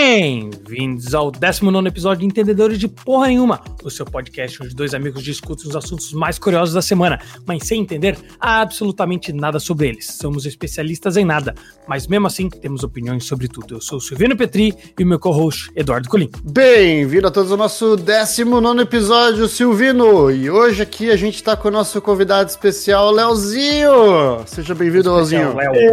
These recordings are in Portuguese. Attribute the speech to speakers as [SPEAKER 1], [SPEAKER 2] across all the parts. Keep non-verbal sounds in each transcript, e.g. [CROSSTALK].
[SPEAKER 1] Bem-vindos ao 19 episódio de Entendedores de Porra Nenhuma, o seu podcast onde dois amigos discutem os assuntos mais curiosos da semana, mas sem entender absolutamente nada sobre eles. Somos especialistas em nada, mas mesmo assim temos opiniões sobre tudo. Eu sou o Silvino Petri e o meu co-host Eduardo Colim.
[SPEAKER 2] Bem-vindo a todos ao nosso 19 episódio, Silvino! E hoje aqui a gente tá com o nosso convidado especial, Leozinho! Seja bem-vindo, Leozinho!
[SPEAKER 3] É,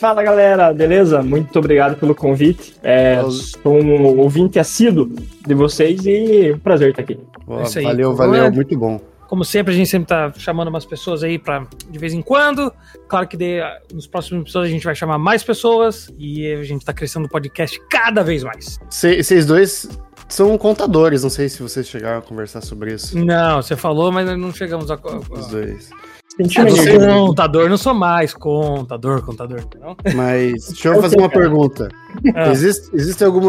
[SPEAKER 3] Fala galera, beleza? Muito obrigado pelo convite. É,
[SPEAKER 2] Valeu.
[SPEAKER 3] sou um ouvinte assíduo de vocês e é um prazer estar aqui.
[SPEAKER 2] Boa,
[SPEAKER 1] É isso aí.
[SPEAKER 2] valeu,
[SPEAKER 1] Boa.
[SPEAKER 2] valeu, muito bom.
[SPEAKER 1] Como sempre, a gente sempre tá chamando umas pessoas aí pra de vez em quando. Claro que de- nos próximos episódios a gente vai chamar mais pessoas e a gente tá crescendo o podcast cada vez mais.
[SPEAKER 2] Cê- Vocês dois são contadores, não sei se vocês chegaram a conversar sobre isso.
[SPEAKER 1] Não, você falou, mas não chegamos a.
[SPEAKER 2] Os dois.
[SPEAKER 3] Senti
[SPEAKER 1] Eu
[SPEAKER 3] uma
[SPEAKER 1] não
[SPEAKER 2] Você-
[SPEAKER 1] sou
[SPEAKER 3] energia.
[SPEAKER 2] não.
[SPEAKER 1] É, contador, não sou mais contador, contador. Não?
[SPEAKER 2] Mas deixa eu fazer uma pergunta.
[SPEAKER 1] Ah.
[SPEAKER 2] Existe, existe algum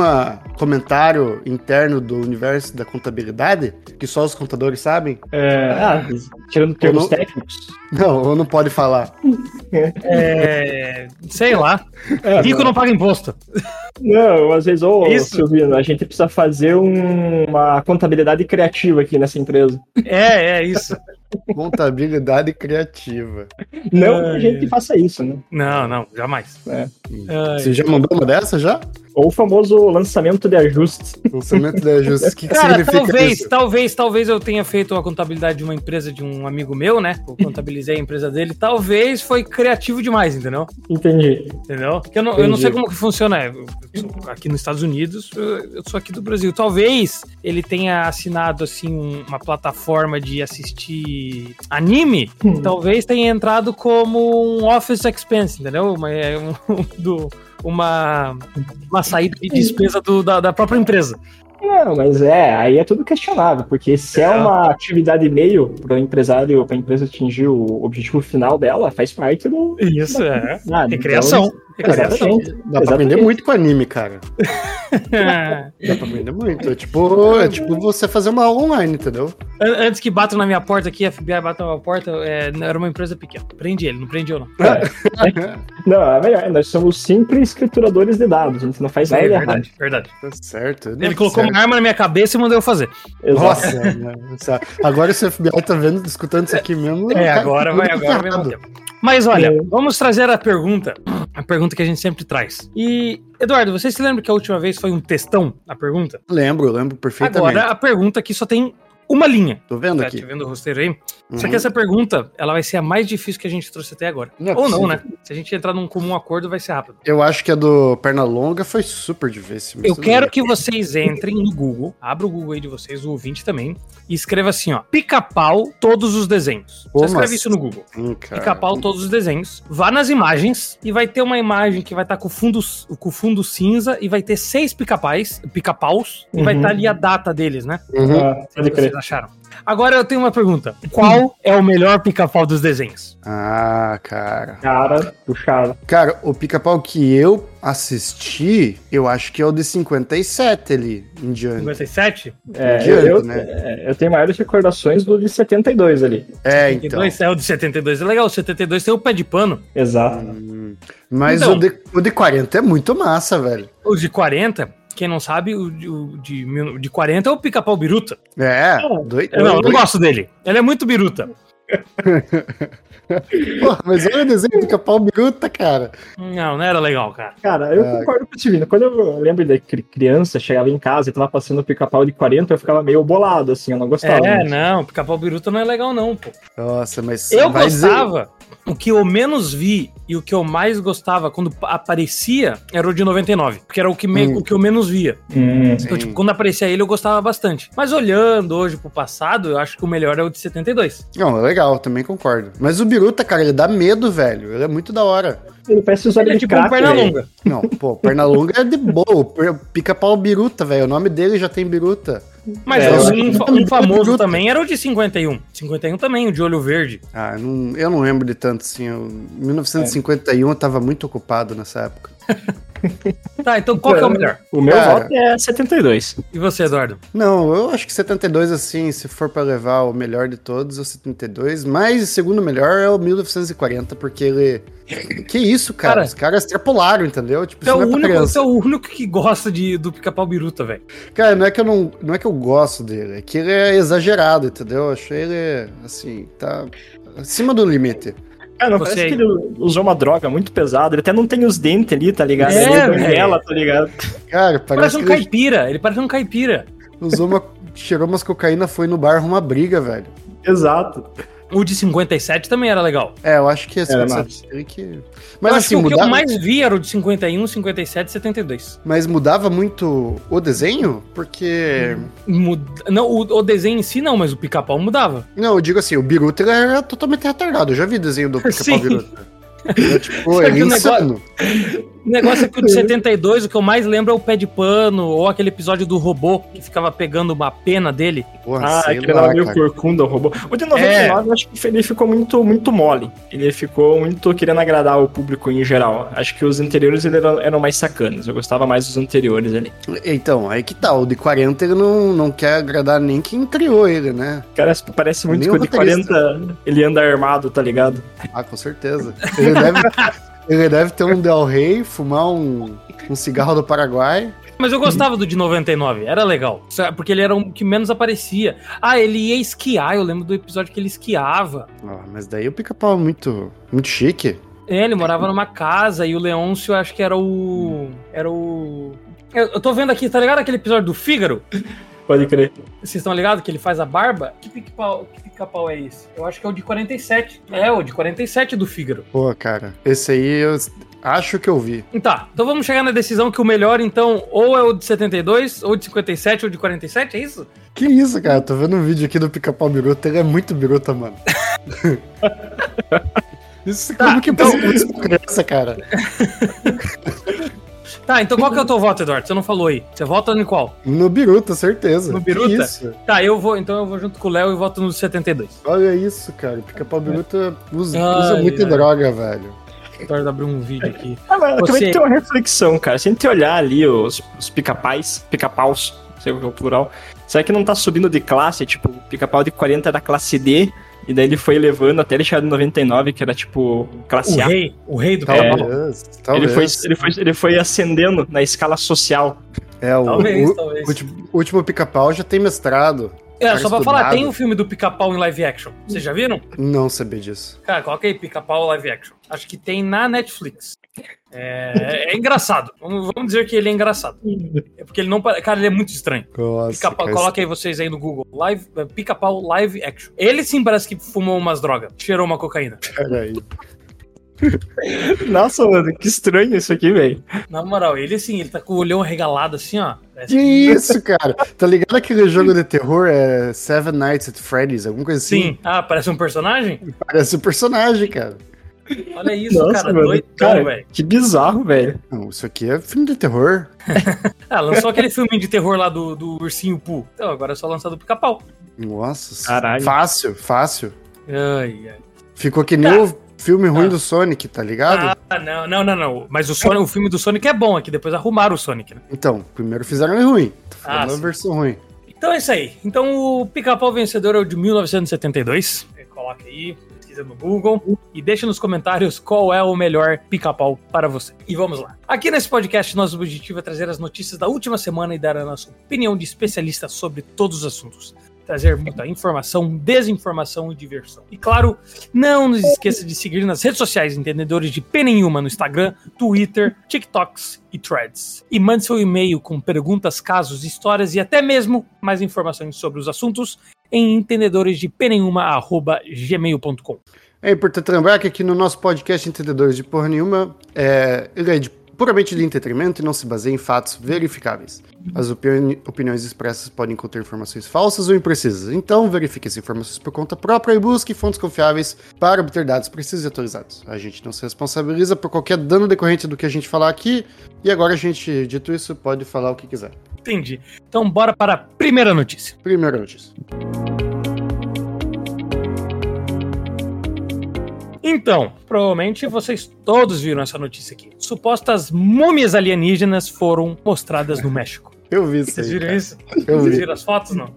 [SPEAKER 2] comentário interno do universo da contabilidade que só os contadores sabem?
[SPEAKER 3] É, ah, tirando termos
[SPEAKER 2] Eu não-
[SPEAKER 3] técnicos.
[SPEAKER 2] Não, ou não
[SPEAKER 1] [LAUGHS]
[SPEAKER 2] pode falar.
[SPEAKER 1] É, sei lá.
[SPEAKER 3] É,
[SPEAKER 1] Rico não paga imposto.
[SPEAKER 3] Não, às vezes, ô
[SPEAKER 1] Isso.
[SPEAKER 3] Silvino, a gente precisa fazer um- uma contabilidade criativa aqui nessa empresa.
[SPEAKER 1] É, é isso.
[SPEAKER 2] Contabilidade criativa.
[SPEAKER 3] Não que
[SPEAKER 1] Ai,
[SPEAKER 3] a gente faça isso, né?
[SPEAKER 1] Não, não, jamais.
[SPEAKER 3] É.
[SPEAKER 1] Ai,
[SPEAKER 2] Você já mandou uma dessa já?
[SPEAKER 3] Ou o famoso lançamento de ajustes. [LAUGHS]
[SPEAKER 2] Lançamento da justiça. O que, que
[SPEAKER 1] Cara,
[SPEAKER 2] É significa
[SPEAKER 1] talvez,
[SPEAKER 2] isso?
[SPEAKER 1] talvez, talvez eu tenha feito a contabilidade de uma empresa de um amigo meu, né? Eu contabilizei a empresa dele. Talvez foi criativo demais, entendeu?
[SPEAKER 3] Entendi.
[SPEAKER 1] Entendeu? Uhum. Porque eu não, eu não
[SPEAKER 3] Entendi.
[SPEAKER 1] sei como que funciona. Eu sou aqui nos Estados Unidos, eu eu sou aqui do Brasil. Talvez ele tenha assinado, assim, um- uma plataforma de assistir anime.
[SPEAKER 3] Hum.
[SPEAKER 1] Talvez tenha entrado como um office expense, entendeu? Uma, é um- [LAUGHS] do- uma, uma saída de despesa do- da- da própria empresa.
[SPEAKER 3] Não, mas é, aí é tudo questionável, porque se é uma atividade meio para o empresário, para a empresa atingir o objetivo final dela, faz parte do.
[SPEAKER 1] Isso, é.
[SPEAKER 3] Ah,
[SPEAKER 1] Recreação.
[SPEAKER 3] Então,
[SPEAKER 1] Recreação.
[SPEAKER 3] exatamente.
[SPEAKER 2] Dá pra aprender muito com anime, cara.
[SPEAKER 1] É, An- [LAUGHS]
[SPEAKER 2] Dá pra aprender muito. É tipo, é tipo você fazer uma aula online, entendeu?
[SPEAKER 1] Antes que batam na minha porta aqui, a FBI bata na minha porta, é, não, era uma empresa pequena. Prende ele, não prende eu não.
[SPEAKER 3] é. Não, é melhor, nós somos simples escrituradores de dados, a gente não faz nada
[SPEAKER 1] É
[SPEAKER 3] de errado.
[SPEAKER 1] verdade, verdade.
[SPEAKER 2] Tá certo.
[SPEAKER 1] Ele colocou
[SPEAKER 2] certo.
[SPEAKER 1] uma arma na minha cabeça e mandou eu fazer.
[SPEAKER 3] Exato.
[SPEAKER 2] [LAUGHS] Nossa, nossa. agora esse FBI tá vendo, escutando isso aqui mesmo.
[SPEAKER 1] É,
[SPEAKER 2] tá
[SPEAKER 1] agora
[SPEAKER 2] tudo
[SPEAKER 1] vai, agora vai
[SPEAKER 2] ferrado.
[SPEAKER 1] bater. Mas olha,
[SPEAKER 3] É.
[SPEAKER 1] vamos trazer a pergunta, a pergunta que a gente sempre traz. E, Eduardo, você se lembra que a última vez foi um textão a pergunta?
[SPEAKER 2] Lembro, lembro perfeitamente.
[SPEAKER 1] Agora a pergunta aqui só tem uma linha.
[SPEAKER 2] Tô vendo
[SPEAKER 1] Tá te
[SPEAKER 2] aqui.
[SPEAKER 1] vendo o rosteiro aí? Só
[SPEAKER 2] Uhum.
[SPEAKER 1] que essa pergunta, ela vai ser a mais difícil que a gente trouxe até agora.
[SPEAKER 2] Não é
[SPEAKER 1] Ou não, né?
[SPEAKER 2] possível.
[SPEAKER 1] Se a gente entrar num comum acordo, vai ser rápido.
[SPEAKER 2] Eu acho que a do Pernalonga foi super difícil. mas
[SPEAKER 1] Eu
[SPEAKER 2] tudo
[SPEAKER 1] quero
[SPEAKER 2] bem.
[SPEAKER 1] que vocês entrem no Google, abra o Google aí de vocês, o ouvinte também, e escreva assim, ó, pica-pau todos os desenhos.
[SPEAKER 2] Como
[SPEAKER 1] Você escreve
[SPEAKER 2] assim?
[SPEAKER 1] isso no Google.
[SPEAKER 2] Hum, cara.
[SPEAKER 1] Pica-pau todos os desenhos. Vá nas imagens e vai ter uma imagem que vai estar com o fundo, com o fundo cinza e vai ter seis pica-pais, pica-paus, e vai
[SPEAKER 3] Uhum.
[SPEAKER 1] estar ali a data deles, né?
[SPEAKER 2] Uhum.
[SPEAKER 3] Ah,
[SPEAKER 1] O que
[SPEAKER 3] pode
[SPEAKER 1] vocês
[SPEAKER 3] crer.
[SPEAKER 1] acharam? Agora eu tenho uma pergunta. Qual é o melhor pica-pau dos desenhos?
[SPEAKER 2] Ah, cara.
[SPEAKER 3] Cara, puxado.
[SPEAKER 2] Cara, o pica-pau que eu assisti, eu acho que é o de 57 ali, em diante.
[SPEAKER 1] 57?
[SPEAKER 2] Então.
[SPEAKER 3] É,
[SPEAKER 2] Adianta,
[SPEAKER 3] eu,
[SPEAKER 2] né?
[SPEAKER 3] é, eu tenho maiores recordações do de 72 ali.
[SPEAKER 2] É, então.
[SPEAKER 1] 72, é o de 72. É legal, o 72 tem o pé de pano.
[SPEAKER 3] Exato.
[SPEAKER 2] Hum, Mas
[SPEAKER 1] Então.
[SPEAKER 2] o, de, o de 40 é muito massa, velho.
[SPEAKER 1] O de 40, quem não sabe, o de, o de, mil- o de 40 é o pica-pau biruta.
[SPEAKER 2] É,
[SPEAKER 3] Não,
[SPEAKER 2] doido.
[SPEAKER 1] Eu não, eu não gosto dele. Ele é muito biruta.
[SPEAKER 2] Porra, mas olha o desenho do pica-pau biruta, cara.
[SPEAKER 1] Não, não era legal, cara.
[SPEAKER 3] Cara, eu
[SPEAKER 2] Ah.
[SPEAKER 3] concordo com o Silvino. Quando eu lembro de cri- criança, chegava em casa e tava passando o pica-pau de 40, eu ficava meio bolado, assim, eu não
[SPEAKER 2] tá
[SPEAKER 3] gostava.
[SPEAKER 1] É, não, pica-pau biruta não é legal, não, pô.
[SPEAKER 2] Nossa, mas.
[SPEAKER 1] Eu
[SPEAKER 2] vai dizer-
[SPEAKER 1] gostava. O que eu menos vi e o que eu mais gostava quando pa- aparecia era o de 99, porque era o que, me-
[SPEAKER 2] Hum.
[SPEAKER 1] o que eu menos via.
[SPEAKER 3] Hum,
[SPEAKER 1] Então,
[SPEAKER 2] Sim.
[SPEAKER 1] tipo, quando aparecia ele, eu gostava bastante. Mas olhando hoje pro passado, eu acho que o melhor é o de 72.
[SPEAKER 2] Não, é legal, também concordo. Mas o biruta, cara, ele dá medo, velho. Ele é muito da hora.
[SPEAKER 3] ele parece os
[SPEAKER 1] Ele é
[SPEAKER 3] olhos de
[SPEAKER 1] tipo um
[SPEAKER 3] crack,
[SPEAKER 1] perna
[SPEAKER 3] velho.
[SPEAKER 1] longa.
[SPEAKER 2] Não, pô, Pernalonga é de boa. o per- Pica-pau biruta, velho. O nome dele já tem biruta.
[SPEAKER 1] Mas
[SPEAKER 3] É, eu acho
[SPEAKER 1] um,
[SPEAKER 2] que
[SPEAKER 1] fa-
[SPEAKER 2] tá
[SPEAKER 1] um
[SPEAKER 2] muito
[SPEAKER 1] famoso
[SPEAKER 2] bruto.
[SPEAKER 1] também era o de 51. 51 também, o de olho verde.
[SPEAKER 2] Ah, eu não, eu não lembro de tanto, assim. Eu, 1951 eu tava muito ocupado nessa época.
[SPEAKER 1] Tá, então qual que é o melhor?
[SPEAKER 3] O meu
[SPEAKER 2] Cara.
[SPEAKER 3] voto é 72.
[SPEAKER 1] E você, Eduardo?
[SPEAKER 2] Não, eu acho que 72, assim, se for pra levar o melhor de todos, é o 72. Mas o segundo melhor é o 1940, porque ele. Que isso, cara?
[SPEAKER 1] Cara.
[SPEAKER 2] Os caras extrapolaram, entendeu? Tipo,
[SPEAKER 1] Tu é,
[SPEAKER 2] isso
[SPEAKER 1] o
[SPEAKER 2] não é pra
[SPEAKER 1] único, tu
[SPEAKER 2] criança.
[SPEAKER 1] é o único que gosta de, do pica-pau biruta, velho.
[SPEAKER 2] Cara, não é que eu não. Não é que eu gosto dele, é que ele é exagerado, entendeu? Eu achei ele, assim, tá acima do limite.
[SPEAKER 3] Cara, Ah, não
[SPEAKER 1] Você
[SPEAKER 3] parece
[SPEAKER 1] aí.
[SPEAKER 3] que ele usou uma droga muito pesada. Ele até não tem os dentes ali, tá ligado?
[SPEAKER 1] É,
[SPEAKER 3] Ele
[SPEAKER 1] velho.
[SPEAKER 3] ela, tá ligado?
[SPEAKER 2] Cara,
[SPEAKER 1] Parece
[SPEAKER 2] parece,
[SPEAKER 1] um
[SPEAKER 2] que ele
[SPEAKER 1] caipira, ele parece um caipira.
[SPEAKER 2] usou uma. Cheirou umas cocaína, foi no bar arrumar briga, velho.
[SPEAKER 3] Exato.
[SPEAKER 1] O de 57 também era legal.
[SPEAKER 2] É, eu acho que esse
[SPEAKER 3] Era
[SPEAKER 2] conceito aí que. Mas
[SPEAKER 1] eu acho
[SPEAKER 2] assim,
[SPEAKER 1] que o que eu
[SPEAKER 2] mudava,
[SPEAKER 1] mais vi era o de 51, 57 e 72.
[SPEAKER 2] mas mudava muito o desenho? Porque.
[SPEAKER 1] Mud- Não, o, o desenho em si não, mas o pica-pau mudava.
[SPEAKER 2] Não, eu digo assim, o Biruta ele era totalmente retardado. Eu já vi desenho do
[SPEAKER 1] Sim. [LAUGHS]
[SPEAKER 2] Pica-Pau Biruta. É, tipo,
[SPEAKER 1] Só que
[SPEAKER 2] ele é
[SPEAKER 1] o negócio-
[SPEAKER 2] insano.
[SPEAKER 1] O negócio é
[SPEAKER 2] [LAUGHS]
[SPEAKER 1] que o de 72, o que eu mais lembro é o pé de pano, ou aquele episódio do robô que ficava pegando uma pena dele.
[SPEAKER 2] Porra,
[SPEAKER 3] Ah,
[SPEAKER 2] sei
[SPEAKER 3] aquele
[SPEAKER 2] lá,
[SPEAKER 3] lá meio
[SPEAKER 2] cara.
[SPEAKER 3] corcunda, o robô. O de
[SPEAKER 1] É.
[SPEAKER 3] 99, eu acho que ele ficou muito, muito mole. Ele ficou muito querendo agradar o público em geral. Acho que os anteriores ele eram, eram mais sacanas. Eu gostava mais dos anteriores ali.
[SPEAKER 2] Então, aí que tá. O de 40 ele não, não quer agradar nem quem criou ele, né?
[SPEAKER 3] O cara parece muito
[SPEAKER 2] Nem
[SPEAKER 3] que
[SPEAKER 2] o
[SPEAKER 3] o de 40 ele anda armado, tá ligado?
[SPEAKER 2] Ah, com certeza. Ele deve, ele deve ter um Del Rey, fumar um, um cigarro do Paraguai.
[SPEAKER 1] Mas
[SPEAKER 2] Uhum.
[SPEAKER 1] eu gostava do de 99, era legal. Só- Porque ele era um que menos aparecia. Ah, ele ia esquiar, eu lembro do episódio que ele esquiava.
[SPEAKER 2] Ó, mas daí o pica-pau é muito, muito chique.
[SPEAKER 1] É, ele morava numa casa e o Leôncio acho que era o. Era o. Eu, eu tô vendo aqui, tá ligado aquele episódio do Fígaro?
[SPEAKER 3] Pode crer.
[SPEAKER 1] Vocês estão ligados que ele faz a barba? Que pica-pau que pica-pau é esse? Eu acho que é o de 47. É, o de 47 do Fígaro.
[SPEAKER 2] Pô, cara, esse aí eu s- acho que eu vi.
[SPEAKER 1] Tá, então vamos chegar na decisão que o melhor, então, ou é o de 72, ou de 57, ou de 47, é isso?
[SPEAKER 2] Que isso, cara? Tô vendo um vídeo aqui do pica-pau biruta, ele é muito
[SPEAKER 1] [LAUGHS]
[SPEAKER 2] biruta, mano. isso
[SPEAKER 1] Tá,
[SPEAKER 2] como que então... isso pra criança, cara?
[SPEAKER 1] Tá, então qual que é o teu voto, Eduardo? Você não falou aí. Você vota em qual?
[SPEAKER 2] No biruta, certeza.
[SPEAKER 1] No
[SPEAKER 2] Que
[SPEAKER 1] biruta?
[SPEAKER 2] isso?
[SPEAKER 1] Tá, eu vou, então eu vou junto com o Léo e voto no 72.
[SPEAKER 2] Olha isso, cara. O pica-pau biruta usa, usa
[SPEAKER 1] Ai,
[SPEAKER 2] muita
[SPEAKER 1] ai.
[SPEAKER 2] droga, velho.
[SPEAKER 1] Eduardo abriu um vídeo aqui.
[SPEAKER 3] Ah, mas
[SPEAKER 1] Você-
[SPEAKER 3] também tem uma reflexão, cara. Se a gente olhar ali os, os pica-pais, pica-paus, não sei o que é o plural, será que não tá subindo de classe? Tipo, o pica-pau de 40 era classe D, e daí ele foi elevando até ele chegar no 99, que era tipo
[SPEAKER 1] O
[SPEAKER 3] classe A.
[SPEAKER 1] rei, o rei do pica-pau.
[SPEAKER 2] Talvez,
[SPEAKER 3] Ele
[SPEAKER 2] talvez.
[SPEAKER 3] foi, ele, foi, ele foi ascendendo na escala social.
[SPEAKER 2] É, o,
[SPEAKER 1] Talvez,
[SPEAKER 2] o-
[SPEAKER 1] talvez.
[SPEAKER 2] o último, o último pica-pau já tem mestrado.
[SPEAKER 1] É,
[SPEAKER 2] cara
[SPEAKER 1] só pra
[SPEAKER 2] estudado.
[SPEAKER 1] falar, tem um filme do pica-pau em live action. Vocês já viram?
[SPEAKER 2] Não sabia disso.
[SPEAKER 1] Cara, coloca aí pica-pau live action. Acho que tem na Netflix. É, é engraçado. Vamos, vamos dizer que ele é engraçado. É porque ele não. pare- Cara, ele é muito estranho.
[SPEAKER 2] Nossa,
[SPEAKER 1] Pica-pau,
[SPEAKER 2] cara,
[SPEAKER 1] coloca aí vocês aí no Google. Live, é, pica-pau live action. Ele sim parece que fumou umas drogas, cheirou uma cocaína.
[SPEAKER 2] esse cara aí.
[SPEAKER 3] Nossa, mano, que estranho isso aqui, velho.
[SPEAKER 1] Na moral, ele sim, ele tá com o olhão regalado assim, ó.
[SPEAKER 2] Que
[SPEAKER 1] Parece-
[SPEAKER 2] isso, cara? Tá ligado aquele jogo de terror? É Seven Nights at Freddy's, alguma coisa assim?
[SPEAKER 1] Sim. Ah, parece um personagem?
[SPEAKER 2] Parece o personagem, cara.
[SPEAKER 1] Olha isso,
[SPEAKER 3] Nossa,
[SPEAKER 1] cara.
[SPEAKER 3] mano.
[SPEAKER 1] Doidão,
[SPEAKER 3] Cara,
[SPEAKER 1] velho.
[SPEAKER 3] que bizarro, velho.
[SPEAKER 2] Não, isso aqui é filme de terror.
[SPEAKER 1] Ah, lançou aquele filme de terror lá do, do Ursinho Poo. Então, agora é só lançar do pica-pau.
[SPEAKER 2] Nossa.
[SPEAKER 3] Caralho.
[SPEAKER 2] Fácil, fácil.
[SPEAKER 1] Ai, ai.
[SPEAKER 2] Ficou que nem
[SPEAKER 1] Tá.
[SPEAKER 2] o filme ruim
[SPEAKER 1] Tá.
[SPEAKER 2] do Sonic, tá ligado?
[SPEAKER 1] Ah, não, não, não, não. Mas o, Sonic, o filme do Sonic é bom aqui, depois arrumaram o Sonic, né?
[SPEAKER 2] Então, primeiro fizeram ele ruim. Tô
[SPEAKER 1] Ah,
[SPEAKER 2] falando a
[SPEAKER 1] sim.
[SPEAKER 2] versão ruim.
[SPEAKER 1] Então é isso aí. Então o pica-pau vencedor é o de 1972. Você Coloca aí, pesquisa no Google e deixa nos comentários qual é o melhor pica-pau para você. E vamos lá. Aqui nesse podcast, nosso objetivo é trazer as notícias da última semana e dar a nossa opinião de especialista sobre todos os assuntos. Trazer muita informação, desinformação e diversão. E claro, não nos esqueça de seguir nas redes sociais Entendedores de Pena Nenhuma no Instagram, Twitter, TikToks e Threads. E mande seu e-mail com perguntas, casos, histórias e até mesmo mais informações sobre os assuntos em entendedoresdepenenhuma.gmail.com
[SPEAKER 2] É importante lembrar que aqui no nosso podcast Entendedores de Porra Nenhuma, é, ele é de- puramente de entretenimento e não se baseia em fatos verificáveis. As opini- opiniões expressas podem conter informações falsas ou imprecisas, então verifique as informações por conta própria e busque fontes confiáveis para obter dados precisos e atualizados. A gente não se responsabiliza por qualquer dano decorrente do que a gente falar aqui, e agora a gente, dito isso, pode falar o que quiser.
[SPEAKER 1] Entendi. Então, bora para a primeira notícia.
[SPEAKER 2] Primeira notícia.
[SPEAKER 1] Então, provavelmente vocês todos viram essa notícia aqui. Supostas múmias alienígenas foram mostradas no México.
[SPEAKER 2] Eu vi isso
[SPEAKER 1] Vocês
[SPEAKER 2] aí.
[SPEAKER 1] viram
[SPEAKER 2] cara.
[SPEAKER 1] isso?
[SPEAKER 2] Eu
[SPEAKER 1] Vocês
[SPEAKER 2] vi.
[SPEAKER 1] viram as fotos, não?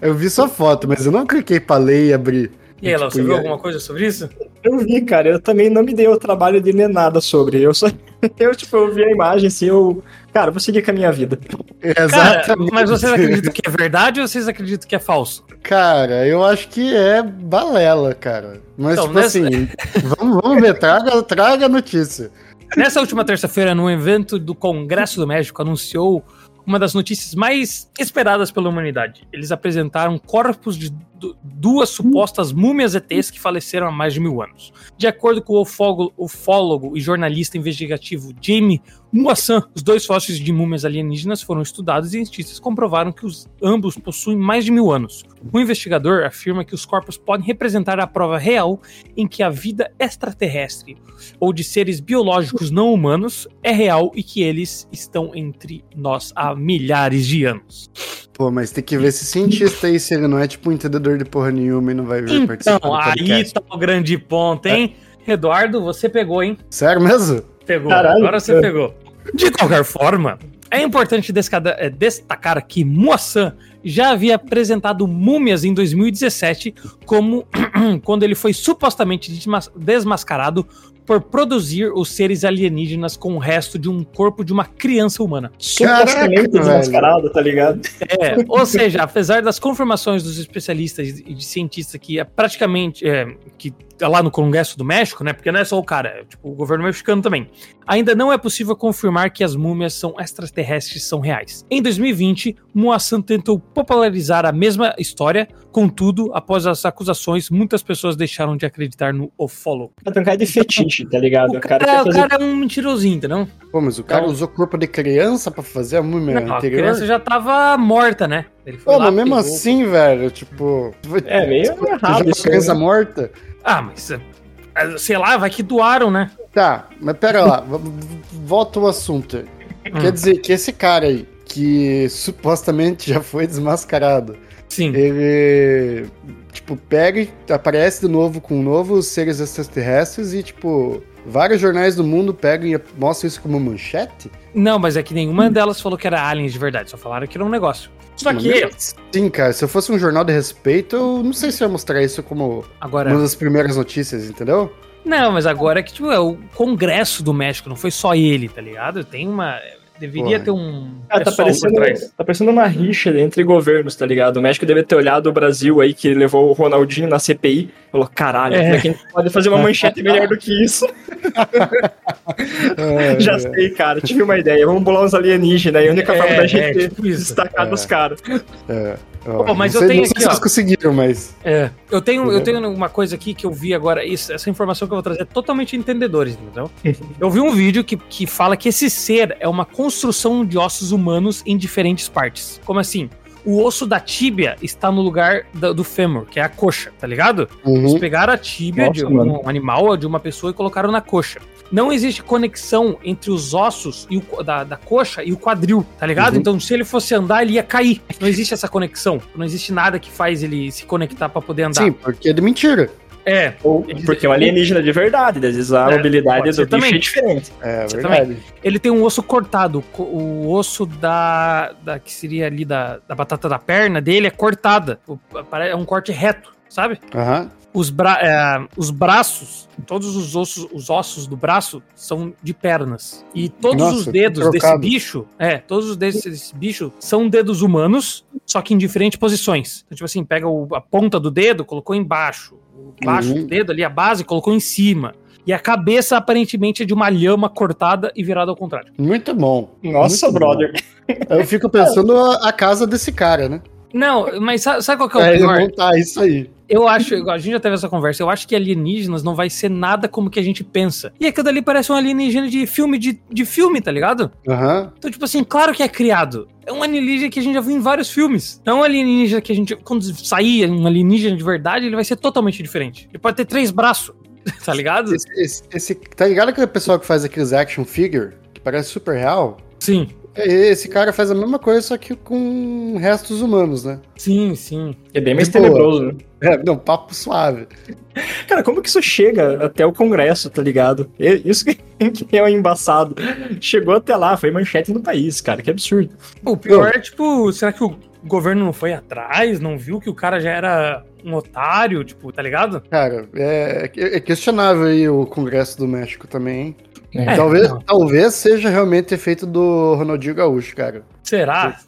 [SPEAKER 2] Eu vi sua foto, mas eu não cliquei pra ler e abrir.
[SPEAKER 1] E aí, Léo, você
[SPEAKER 2] Tipo,
[SPEAKER 1] viu
[SPEAKER 2] e-
[SPEAKER 1] alguma coisa sobre isso?
[SPEAKER 3] Eu vi, cara, eu também não me dei o trabalho de ler nada sobre. Eu só. [LAUGHS] Eu, tipo, eu vi a imagem assim, eu. Cara, vou seguir com a minha vida.
[SPEAKER 1] Cara,
[SPEAKER 2] Exatamente.
[SPEAKER 1] mas vocês acreditam que é verdade ou vocês acreditam que é falso?
[SPEAKER 2] Cara, eu acho que é balela, cara. Mas,
[SPEAKER 1] Então,
[SPEAKER 2] tipo
[SPEAKER 1] nessa-
[SPEAKER 2] assim, vamos, vamos ver, traga, traga a notícia.
[SPEAKER 1] Nessa última terça-feira, num evento do Congresso do México, anunciou uma das notícias mais esperadas pela humanidade. Eles apresentaram corpos de du- duas supostas múmias ETs que faleceram há mais de mil anos. De acordo com o ufólogo, ufólogo e jornalista investigativo Jamie Muassan, os dois fósseis de múmias alienígenas foram estudados e cientistas comprovaram que os ambos possuem mais de mil anos. O investigador afirma que os corpos podem representar a prova real em que a vida extraterrestre ou de seres biológicos não humanos é real e que eles estão entre nós há milhares de anos.
[SPEAKER 2] Pô, mas tem que ver esse cientista aí, se ele não é tipo um entendedor de porra nenhuma e não vai vir participar do
[SPEAKER 1] Então, aí
[SPEAKER 2] podcast. É.
[SPEAKER 1] tá o grande ponto, hein? Eduardo, você pegou, hein?
[SPEAKER 2] Sério mesmo?
[SPEAKER 1] Pegou.
[SPEAKER 3] Caralho,
[SPEAKER 1] Agora você
[SPEAKER 3] cara.
[SPEAKER 1] pegou. De qualquer forma, é importante descada- eh, destacar que Moassan já havia apresentado múmias em 2017 como [CLEARS THROAT] quando ele foi supostamente desmas- desmascarado por produzir os seres alienígenas com o resto de um corpo de uma criança humana.
[SPEAKER 3] Supostamente
[SPEAKER 2] velho.
[SPEAKER 3] desmascarado, tá ligado?
[SPEAKER 1] É, ou seja, apesar das confirmações dos especialistas e de cientistas que é praticamente é, que tá lá no Congresso do México, né? Porque não é só o cara, é, tipo, o governo mexicano também. Ainda não é possível confirmar que as múmias são extraterrestres são reais. Em 2020, Moassan tentou popularizar a mesma história, contudo, após as acusações, muitas pessoas deixaram de acreditar no Ofolo.
[SPEAKER 3] Tem um cara de fetiche, tá ligado?
[SPEAKER 1] O cara,
[SPEAKER 3] quer
[SPEAKER 1] o
[SPEAKER 3] fazer-
[SPEAKER 1] cara é um mentirosinho, entendeu?
[SPEAKER 2] Pô, mas o cara usou corpo de criança pra fazer a múmia
[SPEAKER 1] Então- Não, a
[SPEAKER 2] anterior?
[SPEAKER 1] criança já tava morta, né? Ele foi
[SPEAKER 2] Pô,
[SPEAKER 1] lá,
[SPEAKER 2] É, mas mesmo
[SPEAKER 1] pegou-
[SPEAKER 2] assim, velho, tipo...
[SPEAKER 3] É
[SPEAKER 2] [LAUGHS]
[SPEAKER 3] meio errado
[SPEAKER 2] Já
[SPEAKER 3] isso,
[SPEAKER 2] uma criança
[SPEAKER 3] né?
[SPEAKER 2] morta?
[SPEAKER 1] Ah, mas eh, sei lá, vai que doaram, né?
[SPEAKER 2] Tá, mas pera lá, v- v- volta o assunto. aí.
[SPEAKER 1] Hum.
[SPEAKER 2] Quer dizer que esse cara aí, que supostamente já foi desmascarado,
[SPEAKER 1] Sim.
[SPEAKER 2] é. ele, tipo, pega e aparece de novo com novos seres extraterrestres e, tipo, vários jornais do mundo pegam e mostram isso como manchete?
[SPEAKER 1] Não, mas é que nenhuma delas falou que era aliens de verdade, só falaram que era um negócio. Só
[SPEAKER 2] Mas
[SPEAKER 1] que,
[SPEAKER 2] é mesmo Sim, cara, se eu fosse um jornal de respeito, eu não sei se eu ia mostrar isso como uma
[SPEAKER 1] agora.
[SPEAKER 2] das primeiras notícias, entendeu?
[SPEAKER 1] Não, mas agora é que, tipo, é o Congresso do México, não foi só ele, tá ligado? Tem uma. Deveria
[SPEAKER 2] Porra.
[SPEAKER 1] ter um.
[SPEAKER 3] Cara, tá
[SPEAKER 1] pessoal por
[SPEAKER 3] parecendo,
[SPEAKER 1] trás.
[SPEAKER 3] tá parecendo uma rixa entre governos, tá ligado? O México deve ter olhado o Brasil aí, que levou o Ronaldinho na CPI, falou, caralho,
[SPEAKER 1] É.
[SPEAKER 3] como é que a gente pode fazer uma manchete melhor do que
[SPEAKER 1] [LAUGHS]
[SPEAKER 3] isso?
[SPEAKER 2] É,
[SPEAKER 3] Já sei, cara, tive uma ideia, vamos bolar uns alienígenas aí, a única forma
[SPEAKER 1] É,
[SPEAKER 3] da gente
[SPEAKER 1] é, tipo isso.
[SPEAKER 3] destacar
[SPEAKER 2] É.
[SPEAKER 3] dos caras.
[SPEAKER 2] é, ó,
[SPEAKER 1] Pô, mas
[SPEAKER 2] não
[SPEAKER 1] eu
[SPEAKER 2] sei-
[SPEAKER 1] tenho
[SPEAKER 2] não sei
[SPEAKER 1] aqui,
[SPEAKER 2] se
[SPEAKER 1] ó.
[SPEAKER 2] vocês conseguiram, mas...
[SPEAKER 1] É. Eu tenho, eu
[SPEAKER 2] Entendeu?
[SPEAKER 1] tenho uma coisa aqui que eu vi agora. Isso, essa informação que eu vou trazer é totalmente entendedores, entendeu? Eu vi um vídeo que, que fala que esse ser é uma construção de ossos humanos em diferentes partes. Como assim? O osso da tíbia está no lugar da- do fêmur, que é a coxa, tá ligado? Eles
[SPEAKER 2] Uhum.
[SPEAKER 1] pegaram a tíbia
[SPEAKER 3] Nossa,
[SPEAKER 1] de
[SPEAKER 3] mano.
[SPEAKER 1] um animal, de uma pessoa, e colocaram na coxa. Não existe conexão entre os ossos e o co- da, da coxa e o quadril, tá ligado?
[SPEAKER 2] Uhum.
[SPEAKER 1] Então, se ele fosse andar, ele ia cair. Não existe essa conexão. Não existe nada que faz ele se conectar pra poder andar.
[SPEAKER 2] Sim, porque é de mentira.
[SPEAKER 1] É.
[SPEAKER 3] Ou, porque é um alienígena de verdade, às vezes a
[SPEAKER 1] É,
[SPEAKER 3] mobilidade
[SPEAKER 1] pode
[SPEAKER 3] do
[SPEAKER 1] ser
[SPEAKER 3] bicho
[SPEAKER 1] também.
[SPEAKER 3] é diferente.
[SPEAKER 2] É
[SPEAKER 1] Você
[SPEAKER 2] verdade.
[SPEAKER 1] Ele tem um osso cortado. co- O osso da. da que seria ali da, da batata da perna dele é cortada. O- pare- É um corte reto, sabe?
[SPEAKER 2] Aham.
[SPEAKER 1] Os, bra é, os braços, todos os ossos, os ossos do braço são de pernas. E todos
[SPEAKER 2] Nossa,
[SPEAKER 1] os
[SPEAKER 2] que
[SPEAKER 1] dedos desse
[SPEAKER 2] trocado.
[SPEAKER 1] bicho, é, todos os dedos desse bicho são dedos humanos, só que em diferentes posições. Então, tipo assim, pega o- a ponta do dedo, colocou embaixo. O baixo
[SPEAKER 2] Uhum.
[SPEAKER 1] do dedo ali, a base, colocou em cima. E a cabeça aparentemente é de uma lhama cortada e virada ao contrário.
[SPEAKER 2] Muito bom.
[SPEAKER 3] Nossa,
[SPEAKER 2] Muito bom.
[SPEAKER 3] brother.
[SPEAKER 2] Eu fico pensando a, a casa desse cara, né?
[SPEAKER 1] Não, mas sa- sabe qual que é o
[SPEAKER 2] Pra ele
[SPEAKER 1] pior?
[SPEAKER 2] montar isso aí.
[SPEAKER 1] Eu acho, a gente já teve essa conversa, eu acho que alienígenas não vai ser nada como que a gente pensa. E aquilo ali parece um alienígena de filme, de, de filme, tá ligado?
[SPEAKER 2] Aham.
[SPEAKER 1] Então, tipo assim, claro que é criado. É um alienígena que a gente já viu em vários filmes. Não é um alienígena que a gente, quando sair um alienígena de verdade, ele vai ser totalmente diferente. Ele pode ter três braços, [LAUGHS] tá ligado?
[SPEAKER 2] Esse, esse- esse- tá ligado aquele pessoal que faz aqueles action figure? Que parece super real?
[SPEAKER 1] Sim.
[SPEAKER 2] É, Esse cara faz a mesma coisa, só que com restos humanos, né?
[SPEAKER 1] Sim, sim.
[SPEAKER 3] É bem mais
[SPEAKER 2] De boa.
[SPEAKER 3] tenebroso, né?
[SPEAKER 2] É, não, papo suave.
[SPEAKER 3] Cara, como que isso chega até o Congresso, tá ligado? É- Isso que que [LAUGHS] é o embaçado. Chegou até lá, foi manchete no país, cara. Que absurdo.
[SPEAKER 1] O pior é, tipo, será que o governo não foi atrás? Não viu que o cara já era um otário, tipo, tá ligado?
[SPEAKER 2] Cara, é, é questionável aí o Congresso do México também, hein?
[SPEAKER 3] É,
[SPEAKER 2] talvez,
[SPEAKER 1] não.
[SPEAKER 2] talvez seja realmente efeito do Ronaldinho Gaúcho, cara.
[SPEAKER 1] Será?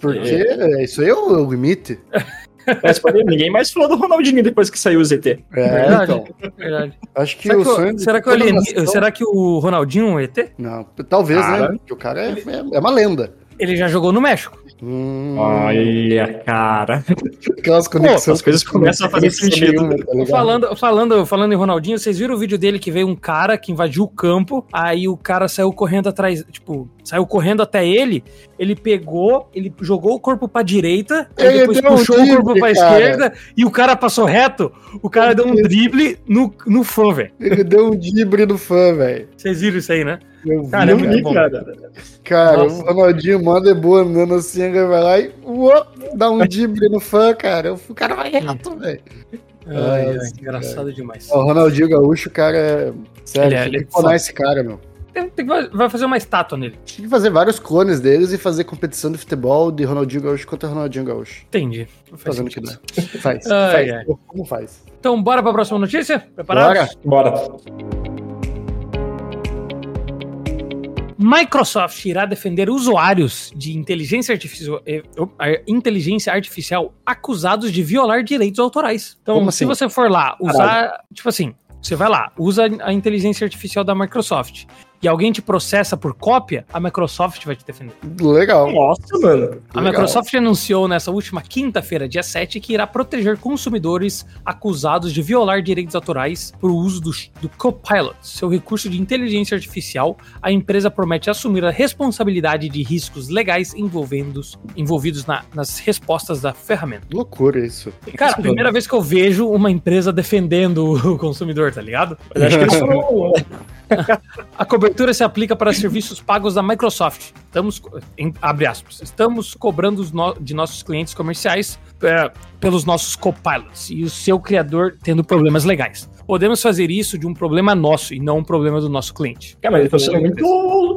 [SPEAKER 2] Porque é, isso aí é o, é o limite.
[SPEAKER 3] Mas pô, ninguém mais falou do Ronaldinho depois que saiu o ZT.
[SPEAKER 2] É,
[SPEAKER 1] Verdade.
[SPEAKER 2] então.
[SPEAKER 1] Verdade.
[SPEAKER 2] Acho que
[SPEAKER 1] Será
[SPEAKER 2] o
[SPEAKER 1] que,
[SPEAKER 2] sonho
[SPEAKER 1] o,
[SPEAKER 2] de
[SPEAKER 1] será, que o
[SPEAKER 2] toda
[SPEAKER 1] alien-
[SPEAKER 2] nação-
[SPEAKER 1] será que o Ronaldinho, o ET,
[SPEAKER 2] Não, talvez,
[SPEAKER 3] Cara.
[SPEAKER 2] né? Porque o cara é, é- é uma lenda.
[SPEAKER 1] ele já jogou no México?
[SPEAKER 2] Hum,
[SPEAKER 3] Ah, Olha, cara.
[SPEAKER 2] aquelas
[SPEAKER 3] Pô,
[SPEAKER 2] conexões.
[SPEAKER 3] as coisas começam a fazer
[SPEAKER 2] é
[SPEAKER 3] sentido.
[SPEAKER 1] [LAUGHS]
[SPEAKER 2] tá
[SPEAKER 1] Falando, falando, falando em Ronaldinho, vocês viram o vídeo dele que veio um cara que invadiu o campo, aí o cara saiu correndo atrás, tipo, saiu correndo até ele, ele pegou, ele jogou o corpo pra direita, aí
[SPEAKER 2] Ele
[SPEAKER 1] depois
[SPEAKER 2] deu um
[SPEAKER 1] puxou o corpo
[SPEAKER 2] drible,
[SPEAKER 1] pra
[SPEAKER 2] cara.
[SPEAKER 1] esquerda e o cara passou reto, o cara deu um drible no, no fã, velho.
[SPEAKER 2] Ele deu um dibre no fã, velho.
[SPEAKER 1] Vocês viram isso aí, né?
[SPEAKER 2] Eu
[SPEAKER 1] Cara,
[SPEAKER 2] vi,
[SPEAKER 1] é muito bom.
[SPEAKER 3] cara.
[SPEAKER 2] Cara,
[SPEAKER 1] Nossa.
[SPEAKER 2] o Ronaldinho manda é boa andando assim, ele vai lá e uó, dá um dibre no fã, cara. O cara vai é reto, velho.
[SPEAKER 1] Ai, ai,
[SPEAKER 2] Nossa,
[SPEAKER 1] engraçado demais.
[SPEAKER 2] Ó, O Ronaldinho Gaúcho, cara, é.
[SPEAKER 1] Ele
[SPEAKER 2] Sério,
[SPEAKER 1] é-
[SPEAKER 2] tem
[SPEAKER 1] ele é
[SPEAKER 2] que clonar
[SPEAKER 1] foda.
[SPEAKER 2] esse cara, meu.
[SPEAKER 1] Tem- tem que- vai fazer uma estátua nele.
[SPEAKER 2] Tinha que fazer vários clones deles e fazer competição de futebol de Ronaldinho Gaúcho contra Ronaldinho Gaúcho.
[SPEAKER 1] Entendi. Faz
[SPEAKER 2] Fazendo o que
[SPEAKER 1] sentido.
[SPEAKER 2] dá.
[SPEAKER 1] [LAUGHS]
[SPEAKER 2] Faz.
[SPEAKER 1] Ai,
[SPEAKER 2] faz.
[SPEAKER 1] ai.
[SPEAKER 2] Como faz?
[SPEAKER 1] Então, bora pra próxima notícia? Preparados?
[SPEAKER 2] Bora.
[SPEAKER 3] Bora.
[SPEAKER 1] Microsoft irá defender usuários de inteligência artificial, eh, op- a- inteligência artificial acusados de violar direitos autorais. Então,
[SPEAKER 2] Como
[SPEAKER 1] se
[SPEAKER 2] assim?
[SPEAKER 1] você for lá usar, tipo assim, você vai lá, usa a inteligência artificial da Microsoft e alguém te processa por cópia, a Microsoft vai te defender.
[SPEAKER 2] Legal.
[SPEAKER 3] Nossa, mano.
[SPEAKER 1] A
[SPEAKER 2] Legal.
[SPEAKER 1] Microsoft anunciou nessa última quinta-feira, dia 7, que irá proteger consumidores acusados de violar direitos autorais por uso do, do Copilot, seu recurso de inteligência artificial. A empresa promete assumir a responsabilidade de riscos legais envolvendos, envolvidos na- nas respostas da ferramenta.
[SPEAKER 2] Loucura isso.
[SPEAKER 1] Cara, primeira vez que eu vejo uma empresa defendendo o consumidor, tá ligado?
[SPEAKER 3] Mas acho que eles foram.
[SPEAKER 1] A cobertura se aplica para serviços pagos da Microsoft. Estamos, co- em- abre aspas, estamos cobrando os no- de nossos clientes comerciais é, pelos nossos copilots e o seu criador tendo problemas legais. Podemos fazer isso de um problema nosso e não um problema do nosso cliente.
[SPEAKER 3] Cara, mas eles estão sendo muito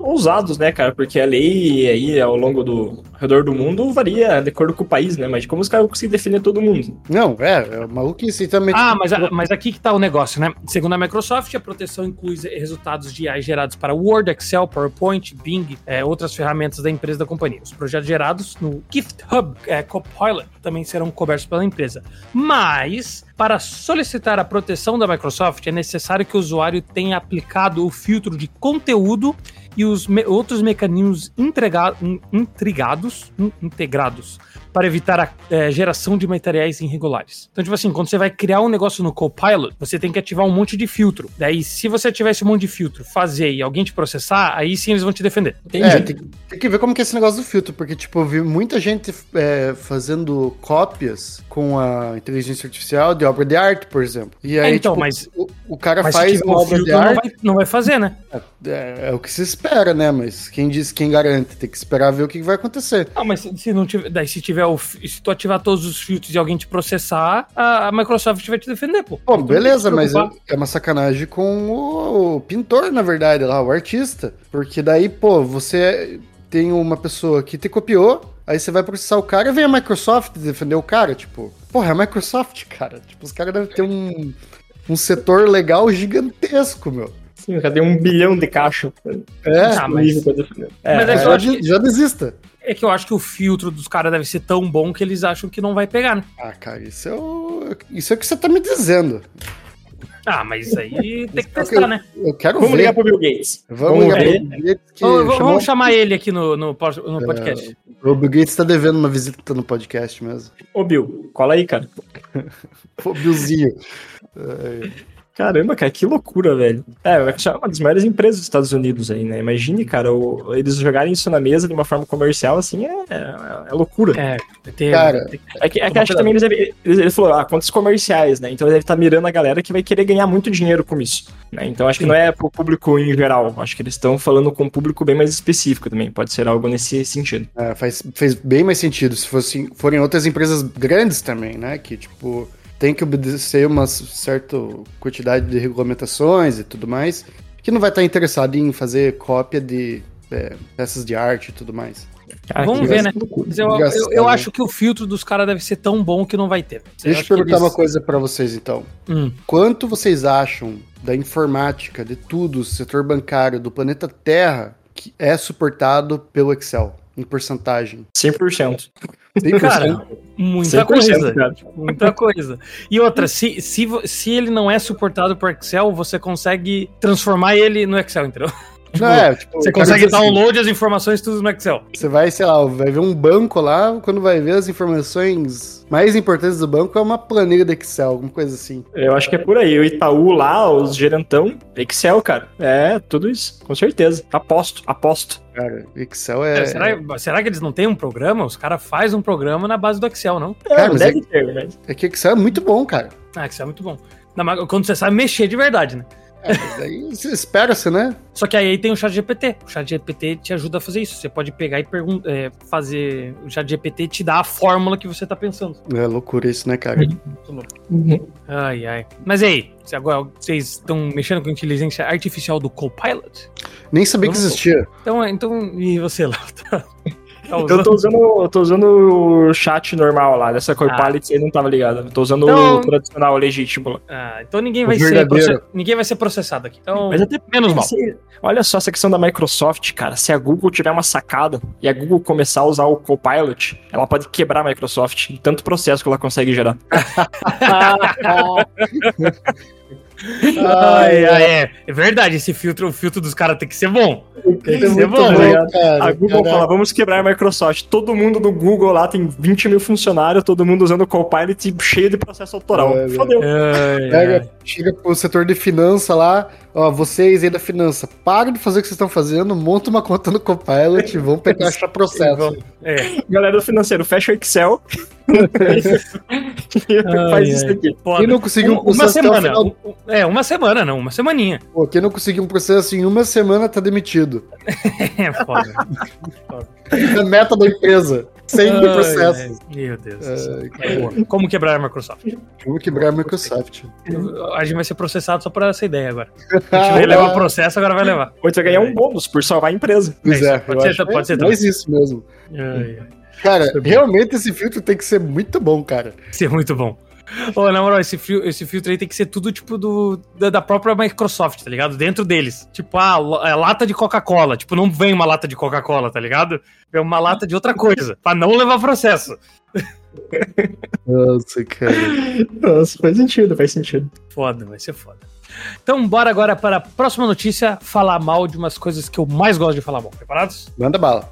[SPEAKER 3] ousados, né, cara? Porque a lei aí, ao longo do ao redor do mundo, varia de acordo com o país, né? Mas como os caras conseguem defender todo mundo?
[SPEAKER 2] Não, é, é maluquice e também.
[SPEAKER 1] Ah, mas, a- mas aqui que está o negócio, né? Segundo a Microsoft, a proteção inclui resultados de AI gerados para Word, Excel, PowerPoint, Bing, é, outras ferramentas da empresa da companhia. Os projetos gerados no GitHub é, Copilot também serão cobertos pela empresa. Mas, para solicitar a proteção da Microsoft, é necessário que o usuário tenha aplicado o filtro de conteúdo e os me- outros mecanismos entrega- in- intrigados, in- integrados para evitar a eh, geração de materiais irregulares. Então, tipo assim, quando você vai criar um negócio no Copilot, você tem que ativar um monte de filtro. Daí, se você tiver esse monte de filtro, fazer e alguém te processar, aí sim eles vão te defender.
[SPEAKER 3] Entendi.
[SPEAKER 2] É, tem, que- tem que ver como que é esse negócio do filtro, porque, tipo, eu vi muita gente é, fazendo cópias com a inteligência artificial de obra de arte, por exemplo. E aí,
[SPEAKER 1] então,
[SPEAKER 2] tipo,
[SPEAKER 1] mas-
[SPEAKER 2] o, o cara
[SPEAKER 1] Mas se
[SPEAKER 2] faz
[SPEAKER 1] tiver
[SPEAKER 2] uma
[SPEAKER 1] um
[SPEAKER 2] obra
[SPEAKER 1] filtro,
[SPEAKER 2] de
[SPEAKER 1] não
[SPEAKER 2] arte,
[SPEAKER 1] vai, não vai fazer, né?
[SPEAKER 2] é, é o que se espera, né? Mas quem diz, quem garante, tem que esperar ver o que vai acontecer.
[SPEAKER 1] Não, Ah, mas se, se não tiver, daí se tiver o, fi- se tu ativar todos os filtros e alguém te processar, a, a Microsoft vai te defender, pô.
[SPEAKER 2] Pô,
[SPEAKER 1] Então,
[SPEAKER 2] beleza,
[SPEAKER 1] não tem que
[SPEAKER 2] mas
[SPEAKER 1] se
[SPEAKER 2] é,
[SPEAKER 1] preocupar.
[SPEAKER 2] é uma sacanagem com o, o pintor, na verdade, lá, o artista. Porque daí, pô, você tem uma pessoa que te copiou, aí você vai processar o cara e vem a Microsoft defender o cara, tipo, porra, é a Microsoft, [LAUGHS] cara. Tipo, os caras devem ter um, um setor legal gigantesco, meu.
[SPEAKER 3] Sim, já deu um bilhão de caixa.
[SPEAKER 2] É,
[SPEAKER 1] Ah, mas-
[SPEAKER 3] disponível pra defender. É,
[SPEAKER 1] Mas é
[SPEAKER 2] é,
[SPEAKER 1] que eu
[SPEAKER 2] já,
[SPEAKER 1] acho
[SPEAKER 2] de- já desista.
[SPEAKER 1] É que eu acho que o filtro dos caras deve ser tão bom que eles acham que não vai pegar, né?
[SPEAKER 2] Ah, cara, isso é o, isso é o que você tá me dizendo.
[SPEAKER 1] Ah, mas
[SPEAKER 2] [LAUGHS]
[SPEAKER 1] aí tem que
[SPEAKER 2] Porque
[SPEAKER 1] testar, né?
[SPEAKER 2] Eu quero
[SPEAKER 3] Vamos ligar
[SPEAKER 2] ver.
[SPEAKER 3] pro Bill Gates.
[SPEAKER 2] Vamos ligar
[SPEAKER 3] ver.
[SPEAKER 2] pro Bill Gates que
[SPEAKER 1] Vamos- vamos,
[SPEAKER 2] chamou-
[SPEAKER 1] chamar ele aqui no, no, pod- no
[SPEAKER 2] É,
[SPEAKER 1] podcast.
[SPEAKER 2] O Bill Gates tá devendo uma visita no podcast mesmo.
[SPEAKER 3] Ô, Bill, cola aí, cara.
[SPEAKER 2] Pô, Billzinho.
[SPEAKER 3] Caramba, cara, que loucura, velho. É, é uma das maiores empresas dos Estados Unidos aí, né? Imagine, cara, o- eles jogarem isso na mesa de uma forma comercial, assim, é, é- é loucura. É,
[SPEAKER 1] É, tem,
[SPEAKER 2] Cara,
[SPEAKER 1] tem-
[SPEAKER 3] que, é que acho que também eles, devem- eles, eles falaram, ah, quantos comerciais, né? Então ele deve estar mirando a galera que vai querer ganhar muito dinheiro com isso. né? Então acho que
[SPEAKER 1] Sim.
[SPEAKER 3] não é pro público em geral. Acho que eles estão falando com um público bem mais específico também. Pode ser algo nesse sentido.
[SPEAKER 2] É, faz, fez bem mais sentido se fosse, forem outras empresas grandes também, né? Que, tipo, tem que obedecer uma s- certa quantidade de regulamentações e tudo mais, que não vai estar interessado em fazer cópia de é, peças de arte e tudo mais.
[SPEAKER 3] Cara,
[SPEAKER 1] Vamos
[SPEAKER 3] que
[SPEAKER 1] ver, né?
[SPEAKER 3] loucura.
[SPEAKER 1] Mas eu, eu- eu
[SPEAKER 2] Engraçado.
[SPEAKER 1] acho que o filtro dos caras deve ser tão bom que não vai ter.
[SPEAKER 2] Deixa eu
[SPEAKER 1] acho que
[SPEAKER 2] perguntar
[SPEAKER 1] eles-
[SPEAKER 2] uma coisa pra vocês, então.
[SPEAKER 1] Hum.
[SPEAKER 2] Quanto vocês acham da informática, de tudo, do setor bancário, do planeta Terra, que é suportado pelo Excel?
[SPEAKER 1] [LAUGHS]
[SPEAKER 2] Em porcentagem.
[SPEAKER 3] 100%.
[SPEAKER 2] 100%?
[SPEAKER 1] Cara, muita
[SPEAKER 3] 100%,
[SPEAKER 1] coisa.
[SPEAKER 3] cara.
[SPEAKER 1] Muita coisa. E outra, se, se, vo- se ele não é suportado por Excel, você consegue transformar ele no Excel, entendeu?
[SPEAKER 2] não, é, tipo,
[SPEAKER 1] Você
[SPEAKER 2] o cara
[SPEAKER 1] consegue
[SPEAKER 2] diz assim,
[SPEAKER 1] download as informações tudo no Excel.
[SPEAKER 2] Você vai, sei lá, vai ver um banco lá, quando vai ver as informações mais importantes do banco, é uma planilha do Excel, alguma coisa assim.
[SPEAKER 3] Eu acho que é por aí. O Itaú lá, os gerentão, Excel, cara. É, tudo isso, com certeza. Aposto, aposto.
[SPEAKER 2] Cara, Excel é.
[SPEAKER 1] Será, será que eles não têm um programa? Os caras fazem um programa na base do Excel, não?
[SPEAKER 3] É,
[SPEAKER 2] Cara,
[SPEAKER 3] não
[SPEAKER 2] mas
[SPEAKER 3] deve ter, mas...
[SPEAKER 2] É que Excel é muito bom, cara.
[SPEAKER 1] Ah, Excel é muito bom. Ainda mais Quando você sabe mexer de verdade, né?
[SPEAKER 2] É, mas aí se- espera-se, né?
[SPEAKER 1] Só que aí, aí tem o chat GPT. O chat GPT te ajuda a fazer isso. Você pode pegar e pergun- é, fazer. O chat GPT te dá a fórmula que você tá pensando.
[SPEAKER 2] É loucura isso, né, cara?
[SPEAKER 1] Ai, ai. Mas e aí? Se agora vocês estão mexendo com a inteligência artificial do Copilot?
[SPEAKER 2] Nem sabia que
[SPEAKER 1] Vamos-
[SPEAKER 2] existia.
[SPEAKER 1] Então, é- então e você lá? [LAUGHS] Tá, tá usando?
[SPEAKER 3] Eu tô usando, eu tô usando o chat normal lá, dessa cor
[SPEAKER 1] Ah.
[SPEAKER 3] palette aí não tava ligado. Eu tô usando
[SPEAKER 1] Então-
[SPEAKER 3] o tradicional legítimo lá.
[SPEAKER 1] Ah, então ninguém
[SPEAKER 2] O
[SPEAKER 1] vai, ser
[SPEAKER 2] verdadeiro.
[SPEAKER 1] proce- ninguém vai ser processado aqui. Então,
[SPEAKER 3] Mas até
[SPEAKER 1] menos mal. [LAUGHS]
[SPEAKER 3] Se- Olha só essa questão da Microsoft, cara. Se a Google tiver uma sacada e a Google começar a usar o Copilot, ela pode quebrar a Microsoft em tanto processo que ela consegue gerar.
[SPEAKER 1] Ah,
[SPEAKER 2] [LAUGHS]
[SPEAKER 1] Ai, ai, é. é verdade, esse filtro, o filtro dos caras tem que ser bom. Tem que
[SPEAKER 2] É
[SPEAKER 1] ser
[SPEAKER 2] muito
[SPEAKER 1] bom,
[SPEAKER 2] bom,
[SPEAKER 1] né?
[SPEAKER 2] cara.
[SPEAKER 3] A Google
[SPEAKER 2] Caraca.
[SPEAKER 3] fala, vamos quebrar a Microsoft. Todo mundo do Google lá tem 20 mil funcionários, todo mundo usando o Copilot e cheio de processo autoral.
[SPEAKER 2] É,
[SPEAKER 3] Fodeu.
[SPEAKER 1] Ai, ai.
[SPEAKER 2] Pega, chega pro setor de finança lá, ó, vocês aí da finança, para de fazer o que vocês estão fazendo, monta uma conta no Copilot e
[SPEAKER 1] [LAUGHS]
[SPEAKER 2] vão pegar esse processo.
[SPEAKER 1] É.
[SPEAKER 3] Galera do financeiro, fecha o Excel. [LAUGHS] e
[SPEAKER 1] Ai,
[SPEAKER 3] faz
[SPEAKER 1] ai.
[SPEAKER 3] isso aqui.
[SPEAKER 2] Quem
[SPEAKER 1] Foda.
[SPEAKER 2] não conseguiu um
[SPEAKER 1] Um- uma
[SPEAKER 2] processo até o
[SPEAKER 1] semana.
[SPEAKER 2] final
[SPEAKER 1] um- um- É, uma semana, não, uma semaninha. [LAUGHS]
[SPEAKER 2] Pô, quem não conseguiu um processo em uma semana tá demitido.
[SPEAKER 1] É foda.
[SPEAKER 2] É a meta da empresa. 100 mil processos.
[SPEAKER 1] Ai, ai. Meu Deus. do céu.
[SPEAKER 2] É,
[SPEAKER 1] É,
[SPEAKER 2] cara,
[SPEAKER 1] Como quebrar a Microsoft?
[SPEAKER 2] vamos quebrar a Microsoft.
[SPEAKER 1] A gente vai ser processado só por essa ideia agora. A gente vai levar o
[SPEAKER 2] Ah,
[SPEAKER 1] processo, agora vai levar.
[SPEAKER 3] Ou você vai ganhar um bônus por salvar a empresa.
[SPEAKER 2] pois é,
[SPEAKER 1] Pode
[SPEAKER 2] eu
[SPEAKER 1] ser,
[SPEAKER 2] acho que
[SPEAKER 1] pode ser
[SPEAKER 2] é mais isso mesmo.
[SPEAKER 1] Ai, ai.
[SPEAKER 2] Cara,
[SPEAKER 1] Isso é bom.
[SPEAKER 2] realmente esse filtro tem que ser muito bom, cara.
[SPEAKER 1] Isso é muito bom. Ô, na moral, esse, fil- esse filtro aí tem que ser tudo tipo do, da, da própria Microsoft, tá ligado? Dentro deles. Tipo, ah, lo- é lata de Coca-Cola. Tipo, não vem uma lata de Coca-Cola, tá ligado? É uma lata de outra coisa. Pra não levar processo.
[SPEAKER 2] Nossa, cara.
[SPEAKER 3] Nossa, faz sentido, faz sentido.
[SPEAKER 1] Foda, vai ser foda. Então, bora agora para a próxima notícia: falar mal de umas coisas que eu mais gosto de falar mal. Preparados?
[SPEAKER 2] Manda bala.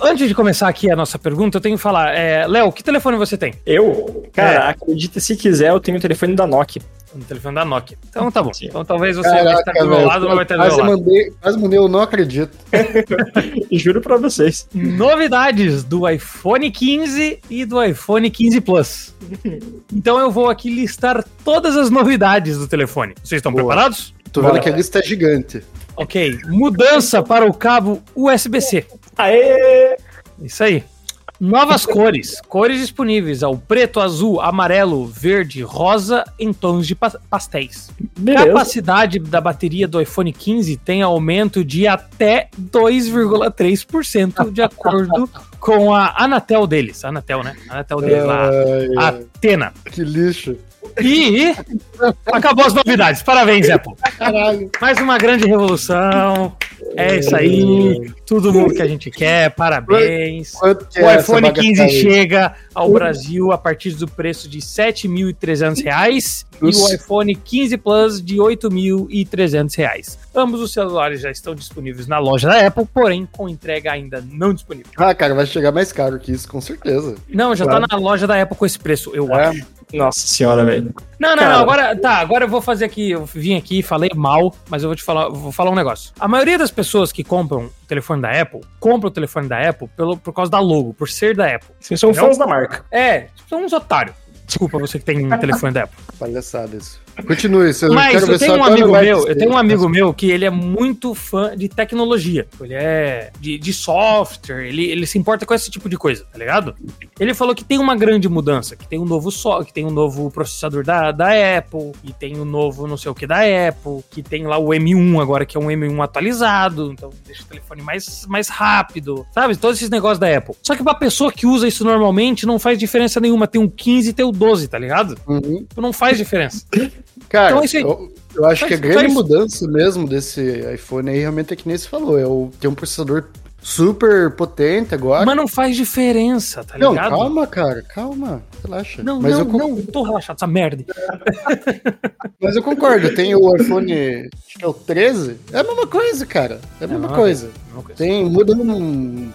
[SPEAKER 1] Antes de começar aqui a nossa pergunta, eu tenho que falar: é, Léo, que telefone você tem?
[SPEAKER 3] Eu? Cara, acredita se quiser, eu tenho o telefone da Nokia.
[SPEAKER 1] No telefone da Nokia. Então tá bom.
[SPEAKER 3] Sim.
[SPEAKER 1] Então talvez você vai estar
[SPEAKER 2] Caraca,
[SPEAKER 1] do meu lado ou vai
[SPEAKER 2] velho.
[SPEAKER 1] estar do meu
[SPEAKER 2] Quase
[SPEAKER 1] lado.
[SPEAKER 2] mandei, quase mandei, eu não acredito.
[SPEAKER 3] Juro pra vocês.
[SPEAKER 1] Novidades do iPhone 15 e do iPhone 15 Plus. Então eu vou aqui listar todas as novidades do telefone. Vocês estão
[SPEAKER 2] Boa.
[SPEAKER 1] preparados?
[SPEAKER 2] Tô
[SPEAKER 3] Bora.
[SPEAKER 2] vendo que a lista é gigante.
[SPEAKER 1] Ok. Mudança para o cabo USB-C.
[SPEAKER 3] Aê!
[SPEAKER 1] Isso aí.
[SPEAKER 2] [LAUGHS]
[SPEAKER 1] Novas cores. Cores disponíveis ao preto, azul, amarelo, verde, rosa em tons de pa- pastéis.
[SPEAKER 3] Beleza.
[SPEAKER 1] Capacidade da bateria do iPhone 15 tem aumento de até 2,3% de acordo com a Anatel deles. Anatel, né? Anatel deles lá.
[SPEAKER 2] Ai,
[SPEAKER 1] Atena.
[SPEAKER 2] que lixo.
[SPEAKER 1] E acabou as novidades. Parabéns, Apple.
[SPEAKER 2] Caralho.
[SPEAKER 1] Mais uma grande revolução. É isso aí. Todo mundo que a gente quer, parabéns.
[SPEAKER 2] Quanto que
[SPEAKER 1] O
[SPEAKER 2] é essa
[SPEAKER 1] iPhone 15
[SPEAKER 2] bagatela aí?
[SPEAKER 1] chega ao Brasil a partir do preço de R$ 7.300 e o
[SPEAKER 3] Nossa.
[SPEAKER 1] iPhone 15 Plus de R$ 8.300. Ambos os celulares já estão disponíveis na loja da Apple, porém com entrega ainda não disponível.
[SPEAKER 2] Ah, cara, vai chegar mais caro que isso, com certeza.
[SPEAKER 1] Não, já
[SPEAKER 3] Claro.
[SPEAKER 1] tá na loja da Apple com esse preço, eu
[SPEAKER 2] É,
[SPEAKER 1] acho.
[SPEAKER 3] Nossa senhora, velho.
[SPEAKER 1] Não, não,
[SPEAKER 3] Cara.
[SPEAKER 1] não, agora, tá, agora eu vou fazer aqui, eu vim aqui, falei mal, mas eu vou te falar, vou falar um negócio. A maioria das pessoas que compram o telefone da Apple, compra o telefone da Apple pelo, por causa da logo, por ser da Apple.
[SPEAKER 3] Vocês são
[SPEAKER 1] Não?
[SPEAKER 3] fãs da marca.
[SPEAKER 1] É, são uns otários. Desculpa você que tem um telefone da Apple.
[SPEAKER 2] Palhaçada isso. Continue, você
[SPEAKER 1] Mas eu tenho um
[SPEAKER 2] quando
[SPEAKER 1] amigo
[SPEAKER 2] vai
[SPEAKER 1] meu,
[SPEAKER 2] descer.
[SPEAKER 1] eu tenho um amigo meu que ele é muito fã de tecnologia. Ele é de, de software, ele, ele se importa com esse tipo de coisa, tá ligado? Ele falou que tem uma grande mudança, que tem um novo só, que tem um novo processador da, da Apple, e tem um novo não sei o que da Apple, que tem lá o M1 agora, que é um M1 atualizado, então deixa o telefone mais, mais rápido, sabe? Todos esses negócios da Apple. Só que pra pessoa que usa isso normalmente, não faz diferença nenhuma. Tem um 15 e tem o 12, tá ligado?
[SPEAKER 2] Uhum.
[SPEAKER 1] Tipo, Não faz diferença.
[SPEAKER 2] Cara,
[SPEAKER 1] Então é isso aí.
[SPEAKER 2] eu, eu acho
[SPEAKER 1] Faz-
[SPEAKER 2] que a grande
[SPEAKER 1] faz-
[SPEAKER 2] mudança mesmo desse iPhone aí realmente é que nem você falou. É o, tem um processador super potente agora.
[SPEAKER 1] Mas não faz diferença, tá
[SPEAKER 2] não,
[SPEAKER 1] ligado?
[SPEAKER 2] calma, cara, calma. Relaxa.
[SPEAKER 1] Não,
[SPEAKER 2] mas
[SPEAKER 1] não,
[SPEAKER 2] eu con-
[SPEAKER 1] não, tô relaxado, essa merda.
[SPEAKER 2] Mas eu concordo, tem o iPhone, acho que é o 13. É a mesma coisa, cara. É a mesma
[SPEAKER 1] não,
[SPEAKER 2] coisa.
[SPEAKER 1] Não, coisa.
[SPEAKER 2] Tem, muda um,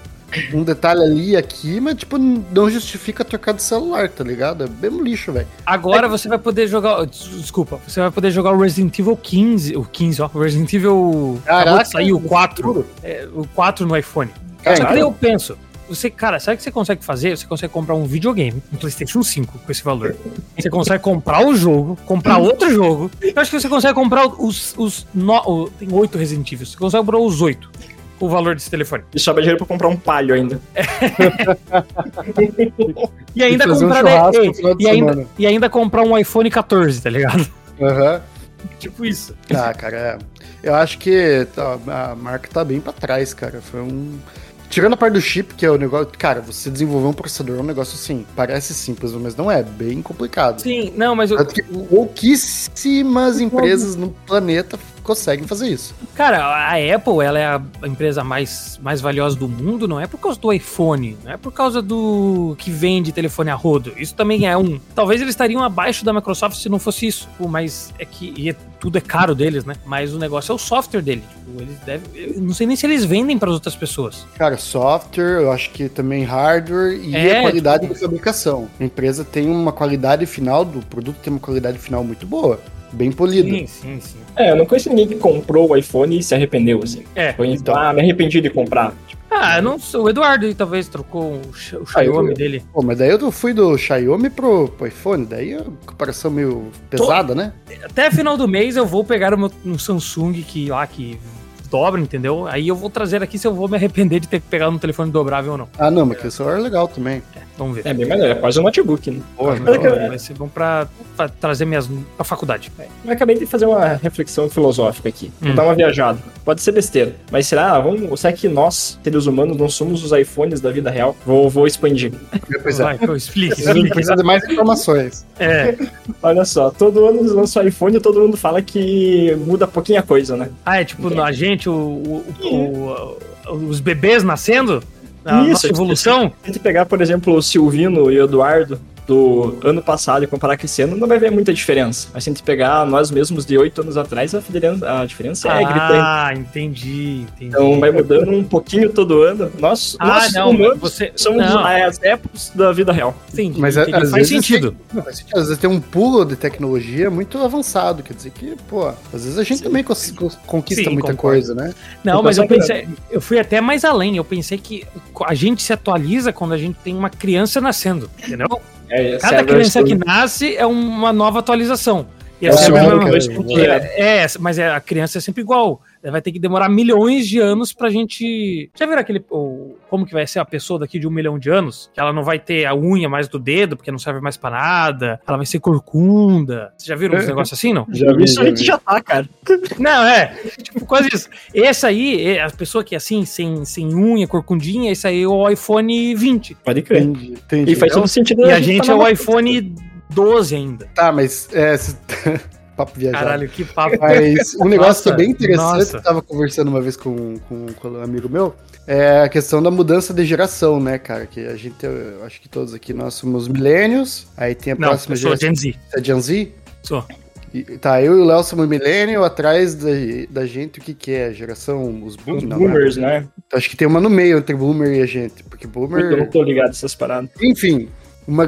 [SPEAKER 2] um detalhe ali e aqui, mas tipo, não justifica trocar de celular, tá ligado? É mesmo lixo, velho. é
[SPEAKER 1] Agora você vai poder jogar. des- Desculpa, você vai poder jogar o Resident Evil 15. O 15, ó. O Resident Evil. acabou
[SPEAKER 2] Caraca,
[SPEAKER 1] de sair o
[SPEAKER 2] no
[SPEAKER 1] 4.
[SPEAKER 2] futuro.
[SPEAKER 1] é, o 4 no iPhone.
[SPEAKER 2] Cara,
[SPEAKER 1] Só que daí eu penso. Você, cara, sabe o que você consegue fazer? Você consegue comprar um videogame, um PlayStation 5 com esse valor. Você consegue comprar o jogo, comprar outro jogo. Eu acho que você consegue comprar os. os no- o- tem oito Resident Evil. Você consegue comprar os oito com o valor desse telefone.
[SPEAKER 3] E sobra dinheiro pra comprar um palho ainda.
[SPEAKER 1] E ainda
[SPEAKER 2] E fazer um
[SPEAKER 1] comprar
[SPEAKER 2] churrasco
[SPEAKER 1] daí-
[SPEAKER 2] no final de
[SPEAKER 1] e, ainda,
[SPEAKER 2] semana.
[SPEAKER 1] e ainda comprar um iPhone 14, tá ligado?
[SPEAKER 2] Aham.
[SPEAKER 1] tipo isso.
[SPEAKER 2] Ah, cara, é. eu acho que tá- a marca tá bem pra trás, cara. Foi um. Tirando a parte do chip, que é o negócio. Cara, você desenvolver um processador é um negócio assim. Parece simples, mas não é. Bem complicado.
[SPEAKER 1] [LAUGHS] Sim, Uhum. não, mas eu,
[SPEAKER 2] Tanto que pouquíssimas empresas no planeta conseguem fazer isso.
[SPEAKER 1] cara, a Apple, ela é a empresa mais, mais valiosa do mundo, não é por causa do iPhone, não é por causa do que vende telefone a rodo. Isso também é um. Talvez eles estariam abaixo da Microsoft se não fosse isso, Pô, mas é que e é- tudo é caro deles, né? Mas o negócio é o software dele. Tipo, eles devem, eu não sei nem se eles vendem para outras pessoas.
[SPEAKER 2] Cara, software, eu acho que também hardware e
[SPEAKER 1] É,
[SPEAKER 2] a qualidade
[SPEAKER 1] tipo-
[SPEAKER 2] da fabricação. A empresa tem uma qualidade final do produto, tem uma qualidade final muito boa. Bem polida.
[SPEAKER 1] sim, sim.
[SPEAKER 3] É, eu não conheço ninguém que comprou o iPhone e se arrependeu, assim.
[SPEAKER 1] É.
[SPEAKER 3] Conheço,
[SPEAKER 2] Então.
[SPEAKER 3] Ah, me arrependi de comprar. Tipo,
[SPEAKER 1] Ah, eu não sei. O Eduardo aí talvez trocou o, X- o
[SPEAKER 3] Ah, eu-
[SPEAKER 1] Xiaomi dele.
[SPEAKER 2] Pô, mas daí eu fui do Xiaomi pro, pro iPhone, daí é uma comparação meio pesada, né?
[SPEAKER 1] Até final do mês eu vou pegar o meu, um Samsung que lá que dobra, entendeu? Aí eu vou trazer aqui se eu vou me arrepender de ter que pegar um telefone dobrável ou não.
[SPEAKER 2] Ah, não, mas aquele celular é legal também. Ah,
[SPEAKER 1] Vamos ver.
[SPEAKER 3] é bem melhor, é quase um notebook, né?
[SPEAKER 2] Porra,
[SPEAKER 1] Então,
[SPEAKER 3] cara.
[SPEAKER 1] vai ser bom pra, pra trazer minhas pra faculdade.
[SPEAKER 3] Eu acabei de fazer uma reflexão filosófica aqui.
[SPEAKER 1] Hum.
[SPEAKER 3] Vou dar uma viajada. Pode ser besteira, mas será, "Ah, vamos, será que nós, seres humanos, não somos os iPhones da vida real? Vou, vou expandir.
[SPEAKER 2] Pois é.
[SPEAKER 1] Vai, que eu explique.
[SPEAKER 2] Você não
[SPEAKER 1] explique.
[SPEAKER 3] é.
[SPEAKER 2] precisa de mais informações.
[SPEAKER 1] É.
[SPEAKER 3] Olha só, todo ano lança o iPhone e todo mundo fala que muda pouquinha coisa, né?
[SPEAKER 1] Ah, é tipo a gente, o, o- o- o- os bebês nascendo? A
[SPEAKER 3] Isso,
[SPEAKER 1] nossa evolução?
[SPEAKER 3] Se a gente pegar, por exemplo, o Silvino e o Eduardo do ano passado e comparar com esse ano, não vai ver muita diferença. Mas se a gente pegar nós mesmos de oito anos atrás, a, fidelen- a diferença é gritante.
[SPEAKER 1] ah, entendi, entendi.
[SPEAKER 3] Então vai mudando um pouquinho todo ano. Nós,
[SPEAKER 1] Ah,
[SPEAKER 3] nós
[SPEAKER 1] não,
[SPEAKER 3] humanos,
[SPEAKER 1] você-
[SPEAKER 3] somos
[SPEAKER 1] não.
[SPEAKER 3] as épocas da vida real.
[SPEAKER 1] Entendi,
[SPEAKER 2] Mas
[SPEAKER 1] entendi. faz
[SPEAKER 2] às vezes
[SPEAKER 1] sentido.
[SPEAKER 2] Mas, assim, Às vezes tem um pulo de tecnologia muito avançado, quer dizer que, pô, às vezes a gente também cons- cons- conquista
[SPEAKER 1] Sim,
[SPEAKER 2] muita
[SPEAKER 1] concordo.
[SPEAKER 2] coisa, né?
[SPEAKER 1] Não,
[SPEAKER 3] Eu
[SPEAKER 1] mas eu
[SPEAKER 3] tô só
[SPEAKER 1] pensei, eu fui até mais além. Eu pensei que a gente se atualiza quando a gente tem uma criança nascendo, entendeu?
[SPEAKER 3] É,
[SPEAKER 1] Cada
[SPEAKER 3] serve
[SPEAKER 1] criança
[SPEAKER 3] isso.
[SPEAKER 1] que nasce é uma nova atualização. E
[SPEAKER 3] É
[SPEAKER 1] essa é, a
[SPEAKER 2] senhora,
[SPEAKER 1] mesma-
[SPEAKER 2] cara.
[SPEAKER 1] é, mas é- a criança é sempre igual. Ela Vai ter que demorar milhões de anos pra gente. Já viram aquele. o- como que vai ser a pessoa daqui de um milhão de anos? Que ela não vai ter a unha mais do dedo, porque não serve mais pra nada. Ela vai ser corcunda. Vocês já viram
[SPEAKER 3] É.
[SPEAKER 1] uns negócios assim, não?
[SPEAKER 2] Já
[SPEAKER 3] Isso a gente já tá, cara.
[SPEAKER 1] [LAUGHS] Não, é. Tipo, quase isso. Esse aí, é a pessoa que é assim, sem, sem unha, corcundinha, esse aí é o iPhone 20.
[SPEAKER 3] Pode crer.
[SPEAKER 2] Entendi, entendi.
[SPEAKER 3] Então,
[SPEAKER 2] Então
[SPEAKER 1] é
[SPEAKER 3] E faz todo sentido.
[SPEAKER 1] E a gente
[SPEAKER 3] tá
[SPEAKER 1] é
[SPEAKER 3] na-
[SPEAKER 1] o iPhone 12 ainda.
[SPEAKER 2] Tá, mas é, se- [LAUGHS] papo viajado.
[SPEAKER 1] Caralho, que papo.
[SPEAKER 2] Mas um negócio
[SPEAKER 1] Nossa,
[SPEAKER 2] que é bem interessante,
[SPEAKER 1] nossa.
[SPEAKER 2] eu tava conversando uma vez com, com, com um amigo meu, é a questão da mudança de geração, né, cara? Que a gente, eu acho que todos aqui nós somos millennials, aí tem a
[SPEAKER 1] Não,
[SPEAKER 2] próxima
[SPEAKER 1] eu sou
[SPEAKER 2] geração
[SPEAKER 1] Gen Z.
[SPEAKER 2] que é Gen Z.
[SPEAKER 1] Sou.
[SPEAKER 2] E- tá, eu e o Léo somos millennial, atrás da, da gente, o que que é? Geração, os boomers? Então,
[SPEAKER 3] Os boomers, né?
[SPEAKER 2] Acho que tem uma no meio entre boomer e a gente, porque
[SPEAKER 3] Eu não
[SPEAKER 2] boomer...
[SPEAKER 3] tô ligado nessas paradas.
[SPEAKER 2] Enfim, uma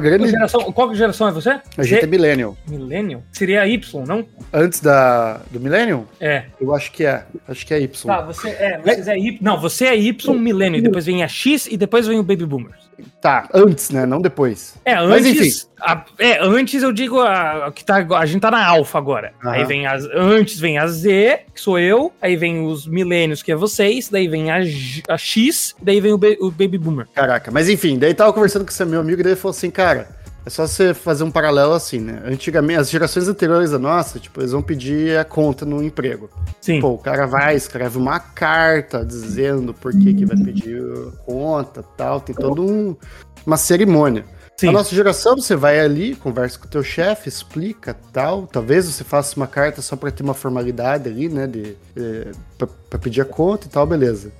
[SPEAKER 1] Qual
[SPEAKER 2] grande...
[SPEAKER 1] geração, qual geração é você?
[SPEAKER 2] A gente é
[SPEAKER 1] Z-
[SPEAKER 2] millennial.
[SPEAKER 1] Millennial? Seria Y, não?
[SPEAKER 2] Antes da, do millennial?
[SPEAKER 1] É.
[SPEAKER 2] Eu acho que é. Acho que é Y.
[SPEAKER 1] Tá, você é, vocês é Y. Não, você é Y, milênio, depois vem a X e depois vem o Baby Boomers.
[SPEAKER 2] tá, antes, né? Não depois.
[SPEAKER 1] É,
[SPEAKER 2] Mas,
[SPEAKER 1] antes. a- é, antes eu digo a, a que tá, a gente tá na alfa agora.
[SPEAKER 2] Aham.
[SPEAKER 1] Aí vem as. Antes vem a Z, que sou eu. Aí vem os milênios, que é vocês. Daí vem a, G- a X. Daí vem o, ba- o Baby Boomer.
[SPEAKER 2] Caraca, mas enfim, daí tava conversando com esse meu amigo e daí ele falou assim, cara, é só você fazer um paralelo assim, né? Antigamente, as gerações anteriores da nossa, tipo, eles vão pedir a conta no emprego.
[SPEAKER 1] Sim.
[SPEAKER 2] Pô, o cara vai, escreve uma carta dizendo por que que vai pedir conta tal, tem toda um, uma cerimônia.
[SPEAKER 1] sim.
[SPEAKER 2] A nossa geração, você vai ali, conversa com o teu chefe, explica tal. Talvez você faça uma carta só para ter uma formalidade ali, né? De, eh, pra- pra pedir a conta e tal, beleza.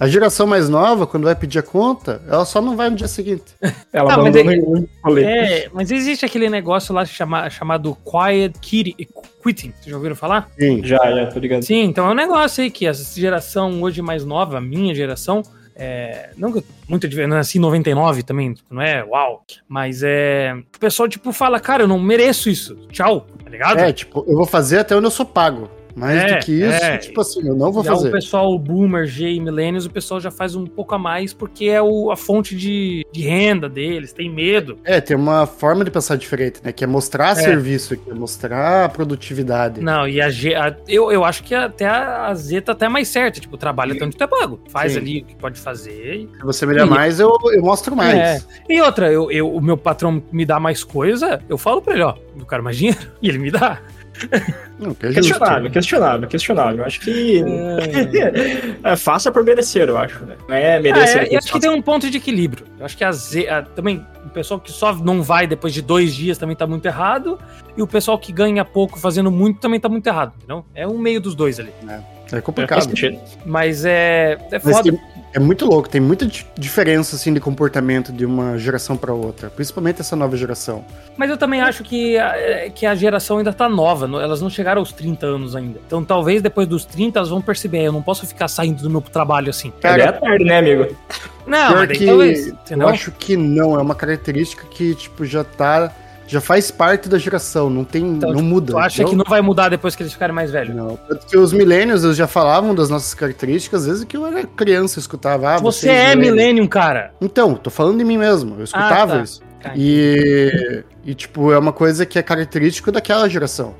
[SPEAKER 2] A geração mais nova, quando vai pedir a conta, ela só não vai no dia seguinte.
[SPEAKER 1] [LAUGHS]
[SPEAKER 3] Ela
[SPEAKER 1] Ah, mas
[SPEAKER 3] abandona o rolê.
[SPEAKER 1] É, mas existe aquele negócio lá chama- chamado Quiet Kitty, Quitting. Vocês já ouviram falar?
[SPEAKER 2] Sim.
[SPEAKER 3] Já, já, tô ligado.
[SPEAKER 1] Sim, então é um negócio aí que essa geração hoje mais nova, a minha geração, é, não que eu- muito adver- não é assim, nasci em 99 também, tipo, não é uau, mas é. O pessoal, tipo, fala, cara, eu não mereço isso. Tchau, tá ligado?
[SPEAKER 2] É, tipo, eu vou fazer até onde eu sou pago. Mais
[SPEAKER 1] É,
[SPEAKER 2] do que isso,
[SPEAKER 1] é.
[SPEAKER 2] tipo assim, eu não vou
[SPEAKER 1] já o
[SPEAKER 2] fazer.
[SPEAKER 1] pessoal boomer, G e millennials, o pessoal já faz um pouco a mais porque é o- a fonte de, de renda deles, tem medo.
[SPEAKER 2] É, tem uma forma de pensar diferente, né? Que é mostrar serviço, que é mostrar produtividade.
[SPEAKER 1] Não, e a G, a- eu, eu acho que até a, a Z tá até mais certa, tipo, trabalha tanto que tu é pago, faz
[SPEAKER 2] Sim.
[SPEAKER 1] ali o que pode fazer e
[SPEAKER 2] Se você melhor
[SPEAKER 1] Sim.
[SPEAKER 2] mais, eu, eu mostro mais.
[SPEAKER 1] É. E outra, eu, eu- o meu patrão me dá mais coisa, eu falo pra ele, ó, eu quero mais dinheiro, [LAUGHS] e ele me dá.
[SPEAKER 2] Não, que é justo.
[SPEAKER 3] Questionável, questionável, questionável. Acho
[SPEAKER 1] [LAUGHS]
[SPEAKER 3] que. É, faça por merecer, eu acho. Né? Não é
[SPEAKER 1] Ah,
[SPEAKER 3] merecer.
[SPEAKER 1] é, eu acho que tem um ponto de equilíbrio. Eu acho que a Z, a- também, o pessoal que só não vai depois de dois dias também tá muito errado, e o pessoal que ganha pouco fazendo muito também tá muito errado, entendeu? É um meio dos dois ali.
[SPEAKER 2] É
[SPEAKER 1] um
[SPEAKER 3] É, faz
[SPEAKER 2] complicado.
[SPEAKER 3] sentido.
[SPEAKER 1] Mas é, é
[SPEAKER 2] Mas
[SPEAKER 1] foda.
[SPEAKER 2] tem- é muito louco, tem muita di- diferença assim de comportamento de uma geração pra outra, principalmente essa nova geração.
[SPEAKER 1] Mas eu também acho que a, é, que a geração ainda tá nova, não- elas não chegaram aos 30 anos ainda. Então talvez depois dos 30 elas vão perceber, eu não posso ficar saindo do meu trabalho assim.
[SPEAKER 3] Cara, é
[SPEAKER 2] Cara,
[SPEAKER 3] a tarde, né, amigo?
[SPEAKER 1] Não,
[SPEAKER 2] Pior
[SPEAKER 1] mas daí
[SPEAKER 2] que
[SPEAKER 1] talvez,
[SPEAKER 2] eu
[SPEAKER 1] entendeu?
[SPEAKER 2] acho que não, é uma característica que tipo já tá, já faz parte da geração, não tem,
[SPEAKER 1] Então,
[SPEAKER 2] não muda.
[SPEAKER 1] Tu acha que não vai mudar depois que eles ficarem mais velhos?
[SPEAKER 2] não? Tanto que os milênios eles já falavam das nossas características, às vezes que eu era criança, eu escutava. Ah,
[SPEAKER 1] Você
[SPEAKER 2] vocês
[SPEAKER 1] é
[SPEAKER 2] millennials."
[SPEAKER 1] millennium, cara.
[SPEAKER 2] Então, tô falando de mim mesmo, eu
[SPEAKER 1] Ah,
[SPEAKER 2] escutava
[SPEAKER 1] tá.
[SPEAKER 2] isso. E, e, tipo, é uma coisa que é característica daquela geração.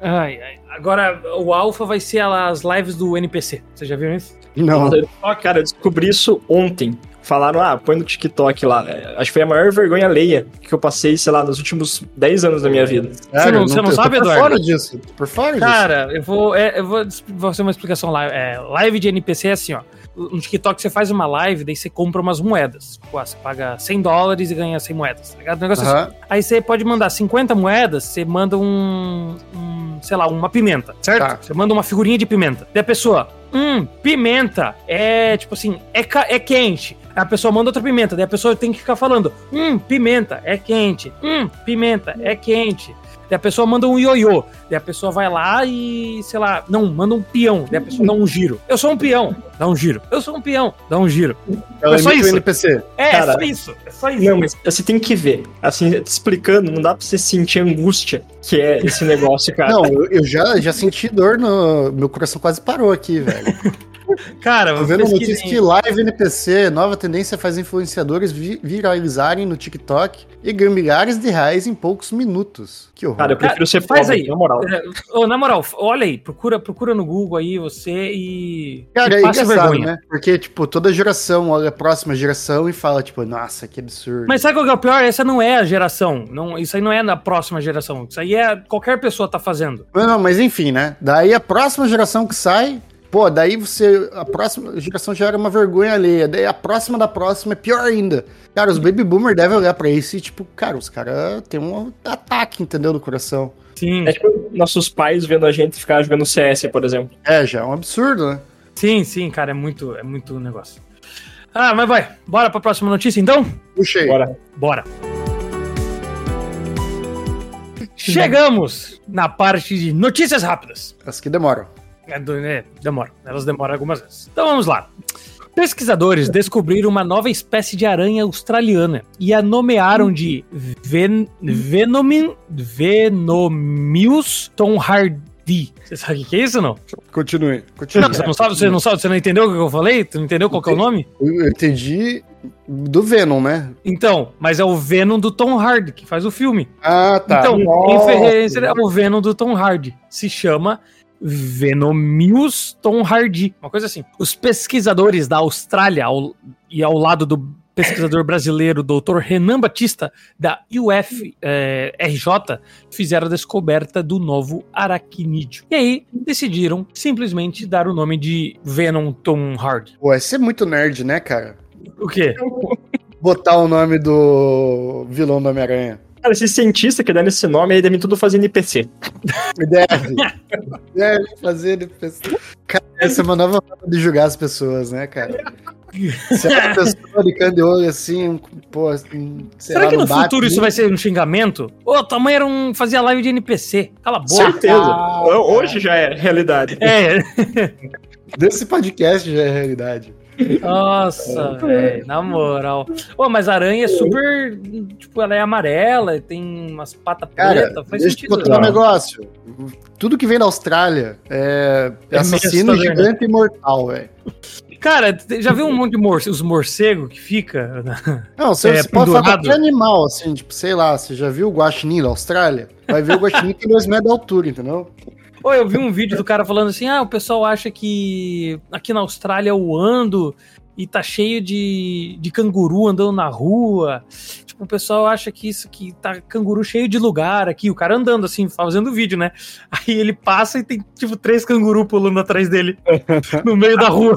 [SPEAKER 1] Ai, ai. Agora, o Alpha vai ser as lives do NPC. Você já viu isso?
[SPEAKER 2] Não,
[SPEAKER 3] Ó, "Ah, Cara, eu descobri isso ontem. Falaram, ah, põe no TikTok lá. É, Acho que foi a maior vergonha alheia que eu passei, sei lá, nos últimos 10 anos
[SPEAKER 2] É.
[SPEAKER 3] da minha vida.
[SPEAKER 1] Você não- você não
[SPEAKER 2] eu tô
[SPEAKER 1] sabe,
[SPEAKER 2] por
[SPEAKER 1] Eduardo?
[SPEAKER 2] fora disso, tô por fora disso.
[SPEAKER 1] Cara, eu vou, é, eu vou dis- vou fazer uma explicação lá. É, live de NPC é assim, ó. No TikTok você faz uma live, daí você compra umas moedas. Tipo, ah, você paga 100 dólares e ganha 100 moedas, tá ligado? Um negócio
[SPEAKER 2] Aham.
[SPEAKER 1] assim. Aí você pode mandar 50 moedas, você manda um, um, sei lá, uma pimenta, certo?
[SPEAKER 2] Tá.
[SPEAKER 1] Você manda uma figurinha de pimenta. Daí a pessoa, hum, pimenta é, tipo assim, é, ca- é quente. Aí A pessoa manda outra pimenta, daí a pessoa tem que ficar falando, hum, pimenta é quente, hum, pimenta é quente. Daí a pessoa manda um ioiô, daí a pessoa vai lá e, sei lá, não, manda um peão, daí a pessoa dá um giro. Eu sou um peão, dá um giro. Eu sou um peão, dá um giro.
[SPEAKER 2] Ela
[SPEAKER 1] É só
[SPEAKER 2] imita o
[SPEAKER 1] isso.
[SPEAKER 2] NPC.
[SPEAKER 1] É,
[SPEAKER 3] Cara,
[SPEAKER 1] é só isso, é só isso.
[SPEAKER 3] Não, mas você tem que ver. Assim, te explicando, não dá pra você sentir a angústia que é esse negócio, cara.
[SPEAKER 2] Não, eu, eu já, já senti dor no. Meu coração quase parou
[SPEAKER 1] [LAUGHS]
[SPEAKER 2] aqui, velho.
[SPEAKER 1] Cara,
[SPEAKER 2] Tô vendo
[SPEAKER 1] pesquisem.
[SPEAKER 2] notícias que live NPC, nova tendência faz influenciadores vi- viralizarem no TikTok e ganham milhares de reais em poucos minutos. Que horror.
[SPEAKER 3] Cara, eu prefiro
[SPEAKER 2] Ah,
[SPEAKER 3] ser
[SPEAKER 1] faz
[SPEAKER 3] pobre,
[SPEAKER 1] aí.
[SPEAKER 3] na moral.
[SPEAKER 1] É, ô, na moral, f- olha aí, procura, procura no Google aí você e.
[SPEAKER 2] Cara,
[SPEAKER 1] e
[SPEAKER 2] é engraçado, né? Porque, tipo, toda geração olha a próxima geração e fala, tipo, nossa, que absurdo.
[SPEAKER 1] Mas sabe qual que é o pior? Essa não é a geração. Não, isso aí não é na próxima geração. Isso aí é qualquer pessoa tá fazendo.
[SPEAKER 2] Não, não, mas enfim, né? Daí a próxima geração que sai Pô, daí você. A próxima geração já era uma vergonha alheia. Daí a próxima da próxima é pior ainda. Cara, os baby boomer devem olhar pra isso e, tipo, cara, os caras têm um ataque, entendeu? No coração.
[SPEAKER 1] Sim,
[SPEAKER 3] É tipo nossos pais vendo a gente ficar jogando CS, por exemplo.
[SPEAKER 2] É, já é um absurdo, né?
[SPEAKER 1] sim, sim, cara, é muito, é muito negócio. Ah, mas vai, bora pra próxima notícia então?
[SPEAKER 2] Puxei.
[SPEAKER 3] Bora.
[SPEAKER 1] Bora. Chegamos na parte de notícias rápidas.
[SPEAKER 2] As que demoram.
[SPEAKER 1] É, do- é, demora. Elas demoram algumas vezes. Então vamos lá. Pesquisadores descobriram uma nova espécie de aranha australiana e a nomearam de Ven Venomin Venomius tonhardi. Você sabe o que é isso ou não?
[SPEAKER 2] Continue. Continue.
[SPEAKER 1] Não, você não sabe, você não sabe, você não entendeu o que eu falei? Tu não entendeu qual que é o nome?
[SPEAKER 2] Eu entendi do Venom, né?
[SPEAKER 1] Então, mas é o Venom do Tom Hardy que faz o filme.
[SPEAKER 2] Ah, tá.
[SPEAKER 1] Então, em
[SPEAKER 2] Nossa.
[SPEAKER 1] referência ao Venom do Tom Hardy. Se chama Venomius Tom Hardy. Uma coisa assim. Os pesquisadores da Austrália ao- e ao lado do pesquisador brasileiro Dr. Renan Batista, da UFRJ, fizeram a descoberta do novo aracnídeo. E aí, decidiram simplesmente dar o nome de Venom Tom Hardy.
[SPEAKER 2] Pô, esse é muito nerd, né, cara?
[SPEAKER 1] O quê?
[SPEAKER 2] Botar o nome do vilão do Homem-Aranha.
[SPEAKER 3] Cara, esse cientista que dá esse nome aí deve tudo fazer NPC.
[SPEAKER 1] [LAUGHS]
[SPEAKER 2] Deve. Deve fazer ele pensar. Cara, essa é uma nova forma de julgar as pessoas, né, cara? Se é uma pessoa de de olho assim, pô, assim, sei
[SPEAKER 1] Será
[SPEAKER 2] lá,
[SPEAKER 1] que no
[SPEAKER 2] bate,
[SPEAKER 1] futuro isso vai ser um xingamento? Ô, tua mãe era um, fazia live de NPC. Cala a boca.
[SPEAKER 3] Certeza.
[SPEAKER 2] Ah,
[SPEAKER 3] Hoje já é realidade.
[SPEAKER 1] É,
[SPEAKER 2] Desse podcast já é realidade.
[SPEAKER 1] nossa,
[SPEAKER 2] É.
[SPEAKER 1] velho, na moral. Ô, mas a aranha é super. Tipo, ela é amarela, tem umas patas
[SPEAKER 2] Cara,
[SPEAKER 1] pretas, faz
[SPEAKER 2] deixa eu te
[SPEAKER 1] sentido.
[SPEAKER 2] contar um
[SPEAKER 3] né?
[SPEAKER 2] negócio. Tudo que vem da Austrália é, é
[SPEAKER 1] É
[SPEAKER 2] assassino
[SPEAKER 1] assustador, né?
[SPEAKER 2] gigante e mortal, velho.
[SPEAKER 1] Cara, t- já viu um monte de morcego, os morcegos que fica?
[SPEAKER 2] Não, você,
[SPEAKER 1] É,
[SPEAKER 2] você pode falar
[SPEAKER 1] pendurado.
[SPEAKER 2] qualquer animal, assim, tipo, sei lá, você já viu o guaxinim da Austrália? Vai ver o guaxinim tem dois metros de altura, entendeu?
[SPEAKER 1] Ou eu vi um vídeo do cara falando assim: ah, o pessoal acha que aqui na Austrália eu ando e tá cheio de, de canguru andando na rua. Tipo, o pessoal acha que isso que tá canguru cheio de lugar aqui, o cara andando assim, fazendo vídeo, né? Aí ele passa e tem tipo três canguru pulando atrás
[SPEAKER 3] [LAUGHS]
[SPEAKER 1] dele no meio
[SPEAKER 3] Ah,
[SPEAKER 1] da rua.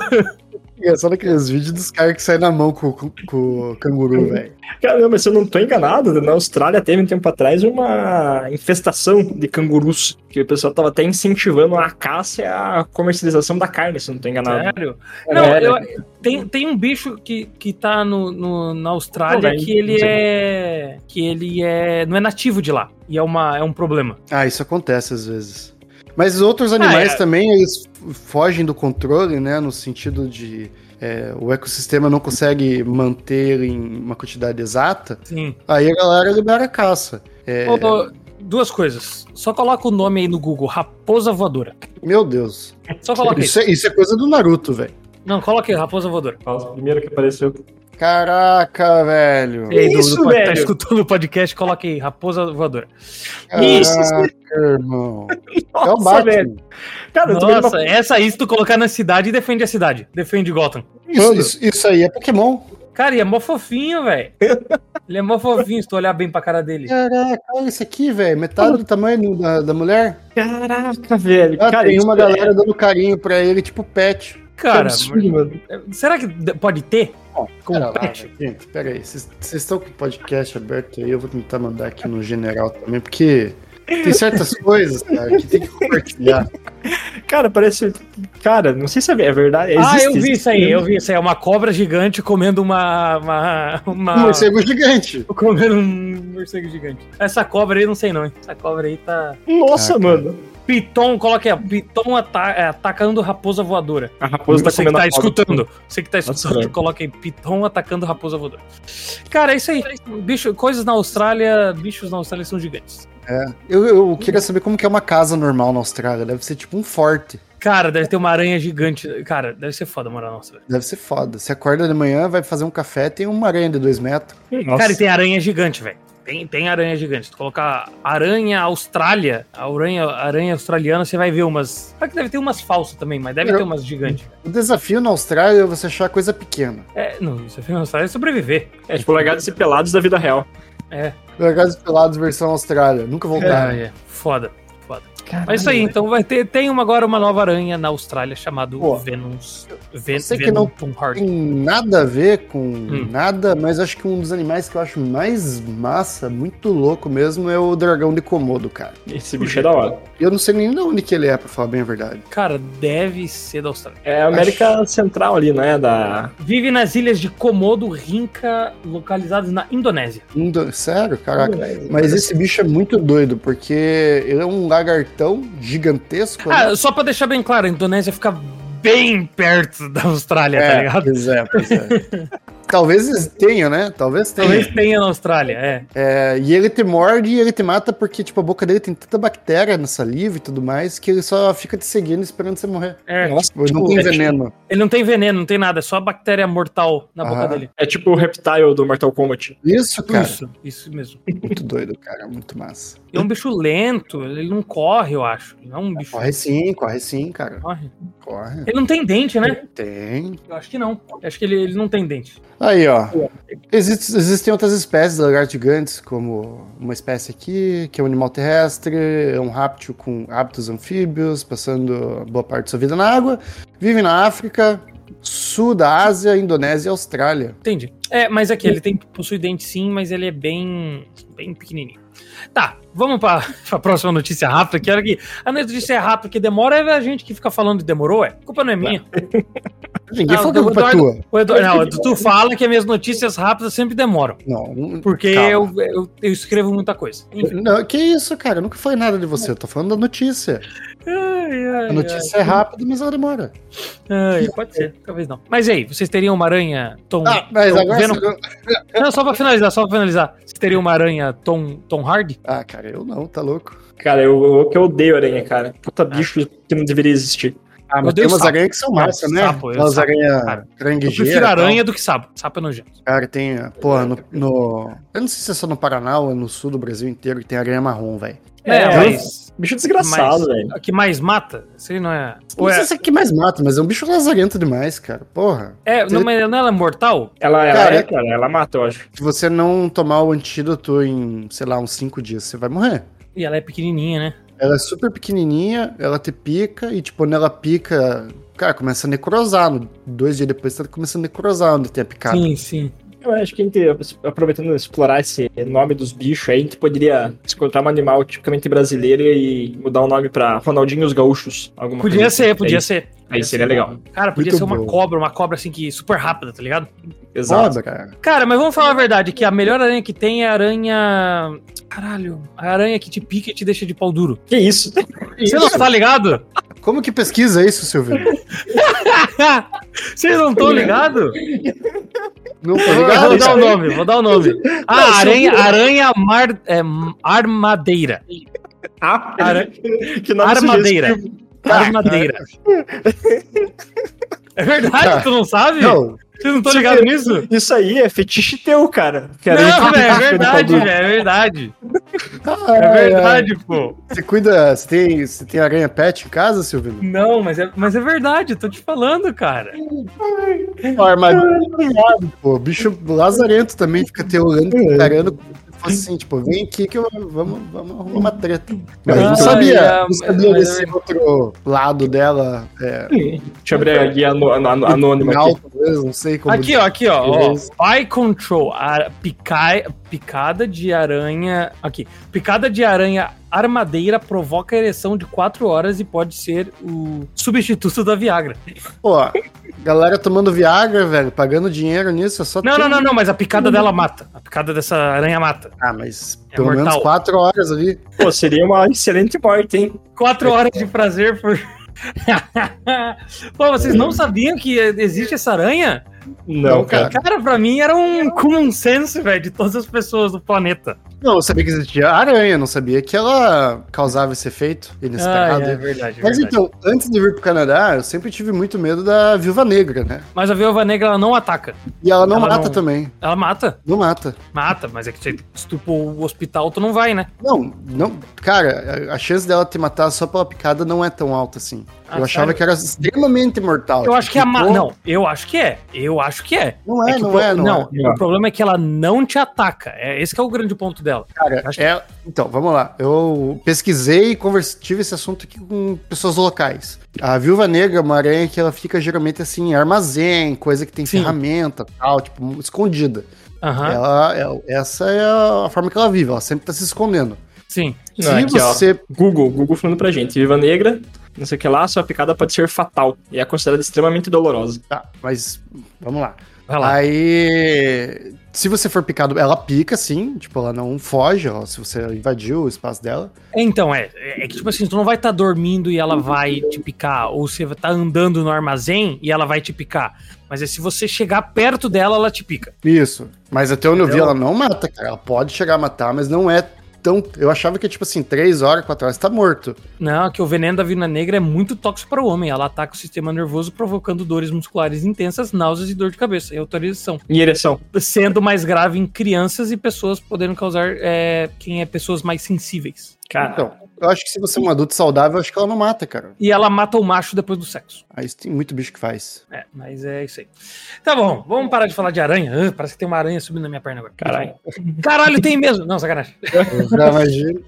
[SPEAKER 2] E é só naqueles vídeos dos caras que saem na mão com, com, com o
[SPEAKER 1] É.
[SPEAKER 2] canguru, velho.
[SPEAKER 3] Caramba, mas se eu não tô enganado, na Austrália teve um tempo atrás uma infestação de cangurus, que o pessoal tava até incentivando a caça e a comercialização da carne, se eu não tô enganado.
[SPEAKER 1] Sério? Não,
[SPEAKER 3] É,
[SPEAKER 1] eu- tem, tem um bicho que, que tá no, no- na
[SPEAKER 3] Pô,
[SPEAKER 1] Austrália
[SPEAKER 3] velho,
[SPEAKER 1] que ele
[SPEAKER 3] não sei.
[SPEAKER 1] é. que ele é. não é nativo de lá. E é, uma, é um problema.
[SPEAKER 2] Ah, isso acontece às vezes. Mas os outros animais
[SPEAKER 1] Ah, é.
[SPEAKER 2] também, eles fogem do controle, né? No sentido de é, o ecossistema não consegue manter em uma quantidade exata.
[SPEAKER 1] Sim.
[SPEAKER 2] Aí a galera libera a caça. É,
[SPEAKER 1] Ô, ô, duas coisas. Só coloca o nome aí no Google, Raposa Voadora.
[SPEAKER 2] Meu Deus.
[SPEAKER 1] Só coloca isso.
[SPEAKER 2] Isso é, isso é coisa do Naruto, velho.
[SPEAKER 1] Não, coloca aí, Raposa Voadora.
[SPEAKER 3] Nossa, primeiro que apareceu.
[SPEAKER 2] Caraca, velho.
[SPEAKER 1] E aí, do- do
[SPEAKER 3] isso,
[SPEAKER 1] pod- Tá
[SPEAKER 3] velho?
[SPEAKER 1] escutando o podcast, coloca aí, Raposa Voadora.
[SPEAKER 3] isso,
[SPEAKER 2] Caraca, irmão.
[SPEAKER 3] Nossa,
[SPEAKER 2] é o Batman.
[SPEAKER 3] velho. Cara, eu tô vendo
[SPEAKER 1] Nossa, é
[SPEAKER 3] uma...
[SPEAKER 1] essa aí, se tu colocar na cidade, defende a cidade. Defende Gotham.
[SPEAKER 2] Isso, isso- isso aí é Pokémon.
[SPEAKER 1] Cara, e é mó fofinho,
[SPEAKER 3] [LAUGHS]
[SPEAKER 1] velho. Ele é mó fofinho se tu olhar bem pra cara dele.
[SPEAKER 3] É,
[SPEAKER 2] Caraca, olha isso aqui, velho. Metade do tamanho da, da mulher.
[SPEAKER 3] Caraca, velho.
[SPEAKER 2] Ah,
[SPEAKER 3] cara,
[SPEAKER 2] tem
[SPEAKER 3] isso
[SPEAKER 2] uma
[SPEAKER 3] é
[SPEAKER 2] galera dando carinho pra ele, tipo pet.
[SPEAKER 1] Cara,
[SPEAKER 3] absurdo, mano.
[SPEAKER 1] será que d- pode ter? Com
[SPEAKER 2] Pera lá,
[SPEAKER 1] pet?
[SPEAKER 2] velho. gente, pera aí. Vocês vocês estão com o podcast aberto aí, eu vou tentar mandar aqui no general também, porque tem
[SPEAKER 3] [LAUGHS]
[SPEAKER 2] certas coisas, cara, que tem que compartilhar.
[SPEAKER 3] Cara, parece. Cara, não sei se é verdade.
[SPEAKER 1] ah,
[SPEAKER 3] existe,
[SPEAKER 1] eu vi
[SPEAKER 3] existe.
[SPEAKER 1] isso aí, eu vi isso aí. É uma cobra gigante comendo uma. uma,
[SPEAKER 3] Ah.
[SPEAKER 1] uma...
[SPEAKER 2] Um morcego gigante.
[SPEAKER 1] comendo um morcego gigante. Essa cobra aí, não sei não, hein? Essa cobra aí tá.
[SPEAKER 3] Nossa,
[SPEAKER 2] Caraca.
[SPEAKER 3] mano.
[SPEAKER 1] Piton, coloca aí, ó. Piton ata- é, atacando raposa voadora.
[SPEAKER 3] A raposa tá
[SPEAKER 1] você que
[SPEAKER 3] comendo
[SPEAKER 1] tá
[SPEAKER 3] a cobra.
[SPEAKER 1] escutando. Você que tá
[SPEAKER 3] Nossa,
[SPEAKER 1] escutando,
[SPEAKER 3] velho.
[SPEAKER 1] coloca aí Piton atacando raposa voadora. Cara, é isso aí. Bicho, coisas na Austrália, bichos na Austrália são gigantes.
[SPEAKER 3] É.
[SPEAKER 2] Eu, eu queria saber como que é uma casa normal na Austrália. Deve ser tipo um forte.
[SPEAKER 1] Cara, deve ter uma aranha gigante. Cara, deve ser foda morar na Austrália.
[SPEAKER 2] Deve ser foda. Você acorda de manhã, vai fazer um café, tem uma aranha de dois metros.
[SPEAKER 3] Nossa.
[SPEAKER 1] Cara, e tem aranha gigante, velho. Tem, tem aranha gigante. Se tu colocar aranha Austrália, aranha, aranha australiana, você vai ver umas. Claro que deve ter umas falsas também, mas deve
[SPEAKER 2] Eu-
[SPEAKER 1] ter umas gigantes.
[SPEAKER 2] O desafio na Austrália é você achar coisa pequena.
[SPEAKER 1] É, não, isso é financeiro, é sobreviver. É,
[SPEAKER 3] É tipo legados e pelados da vida real.
[SPEAKER 2] Largados e Pelados versão Austrália. Nunca voltaram.
[SPEAKER 1] é. Foda, foda. Caralho. Mas é isso aí, então vai ter. Tem uma, agora uma nova aranha na Austrália chamado
[SPEAKER 2] Pô,
[SPEAKER 1] Venus.
[SPEAKER 2] Eu
[SPEAKER 1] Ven,
[SPEAKER 2] sei que não tem nada a ver com
[SPEAKER 1] Hum.
[SPEAKER 2] nada, mas acho que um dos animais que eu acho mais massa, muito louco mesmo, é o dragão de Komodo, cara.
[SPEAKER 3] Esse bicho é da hora.
[SPEAKER 2] E Eu não sei nem de onde que ele é, pra falar bem a verdade.
[SPEAKER 1] Cara, deve ser da Austrália.
[SPEAKER 3] É a América Central ali, né? Da...
[SPEAKER 1] Vive nas ilhas de Komodo, Rinca, localizadas na Indonésia.
[SPEAKER 2] Indo- Um Sério, caraca.
[SPEAKER 3] Indonésia.
[SPEAKER 2] Mas esse bicho é muito doido, porque ele é um lagartão gigantesco. né?
[SPEAKER 1] Ah, só pra deixar bem claro, a Indonésia fica bem perto da Austrália, tá ligado?
[SPEAKER 2] Pois é,
[SPEAKER 1] [LAUGHS]
[SPEAKER 2] pois é. Talvez tenha, né? Talvez tenha.
[SPEAKER 1] Talvez tenha na Austrália, é.
[SPEAKER 2] É, e ele te morde e ele te mata porque, tipo, a boca dele tem tanta bactéria na saliva e tudo mais que ele só fica te seguindo esperando você morrer.
[SPEAKER 1] É,
[SPEAKER 3] Nossa,
[SPEAKER 2] Tipo, não tem
[SPEAKER 3] é, tipo,
[SPEAKER 2] veneno.
[SPEAKER 1] Ele não tem veneno, não tem nada, é só a bactéria mortal na boca
[SPEAKER 2] Aham.
[SPEAKER 1] dele.
[SPEAKER 3] é tipo o Reptile do Mortal Kombat.
[SPEAKER 2] Tipo Isso, cara.
[SPEAKER 1] Isso, isso mesmo.
[SPEAKER 2] Muito doido, cara. Muito massa.
[SPEAKER 1] E é um bicho lento, ele não corre, eu acho. Ele não é um bicho
[SPEAKER 2] Corre sim, corre sim, cara.
[SPEAKER 1] que corre.
[SPEAKER 2] Corre.
[SPEAKER 1] Ele não tem dente, né?
[SPEAKER 2] Tem.
[SPEAKER 1] Eu acho que não. Eu acho que ele, ele não tem dente.
[SPEAKER 2] Aí, ó. Existe- existem outras espécies de lagarto gigantes, como uma espécie aqui, que é um animal terrestre, é um réptil com hábitos anfíbios, passando boa parte de sua vida na água. Vive na África, sul da Ásia, Indonésia e Austrália.
[SPEAKER 1] Entendi. É, mas aqui, ele tem, possui dente sim, mas ele é bem, bem pequenininho. Tá, vamos pra, [LAUGHS] pra próxima notícia rápida, que era que a notícia é rápida, que demora, é a gente que fica falando que demorou, é. A culpa não é minha.
[SPEAKER 2] Ninguém
[SPEAKER 1] Ah,
[SPEAKER 2] falou
[SPEAKER 1] o
[SPEAKER 2] que é culpa
[SPEAKER 1] Eduardo-
[SPEAKER 2] tua.
[SPEAKER 1] O Eduardo, [LAUGHS] não, tu fala que as minhas notícias rápidas sempre demoram,
[SPEAKER 2] Não,
[SPEAKER 1] porque
[SPEAKER 2] Calma.
[SPEAKER 1] eu, eu, eu escrevo muita coisa. Enfim.
[SPEAKER 2] não, que isso, cara? Eu nunca falei nada de você. Eu tô falando da notícia.
[SPEAKER 1] [LAUGHS] Ai, ai,
[SPEAKER 2] A notícia é rápida, mas ela demora.
[SPEAKER 1] ai, pode ser, talvez não. Mas e aí, vocês teriam uma aranha tom...
[SPEAKER 2] Ah, mas
[SPEAKER 1] tom
[SPEAKER 2] agora.
[SPEAKER 1] Venom? Não, só pra finalizar, só pra finalizar. Vocês teriam uma aranha tom, tom hard?
[SPEAKER 2] Ah, cara, eu não, tá louco.
[SPEAKER 3] Cara, eu, eu, que eu odeio aranha, cara. Puta bicho que não deveria existir.
[SPEAKER 2] Ah,
[SPEAKER 1] mas
[SPEAKER 2] mas tem
[SPEAKER 1] tem
[SPEAKER 2] umas
[SPEAKER 1] sapo.
[SPEAKER 2] aranhas que são
[SPEAKER 1] Ah,
[SPEAKER 2] massa, né?
[SPEAKER 1] sapo, eu
[SPEAKER 2] Aquelas
[SPEAKER 1] sapo,
[SPEAKER 2] aranhas
[SPEAKER 1] cara. Eu
[SPEAKER 2] caranguejeiras.
[SPEAKER 1] prefiro
[SPEAKER 3] é
[SPEAKER 2] e tal.
[SPEAKER 1] aranha do que sapo. Sapo é nojento.
[SPEAKER 2] Cara, tem, porra, no, no- Eu não sei se é só no Paraná ou no sul do Brasil inteiro que tem aranha marrom, velho.
[SPEAKER 1] É,
[SPEAKER 3] É,
[SPEAKER 1] mas
[SPEAKER 3] Bicho desgraçado, velho.
[SPEAKER 1] a que mais mata, sei não é. Ou
[SPEAKER 2] Não
[SPEAKER 1] é,
[SPEAKER 2] sei se é que mais mata, mas é um bicho lazarento demais, cara. Porra.
[SPEAKER 1] é, não, mas não ela é mortal?
[SPEAKER 3] Ela, ela
[SPEAKER 2] Cara,
[SPEAKER 3] é, cara, ela mata, eu acho.
[SPEAKER 2] Se você não tomar o antídoto em, sei lá, uns 5 dias, você vai morrer.
[SPEAKER 1] E ela é pequenininha, né?
[SPEAKER 2] Ela é super pequenininha, ela te pica e, tipo, quando ela pica, cara, começa a necrosar. No- Dois dias depois, você tá começando a necrosar onde tem a picada.
[SPEAKER 1] Sim, sim.
[SPEAKER 3] Eu acho que a gente, aproveitando explorar esse nome dos bichos aí, a gente poderia encontrar um animal tipicamente brasileiro e mudar o nome pra Ronaldinho os Gaúchos. Alguma
[SPEAKER 1] Podia
[SPEAKER 3] coisa
[SPEAKER 1] ser,
[SPEAKER 3] assim.
[SPEAKER 1] podia
[SPEAKER 3] Aí-
[SPEAKER 1] ser.
[SPEAKER 3] Aí seria legal.
[SPEAKER 1] Cara, podia
[SPEAKER 2] Muito
[SPEAKER 1] ser uma
[SPEAKER 2] bom.
[SPEAKER 1] cobra, uma cobra assim que super rápida, tá ligado?
[SPEAKER 3] Exato.
[SPEAKER 2] Foda, cara.
[SPEAKER 1] Cara, mas vamos falar a verdade, que a melhor aranha que tem é a aranha. Caralho, a aranha que te pica e te deixa de pau duro.
[SPEAKER 3] Que isso?
[SPEAKER 1] Você não tá ligado? [LAUGHS]
[SPEAKER 2] Como que pesquisa isso, Silvio?
[SPEAKER 1] Vocês não estão ligados? [LAUGHS]
[SPEAKER 2] Não
[SPEAKER 3] Tá
[SPEAKER 1] Eu
[SPEAKER 2] tô
[SPEAKER 1] Vou
[SPEAKER 2] ligado?
[SPEAKER 1] dar o nome, vou dar o
[SPEAKER 3] [LAUGHS]
[SPEAKER 1] nome.
[SPEAKER 3] é
[SPEAKER 1] Ah,
[SPEAKER 3] um
[SPEAKER 1] aranha, aranha mar, é, armadeira.
[SPEAKER 3] Ah,
[SPEAKER 1] Ara-
[SPEAKER 3] [LAUGHS] que nome
[SPEAKER 1] Armadeira.
[SPEAKER 3] sugestivo.
[SPEAKER 1] Armadeira. [LAUGHS] É verdade,
[SPEAKER 2] Tá.
[SPEAKER 1] tu não sabe?
[SPEAKER 2] Não,
[SPEAKER 1] Vocês não estão ligados nisso?
[SPEAKER 3] Isso aí é fetiche teu, cara. Que aranha
[SPEAKER 1] Não,
[SPEAKER 3] que
[SPEAKER 1] velho, é
[SPEAKER 3] fica de
[SPEAKER 1] verdade,
[SPEAKER 3] pau
[SPEAKER 1] velho, é verdade.
[SPEAKER 2] Ah,
[SPEAKER 1] É verdade, pô.
[SPEAKER 2] Você cuida, você tem, você tem aranha pet em casa, Silvio?
[SPEAKER 1] Não, mas é, mas é verdade, eu tô te falando, cara.
[SPEAKER 2] Armadilhado, pô. Bicho lazarento também fica te olhando, te encarando como se fosse assim, tipo, vem aqui que eu, vamos, vamos arrumar uma treta. Mas eu
[SPEAKER 3] Ah,
[SPEAKER 2] não sabia,
[SPEAKER 1] é,
[SPEAKER 2] não sabia
[SPEAKER 1] mas-
[SPEAKER 2] desse outro lado dela, é,
[SPEAKER 3] duro. Deixa eu abrir a guia ano- ano- ano- anônima
[SPEAKER 2] final,
[SPEAKER 3] aqui.
[SPEAKER 2] talvez, não sei como.
[SPEAKER 1] Aqui, ó, aqui, ó. ó
[SPEAKER 2] Beleza.
[SPEAKER 1] Eye Control, a, picai- picada de aranha. Aqui. Picada de aranha armadeira provoca ereção de 4 horas e pode ser o substituto da Viagra.
[SPEAKER 2] Pô, galera tomando Viagra, velho, pagando dinheiro nisso, é só.
[SPEAKER 1] Não,
[SPEAKER 2] tem-
[SPEAKER 1] não, não, não, mas a picada dela mata. A picada dessa aranha mata.
[SPEAKER 2] Ah, mas
[SPEAKER 1] É
[SPEAKER 2] pelo menos
[SPEAKER 1] mortal.
[SPEAKER 2] quatro horas ali.
[SPEAKER 3] Pô, seria uma excelente morte, hein?
[SPEAKER 1] 4
[SPEAKER 2] É.
[SPEAKER 1] horas de prazer por. [LAUGHS] Pô, vocês não sabiam que existe essa aranha?
[SPEAKER 3] Não, cara.
[SPEAKER 1] Cara, pra mim era um common sense, velho, de todas as pessoas do planeta.
[SPEAKER 2] Não, eu sabia que existia aranha, não sabia que ela causava esse efeito
[SPEAKER 1] Ah,
[SPEAKER 2] inesperado.
[SPEAKER 1] é verdade. é
[SPEAKER 2] Mas
[SPEAKER 1] verdade.
[SPEAKER 2] então, antes de vir pro Canadá, eu sempre tive muito medo da viúva negra, né?
[SPEAKER 1] Mas a viúva negra ela não ataca.
[SPEAKER 2] E ela não
[SPEAKER 1] Ela
[SPEAKER 2] mata
[SPEAKER 1] não-
[SPEAKER 2] também.
[SPEAKER 1] Ela mata.
[SPEAKER 2] Não mata.
[SPEAKER 1] Mata, mas é que você estupou o hospital, tu não vai, né?
[SPEAKER 2] Não, não. Cara, a a chance dela te matar só pela picada não é tão alta assim.
[SPEAKER 1] Ah,
[SPEAKER 2] eu achava
[SPEAKER 1] sério?
[SPEAKER 2] que era extremamente mortal.
[SPEAKER 1] Eu acho que é a ma...
[SPEAKER 2] Picou-
[SPEAKER 1] Não, eu acho que é. Eu acho que é.
[SPEAKER 2] Não é,
[SPEAKER 1] que o
[SPEAKER 2] não
[SPEAKER 1] pro-
[SPEAKER 2] é, não, é.
[SPEAKER 1] o problema é que ela não te ataca. É, esse que é o grande ponto dela.
[SPEAKER 2] Cara,
[SPEAKER 1] Acho
[SPEAKER 2] é- então, vamos lá. Eu pesquisei e converse- tive esse assunto aqui com pessoas locais. A viúva negra é uma aranha que ela fica geralmente assim, em armazém, coisa que tem
[SPEAKER 1] Sim.
[SPEAKER 2] ferramenta tal, tipo, escondida.
[SPEAKER 1] Aham,
[SPEAKER 2] Ela, ela- essa é a forma que ela vive, ela sempre tá se escondendo.
[SPEAKER 1] sim.
[SPEAKER 3] Não,
[SPEAKER 2] Se
[SPEAKER 3] aqui, ó.
[SPEAKER 2] você.
[SPEAKER 3] Google, Google falando pra gente. Viva negra, não sei o que lá, sua picada pode ser fatal e é considerada extremamente dolorosa.
[SPEAKER 2] Tá, mas vamos lá.
[SPEAKER 1] Vai lá.
[SPEAKER 2] Aí, se você for picado, ela pica, sim. Tipo, ela não foge, ó, se você invadiu o espaço dela.
[SPEAKER 1] É, Então, é, é que tipo assim, tu não vai estar dormindo e ela vai te picar, ou você vai estar andando no armazém e ela vai te picar. Mas é se você chegar perto dela, ela te pica.
[SPEAKER 2] Isso. Mas até onde eu vi,
[SPEAKER 3] Entendeu?
[SPEAKER 2] ela não mata, cara. Ela pode chegar a matar, mas não é tão. Eu achava que, tipo assim, 3 horas, 4 horas, tá morto.
[SPEAKER 1] Não, que o veneno da viúva negra é muito tóxico para o homem. Ela ataca o sistema nervoso, provocando dores musculares intensas, náuseas e dor de cabeça. E autorização.
[SPEAKER 3] Em ereção.
[SPEAKER 1] Sendo mais grave em crianças e pessoas podendo causar é, quem é pessoas mais sensíveis.
[SPEAKER 3] Cara,
[SPEAKER 2] Então, eu acho que se você é um adulto saudável, eu acho que ela não mata, cara.
[SPEAKER 1] E ela mata o macho depois do sexo.
[SPEAKER 2] Aí tem muito bicho que faz.
[SPEAKER 1] É, mas é isso aí. Tá bom, vamos parar de falar de aranha. Ah, parece que tem uma aranha subindo na minha perna agora.
[SPEAKER 3] caralho.
[SPEAKER 1] Caralho, tem mesmo. Não, sacanagem.
[SPEAKER 2] Eu já imagino.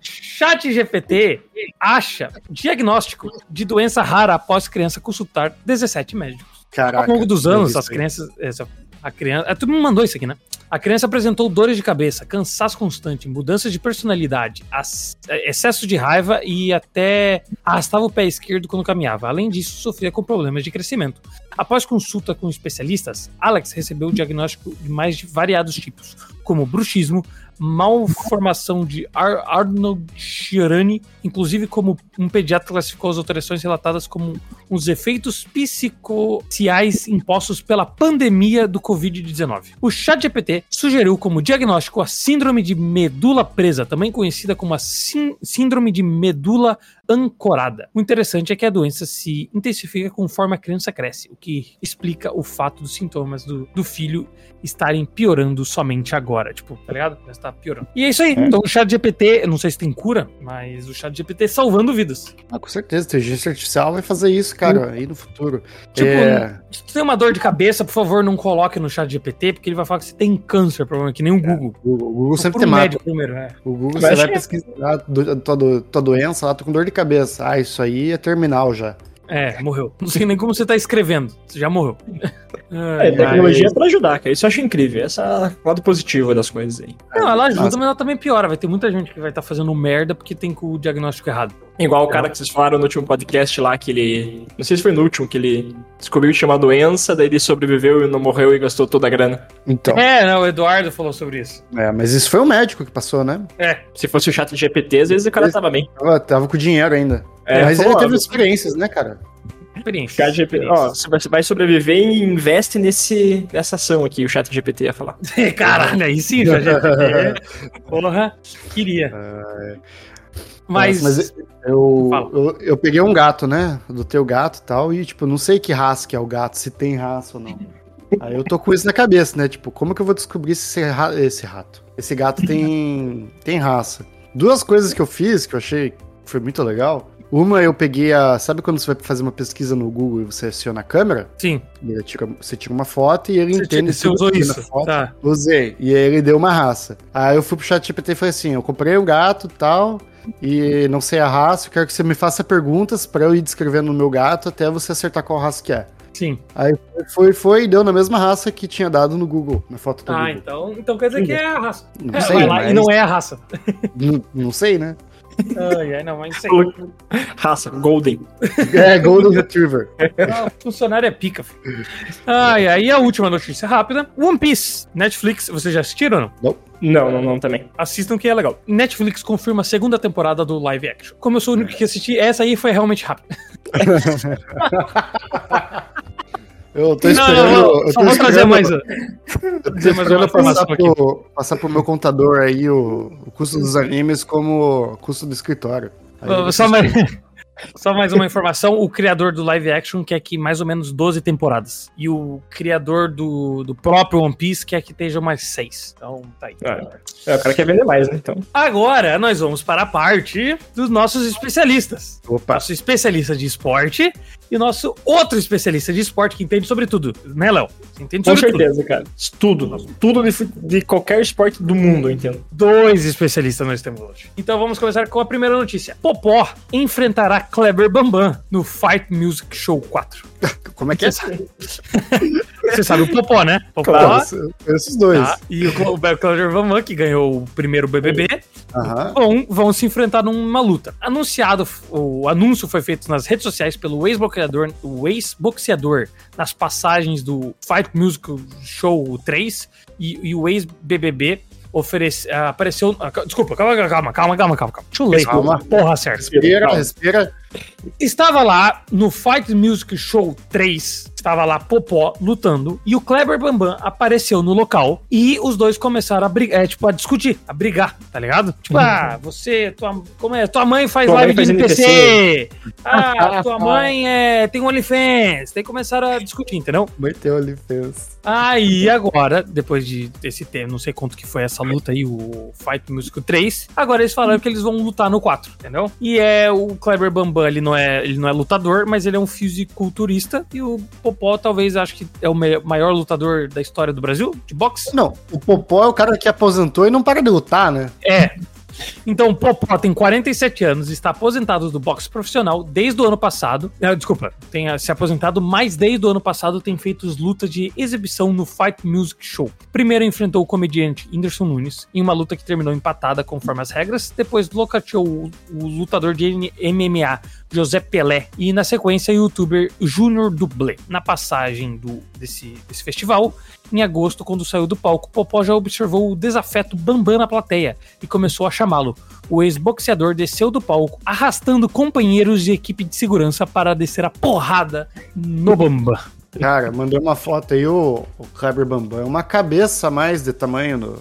[SPEAKER 1] Chat GPT acha diagnóstico de doença rara após criança consultar 17 médicos. Ao
[SPEAKER 2] Caraca.
[SPEAKER 1] longo dos anos,
[SPEAKER 2] eu vi
[SPEAKER 1] as
[SPEAKER 2] isso aí.
[SPEAKER 1] crianças. Essa, a criança. ah, Tu me mandou isso aqui, né? A criança apresentou dores de cabeça, cansaço constante, mudanças de personalidade, as- excesso de raiva e até arrastava o pé esquerdo quando caminhava. Além disso, sofria com problemas de crescimento. Após consulta com especialistas, Alex recebeu o diagnóstico de mais de variados tipos, como bruxismo, malformação de Ar Arnold Chiarani, inclusive como um pediatra classificou as alterações relatadas como os efeitos psicossociais impostos pela pandemia do Covid-19. O ChatGPT sugeriu como diagnóstico a síndrome de medula presa, também conhecida como a sin- síndrome de medula ancorada. O interessante é que a doença se intensifica conforme a criança cresce, o que explica o fato dos sintomas do, do filho estarem piorando somente agora. Tipo, tá ligado? Já está piorando. E é isso aí. Então o ChatGPT, eu não sei se tem cura, mas o ChatGPT salvando vidas.
[SPEAKER 2] Ah, com certeza, inteligência artificial vai fazer isso, cara, aí no futuro.
[SPEAKER 1] Tipo,
[SPEAKER 2] é...
[SPEAKER 1] Se tu tem uma dor de cabeça, por favor, não coloque no chat GPT, porque ele vai falar que você tem câncer, problema que nem o Google.
[SPEAKER 2] O Google
[SPEAKER 1] Procura
[SPEAKER 2] sempre tem
[SPEAKER 1] um
[SPEAKER 2] mapa.
[SPEAKER 1] médico primeiro, é.
[SPEAKER 2] O Google
[SPEAKER 3] Eu
[SPEAKER 2] você
[SPEAKER 3] acho
[SPEAKER 2] vai
[SPEAKER 3] que-
[SPEAKER 2] pesquisar do- a tua, do- tua doença, lá tô com dor de cabeça. Ah, isso aí é terminal já.
[SPEAKER 1] É, morreu. Não sei nem como você tá escrevendo. Você já morreu. Ai,
[SPEAKER 3] É,
[SPEAKER 1] ai.
[SPEAKER 3] tecnologia é pra ajudar, cara. Isso eu acho incrível. Esse é o lado positivo das coisas aí.
[SPEAKER 1] Não, ela ajuda,
[SPEAKER 2] Nossa.
[SPEAKER 1] mas ela também piora. Vai ter muita gente que vai estar fazendo merda porque tem com o diagnóstico errado.
[SPEAKER 3] Igual o cara que vocês falaram no último podcast lá, que ele. Não sei se foi no último, que ele descobriu que tinha uma doença, daí ele sobreviveu e não morreu e gastou toda a grana.
[SPEAKER 2] Então,
[SPEAKER 1] É, não, o Eduardo falou sobre isso.
[SPEAKER 2] é, mas isso foi o médico que passou, né?
[SPEAKER 1] É,
[SPEAKER 3] Se fosse o chat GPT, às vezes o cara tava bem.
[SPEAKER 2] Tava, tava com dinheiro ainda.
[SPEAKER 3] É,
[SPEAKER 2] mas
[SPEAKER 3] falou,
[SPEAKER 2] ele teve
[SPEAKER 3] ó,
[SPEAKER 2] experiências, né, cara?
[SPEAKER 1] experiência.
[SPEAKER 3] Chat GPT, ó, você vai- vai sobreviver e investe nesse, nessa ação aqui, o chat GPT ia falar.
[SPEAKER 1] Experiência. [LAUGHS] Caralho, aí sim, chat GPT. né? Porra, queria. Mas,
[SPEAKER 2] Nossa, eu,
[SPEAKER 1] Fala.
[SPEAKER 2] eu, eu peguei um gato, né? Do teu gato e tal, e tipo, não sei que raça que é o gato, se tem raça ou não. Aí eu tô com isso na cabeça, né? Tipo, como que eu vou descobrir se esse, ra- esse rato? Esse gato
[SPEAKER 1] [LAUGHS]
[SPEAKER 2] tem, tem raça. Duas coisas que eu fiz que eu achei que foi muito legal. Uma, eu peguei a. Sabe quando você vai fazer uma pesquisa no Google e você aciona a câmera?
[SPEAKER 1] sim,
[SPEAKER 2] E ele tira- você tira uma foto e ele entende.
[SPEAKER 1] você
[SPEAKER 2] tudo
[SPEAKER 1] usou
[SPEAKER 2] aqui na
[SPEAKER 1] isso.
[SPEAKER 2] foto.
[SPEAKER 1] Tá.
[SPEAKER 2] Usei. E aí ele deu uma raça. Aí eu fui pro chat GPT e falei assim: eu comprei um gato e tal, e não sei a raça, eu quero que você me faça perguntas pra eu ir descrevendo o meu gato até você acertar qual raça que é.
[SPEAKER 1] Sim.
[SPEAKER 2] Foi, foi, e deu na mesma raça que tinha dado no Google, na foto do
[SPEAKER 1] Ah,
[SPEAKER 2] Google.
[SPEAKER 1] então, então quer dizer que é a raça.
[SPEAKER 2] Não
[SPEAKER 1] É,
[SPEAKER 2] sei,
[SPEAKER 1] vai lá,
[SPEAKER 2] mas-
[SPEAKER 1] E não é a raça.
[SPEAKER 2] Não, não sei, né?
[SPEAKER 1] Ai, ai, não, mas
[SPEAKER 2] [LAUGHS]
[SPEAKER 1] isso aí. é
[SPEAKER 3] Falou- Raça, Golden.
[SPEAKER 2] É, Golden Retriever.
[SPEAKER 1] Ah, o funcionário é pica, filho. Ai, ai, e a última notícia rápida. One Piece. Netflix, vocês já assistiram ou não?
[SPEAKER 3] Não, não, não também.
[SPEAKER 1] Assistam que é legal. Netflix confirma a segunda temporada do live action. Como eu sou o
[SPEAKER 2] É.
[SPEAKER 1] único que assisti, essa aí foi realmente rápida.
[SPEAKER 2] Eu tô
[SPEAKER 1] Não,
[SPEAKER 2] esperando.
[SPEAKER 1] não, não,
[SPEAKER 2] eu
[SPEAKER 1] Só
[SPEAKER 2] tô
[SPEAKER 1] vou trazer
[SPEAKER 2] esperando-
[SPEAKER 1] mais, um,
[SPEAKER 2] eu
[SPEAKER 1] uma-
[SPEAKER 2] tô
[SPEAKER 1] trazer mais uma
[SPEAKER 2] esperando
[SPEAKER 1] informação
[SPEAKER 2] passar
[SPEAKER 1] aqui.
[SPEAKER 2] pro, passar pro meu contador aí o, o custo dos animes como o custo do escritório. Aí eu vou
[SPEAKER 1] Só mais, um. [LAUGHS] só mais uma informação. O criador do live action quer que mais ou menos 12 temporadas. E o criador do, do próprio One Piece quer que esteja mais 6. Então, tá aí.
[SPEAKER 3] É, o cara quer vender mais, né? Então.
[SPEAKER 1] Agora nós vamos para a parte dos nossos especialistas.
[SPEAKER 2] Opa,
[SPEAKER 1] Nosso especialista de esporte e nosso outro especialista de esporte que entende sobre tudo, né, Léo? Você entende
[SPEAKER 4] Com
[SPEAKER 1] sobre
[SPEAKER 4] certeza, cara. Tudo. Tudo de, fu- de qualquer esporte do mundo, eu entendo.
[SPEAKER 1] tudo. Dois especialistas nós temos hoje. Então vamos começar com a primeira notícia. Popó enfrentará Kleber Bambam no Fight Music Show 4.
[SPEAKER 2] Como é que é?
[SPEAKER 1] Você sabe o Popó, né? Popó
[SPEAKER 2] Claro, eu conheço os dois.
[SPEAKER 1] tá? e o Cl- o Kleber Bambam, que ganhou o primeiro BBB,
[SPEAKER 2] Aham.
[SPEAKER 1] vão, vão se enfrentar numa luta. Anunciado, o anúncio foi feito nas redes sociais pelo ex-boxeador, o ex-boxeador nas passagens do Fight Music Show 3 e, e o ex-BBB oferece, ah, apareceu... ah, ca- Desculpa, calma, calma, calma, calma, calma. calma. Deixa eu ler.
[SPEAKER 2] Calma.
[SPEAKER 1] Porra, certo.
[SPEAKER 2] Respira, respira.
[SPEAKER 1] Estava lá no Fight Music Show 3, estava lá Popó lutando e o Kleber Bambam apareceu no local e os dois começaram a brigar, é, tipo, a discutir, a brigar, tá ligado? Tipo, ah, você, tua, como é? Tua mãe faz
[SPEAKER 4] Uhum. Tua
[SPEAKER 1] live
[SPEAKER 4] mãe
[SPEAKER 1] de
[SPEAKER 4] faz
[SPEAKER 1] NPC.
[SPEAKER 4] [LAUGHS]
[SPEAKER 1] Ah, tua mãe é, tem OnlyFans. Daí começaram a discutir, entendeu?
[SPEAKER 2] Meteu ali, fez.
[SPEAKER 1] Aí agora, depois de desse tempo, não sei quanto que foi essa luta aí, o Fight Music 3, agora eles falaram que eles vão lutar no 4, entendeu? E é o Kleber Bambam, ele não é, ele não é lutador, mas ele é um fisiculturista e o Popó talvez acho que é o me- maior lutador da história do Brasil de boxe.
[SPEAKER 2] Não, o Popó é o cara que aposentou e não para de lutar, né?
[SPEAKER 1] É. Então, o Popó tem 47 anos, está aposentado do boxe profissional desde o ano passado. Ah, desculpa, tem ah, se aposentado, mas desde o ano passado tem feito lutas de exibição no Fight Music Show. Primeiro enfrentou o comediante Anderson Nunes em uma luta que terminou empatada conforme as regras. Depois locateou o, o lutador de N- MMA José Pelé e na sequência o youtuber Júnior Dublê. Na passagem do, desse, desse festival, em agosto, quando saiu do palco, Popó já observou o desafeto Bambam na plateia e começou a chamá-lo. O ex-boxeador desceu do palco, arrastando companheiros de equipe de segurança para descer a porrada no Bambam.
[SPEAKER 2] Cara, mandei uma foto aí, o, o Kleber Bambam. é Uma cabeça a mais de tamanho do,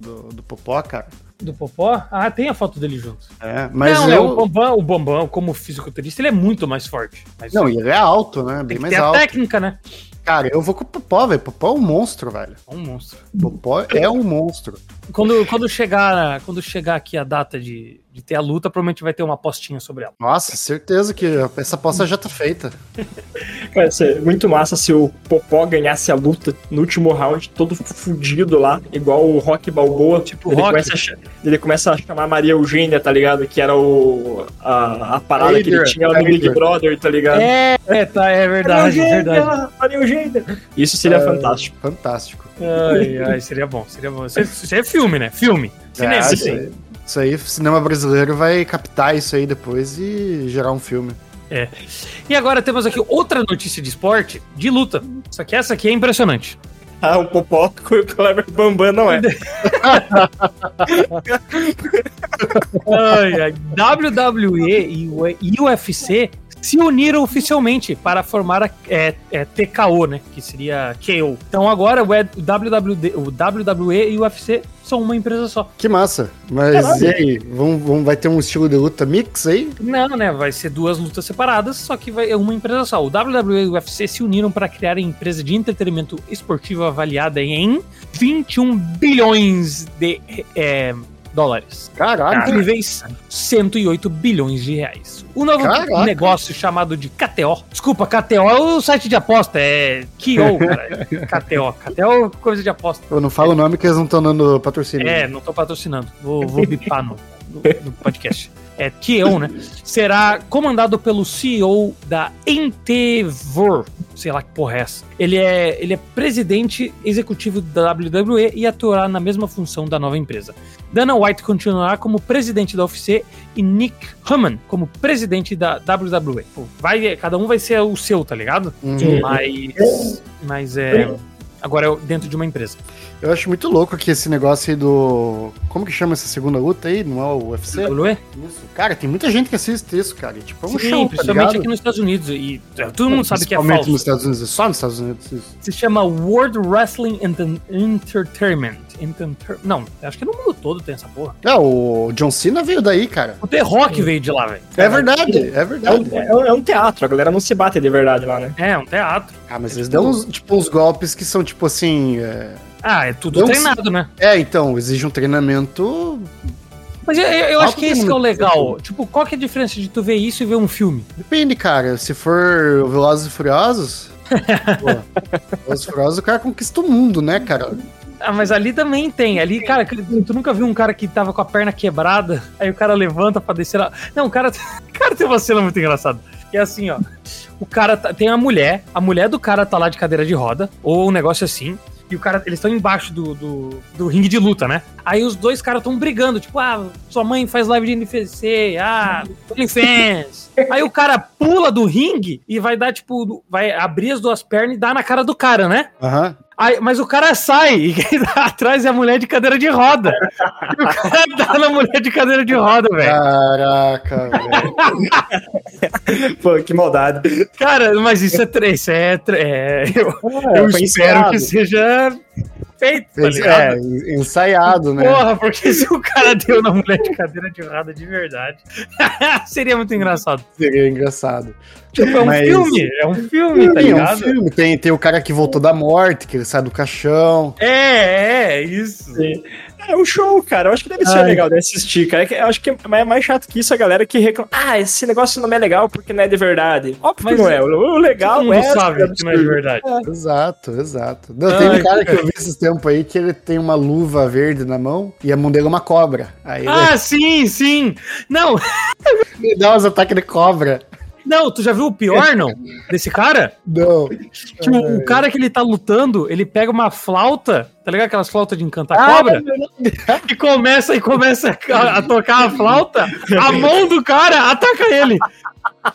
[SPEAKER 2] do, do Popó, cara.
[SPEAKER 1] Do Popó? Ah, tem a foto dele junto.
[SPEAKER 2] É, mas
[SPEAKER 1] não,
[SPEAKER 2] eu...
[SPEAKER 1] é o Bambam, o Bambam, como fisiculturista, ele é muito mais forte. Mas
[SPEAKER 2] Não, e ele é alto, né? Bem
[SPEAKER 1] tem que
[SPEAKER 2] mais
[SPEAKER 1] ter a
[SPEAKER 2] alto.
[SPEAKER 1] técnica, né?
[SPEAKER 2] Cara, eu vou com o Popó, velho. Popó é um monstro, velho.
[SPEAKER 1] É um monstro.
[SPEAKER 2] Popó é um monstro.
[SPEAKER 1] Quando, quando, chegar, quando chegar aqui a data de, de ter a luta, provavelmente vai ter uma apostinha sobre ela.
[SPEAKER 2] Nossa, certeza que essa aposta já tá feita.
[SPEAKER 4] Cara, isso é muito massa se o Popó ganhasse a luta no último round, todo fudido lá, igual o Rock Balboa. Tipo, ele,
[SPEAKER 1] Rock.
[SPEAKER 4] Começa a, cha- ele começa a chamar Maria Eugênia, tá ligado? Que era o, a, a parada que ele
[SPEAKER 2] Adrian,
[SPEAKER 4] tinha lá no Big
[SPEAKER 2] Adrian.
[SPEAKER 4] Brother, tá ligado?
[SPEAKER 1] É, é, tá, é verdade,
[SPEAKER 4] Maria Eugênia,
[SPEAKER 1] verdade.
[SPEAKER 4] Maria Eugênia. Isso seria fantástico.
[SPEAKER 2] Fantástico.
[SPEAKER 1] Ai, ai, seria bom, seria bom. Isso é, isso é filme, né? Filme. Cinema.
[SPEAKER 2] É,
[SPEAKER 4] sim.
[SPEAKER 2] isso, aí, isso aí, o cinema brasileiro vai captar isso aí depois e gerar um filme.
[SPEAKER 1] É. E agora temos aqui outra notícia de esporte, de luta. Só que essa aqui é impressionante.
[SPEAKER 4] Ah, o Popó com o Kleber Bambam [LAUGHS] não é.
[SPEAKER 1] Ai, ai. WWE e o- e UFC se uniram oficialmente para formar a é, é, TKO, né? Que seria KO. Então agora o, E- o WWD, o WWE e o UFC são uma empresa só.
[SPEAKER 2] Que massa. Mas
[SPEAKER 4] Caralho.
[SPEAKER 2] e aí? Vão, vão, vai ter um estilo de luta mix aí?
[SPEAKER 1] Não, né? Vai ser duas lutas separadas, só que vai é uma empresa só. O WWE e o UFC se uniram para criar a empresa de entretenimento esportivo avaliada em 21 bilhões de é, dólares.
[SPEAKER 2] Caralho.
[SPEAKER 1] Incríveis 108 bilhões de reais. O novo
[SPEAKER 2] Caraca.
[SPEAKER 1] negócio chamado de KTO. Desculpa, KTO é o site de aposta, é KO, cara. KTO. KTO é coisa de aposta.
[SPEAKER 2] Eu não falo o nome que eles não estão dando patrocínio.
[SPEAKER 1] É, não tô patrocinando. Vou, vou bipar no, no- no podcast. É Kion, né? Será comandado pelo CEO da Entevor. Sei lá que porra é essa. Ele é, ele é presidente executivo da WWE e atuará na mesma função da nova empresa. Dana White continuará como presidente da UFC e Nick Hammond como presidente da WWE. Pô, vai, cada um vai ser o seu, tá ligado?
[SPEAKER 2] Uhum.
[SPEAKER 1] Mas, mas é... Agora é dentro de uma empresa.
[SPEAKER 2] Eu acho muito louco que esse negócio aí do. Como que chama essa segunda luta aí? Não é o UFC?
[SPEAKER 1] WWE?
[SPEAKER 2] Isso. Cara, tem muita gente que assiste isso, cara. E, tipo, é um
[SPEAKER 1] Sim,
[SPEAKER 2] show, tá
[SPEAKER 1] principalmente
[SPEAKER 2] ligado?
[SPEAKER 1] aqui nos Estados Unidos. E é, todo mundo sabe que é
[SPEAKER 2] Principalmente
[SPEAKER 1] falso.
[SPEAKER 2] nos Estados Unidos. É só nos Estados Unidos isso.
[SPEAKER 1] Se chama World Wrestling Enten- Entertainment. Ententer- Não, acho que no mundo todo tem essa porra.
[SPEAKER 2] É, o John Cena veio daí, cara.
[SPEAKER 1] O The Rock veio de lá, velho.
[SPEAKER 2] É verdade, é
[SPEAKER 4] É um,
[SPEAKER 2] verdade.
[SPEAKER 4] é um- é um teatro, a galera não se bate de verdade lá, né?
[SPEAKER 1] É, um teatro.
[SPEAKER 2] Ah, mas eles dão uns, tipo, uns golpes que são, tipo assim. É,
[SPEAKER 1] Ah, é tudo
[SPEAKER 2] Não
[SPEAKER 1] treinado, né?
[SPEAKER 2] é, então, exige um treinamento
[SPEAKER 1] Mas eu, eu- eu acho
[SPEAKER 2] Alto
[SPEAKER 1] que esse
[SPEAKER 2] tem
[SPEAKER 1] que é o
[SPEAKER 2] muito.
[SPEAKER 1] legal. Tipo, qual que é a diferença de tu ver isso e ver um filme?
[SPEAKER 2] Depende, cara. Se for Velozes
[SPEAKER 1] [LAUGHS]
[SPEAKER 2] e Furiosos... pô, Velozes e Furiosos, o cara conquista o mundo, né, cara?
[SPEAKER 1] Ah, mas ali também tem. Ali, cara, tu nunca viu um cara que tava com a perna quebrada, aí o cara levanta pra descer lá. Não, o cara, [LAUGHS] o cara tem uma cena muito engraçada. Que é assim, ó. O cara tá- tem a mulher, a mulher do cara tá lá de cadeira de roda, ou um negócio assim. E o cara, eles estão embaixo do, do, do ringue de luta, né? Aí os dois caras estão brigando, tipo, ah, sua mãe faz live de NFC, ah, OnlyFans. Aí o cara pula do ringue e vai dar, tipo, vai abrir as duas pernas e dar na cara do cara, né?
[SPEAKER 2] Aham.
[SPEAKER 1] Aí, mas o cara sai e quem tá [LAUGHS] atrás é a mulher de cadeira de roda. [LAUGHS] E o cara dá na mulher de cadeira de roda, velho. [LAUGHS]
[SPEAKER 2] Caraca, velho.
[SPEAKER 4] Pô, que maldade.
[SPEAKER 1] Cara, mas isso é três, é, tre- é eu, eu
[SPEAKER 4] foi
[SPEAKER 1] espero
[SPEAKER 4] inspirado.
[SPEAKER 1] que seja feito, tá ligado?
[SPEAKER 2] É, ensaiado, né?
[SPEAKER 1] Porra, porque se o cara deu na mulher de cadeira de roda de verdade, [LAUGHS] seria muito engraçado.
[SPEAKER 2] Seria engraçado.
[SPEAKER 1] Tipo, é um
[SPEAKER 2] Mas-
[SPEAKER 1] filme, é um filme, tá
[SPEAKER 2] Sim, é um
[SPEAKER 1] ligado?
[SPEAKER 2] filme. Tem, tem o cara que voltou da morte, que ele sai do caixão.
[SPEAKER 1] É, é, isso.
[SPEAKER 4] É um show, cara. Eu acho que deve ser
[SPEAKER 1] Ai.
[SPEAKER 4] legal de assistir, cara. É que Eu acho que é mais- mais chato que isso a galera que reclama. Ah, esse negócio não é legal porque não é de verdade. Óbvio
[SPEAKER 1] Mas
[SPEAKER 4] que não é. O legal
[SPEAKER 1] Todo mundo
[SPEAKER 4] é.
[SPEAKER 1] sabe que não é de verdade.
[SPEAKER 2] Exato, exato. Não, tem
[SPEAKER 1] Ai,
[SPEAKER 2] um cara que eu vi esses tempos aí que ele tem uma luva verde na mão e a mão dele é uma cobra. Aí ele
[SPEAKER 1] Ah, sim, sim. Não, Ah.
[SPEAKER 2] me [LAUGHS] dá uns ataques de cobra.
[SPEAKER 1] não, tu já viu o pior, não? Desse cara?
[SPEAKER 2] Não.
[SPEAKER 1] Que o,
[SPEAKER 2] É.
[SPEAKER 1] o cara que ele tá lutando, ele pega uma flauta, tá ligado? Aquelas flautas de
[SPEAKER 2] Ah,
[SPEAKER 1] encantar
[SPEAKER 2] é
[SPEAKER 1] cobra, e começa e começa a, a tocar a flauta, a mão do cara ataca ele,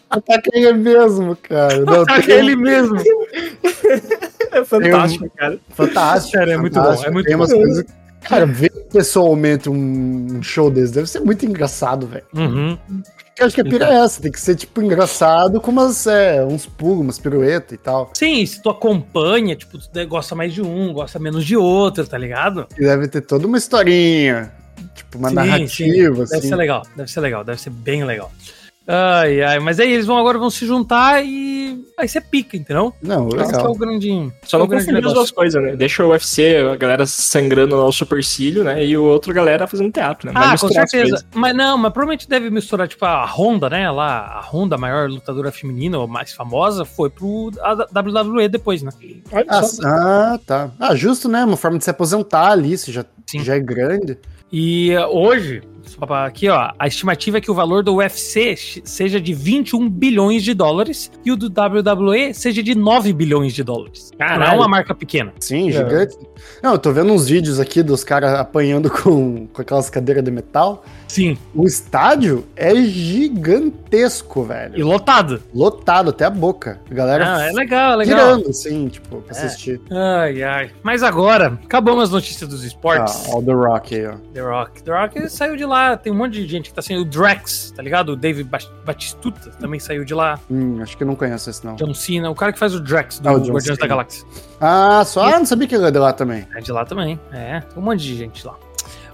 [SPEAKER 2] Ataca ele é mesmo, cara. Não,
[SPEAKER 1] ataca
[SPEAKER 2] tem-
[SPEAKER 1] ele mesmo. um
[SPEAKER 4] É fantástico, cara.
[SPEAKER 2] Fantástico.
[SPEAKER 1] Sério, é muito
[SPEAKER 2] fantástico.
[SPEAKER 1] bom, é muito
[SPEAKER 2] tem umas
[SPEAKER 1] bom.
[SPEAKER 2] coisas. Cara, ver pessoalmente um show desse deve ser muito engraçado, velho.
[SPEAKER 1] Uhum.
[SPEAKER 2] Eu acho que a pira é essa, tem que ser, tipo, engraçado com umas, é, uns pulos, umas piruetas e tal.
[SPEAKER 1] Sim, se tu acompanha, tipo, tu gosta mais de um, gosta menos de outro, tá ligado?
[SPEAKER 2] E deve ter toda uma historinha, tipo, uma
[SPEAKER 1] Sim, Deve
[SPEAKER 2] narrativa, assim.
[SPEAKER 1] ser legal, deve ser legal, deve ser bem legal. Ai, ai, mas aí eles vão agora vão se juntar e aí você pica, entendeu?
[SPEAKER 2] Não,
[SPEAKER 1] Esse que é o
[SPEAKER 2] legal.
[SPEAKER 1] grandinho.
[SPEAKER 4] Só não
[SPEAKER 1] o grande
[SPEAKER 4] confundir as
[SPEAKER 1] negócio.
[SPEAKER 4] duas coisas, né?
[SPEAKER 3] Deixa o UFC, a galera sangrando lá o supercílio, né? E o outro galera fazendo teatro, né? Mas
[SPEAKER 1] Ah, com
[SPEAKER 3] misturar as
[SPEAKER 1] certeza.
[SPEAKER 3] coisas.
[SPEAKER 1] Mas não, mas provavelmente deve misturar, tipo, a Honda, né? Lá, a Honda, a maior lutadora feminina ou mais famosa, foi pro a- WWE depois, né?
[SPEAKER 4] Olha
[SPEAKER 2] Ah,
[SPEAKER 4] só.
[SPEAKER 2] ah, tá. Ah, justo, né? Uma forma de se aposentar ali, se já,
[SPEAKER 1] Sim.
[SPEAKER 2] já é grande.
[SPEAKER 1] E eh, hoje, só pra- aqui, ó, a estimativa é que o valor do UFC ch- seja de 21 bilhões de dólares e o do WWE seja de 9 bilhões de dólares. Não é
[SPEAKER 4] Caralho.
[SPEAKER 1] uma marca pequena.
[SPEAKER 2] Sim, gigante. Não, eu tô vendo uns vídeos aqui dos caras apanhando com, com aquelas cadeiras de metal.
[SPEAKER 1] Sim.
[SPEAKER 2] O estádio é gigantesco, velho.
[SPEAKER 1] E lotado.
[SPEAKER 2] Lotado até a boca. A galera
[SPEAKER 1] Ah, é legal, é legal. É,
[SPEAKER 2] tirando, assim, tipo, pra assistir.
[SPEAKER 1] Ai, ai. Mas agora, acabamos as notícias dos esportes.
[SPEAKER 2] Ah, All The Rock aí, ó.
[SPEAKER 1] The Rock. The Rock saiu de lá, tem um monte de gente que tá saindo. O Drax, tá ligado? O David Bat- Batistuta também saiu de lá.
[SPEAKER 2] Hum, acho que eu não conheço esse, não.
[SPEAKER 1] John Cena, o cara que faz o Drax do
[SPEAKER 2] Ah, o John
[SPEAKER 1] Guardiões da
[SPEAKER 2] Cena.
[SPEAKER 1] Galáxia.
[SPEAKER 2] Ah, só ah, não sabia que ele é de lá também.
[SPEAKER 1] É de lá também, é. Tem um monte de gente lá.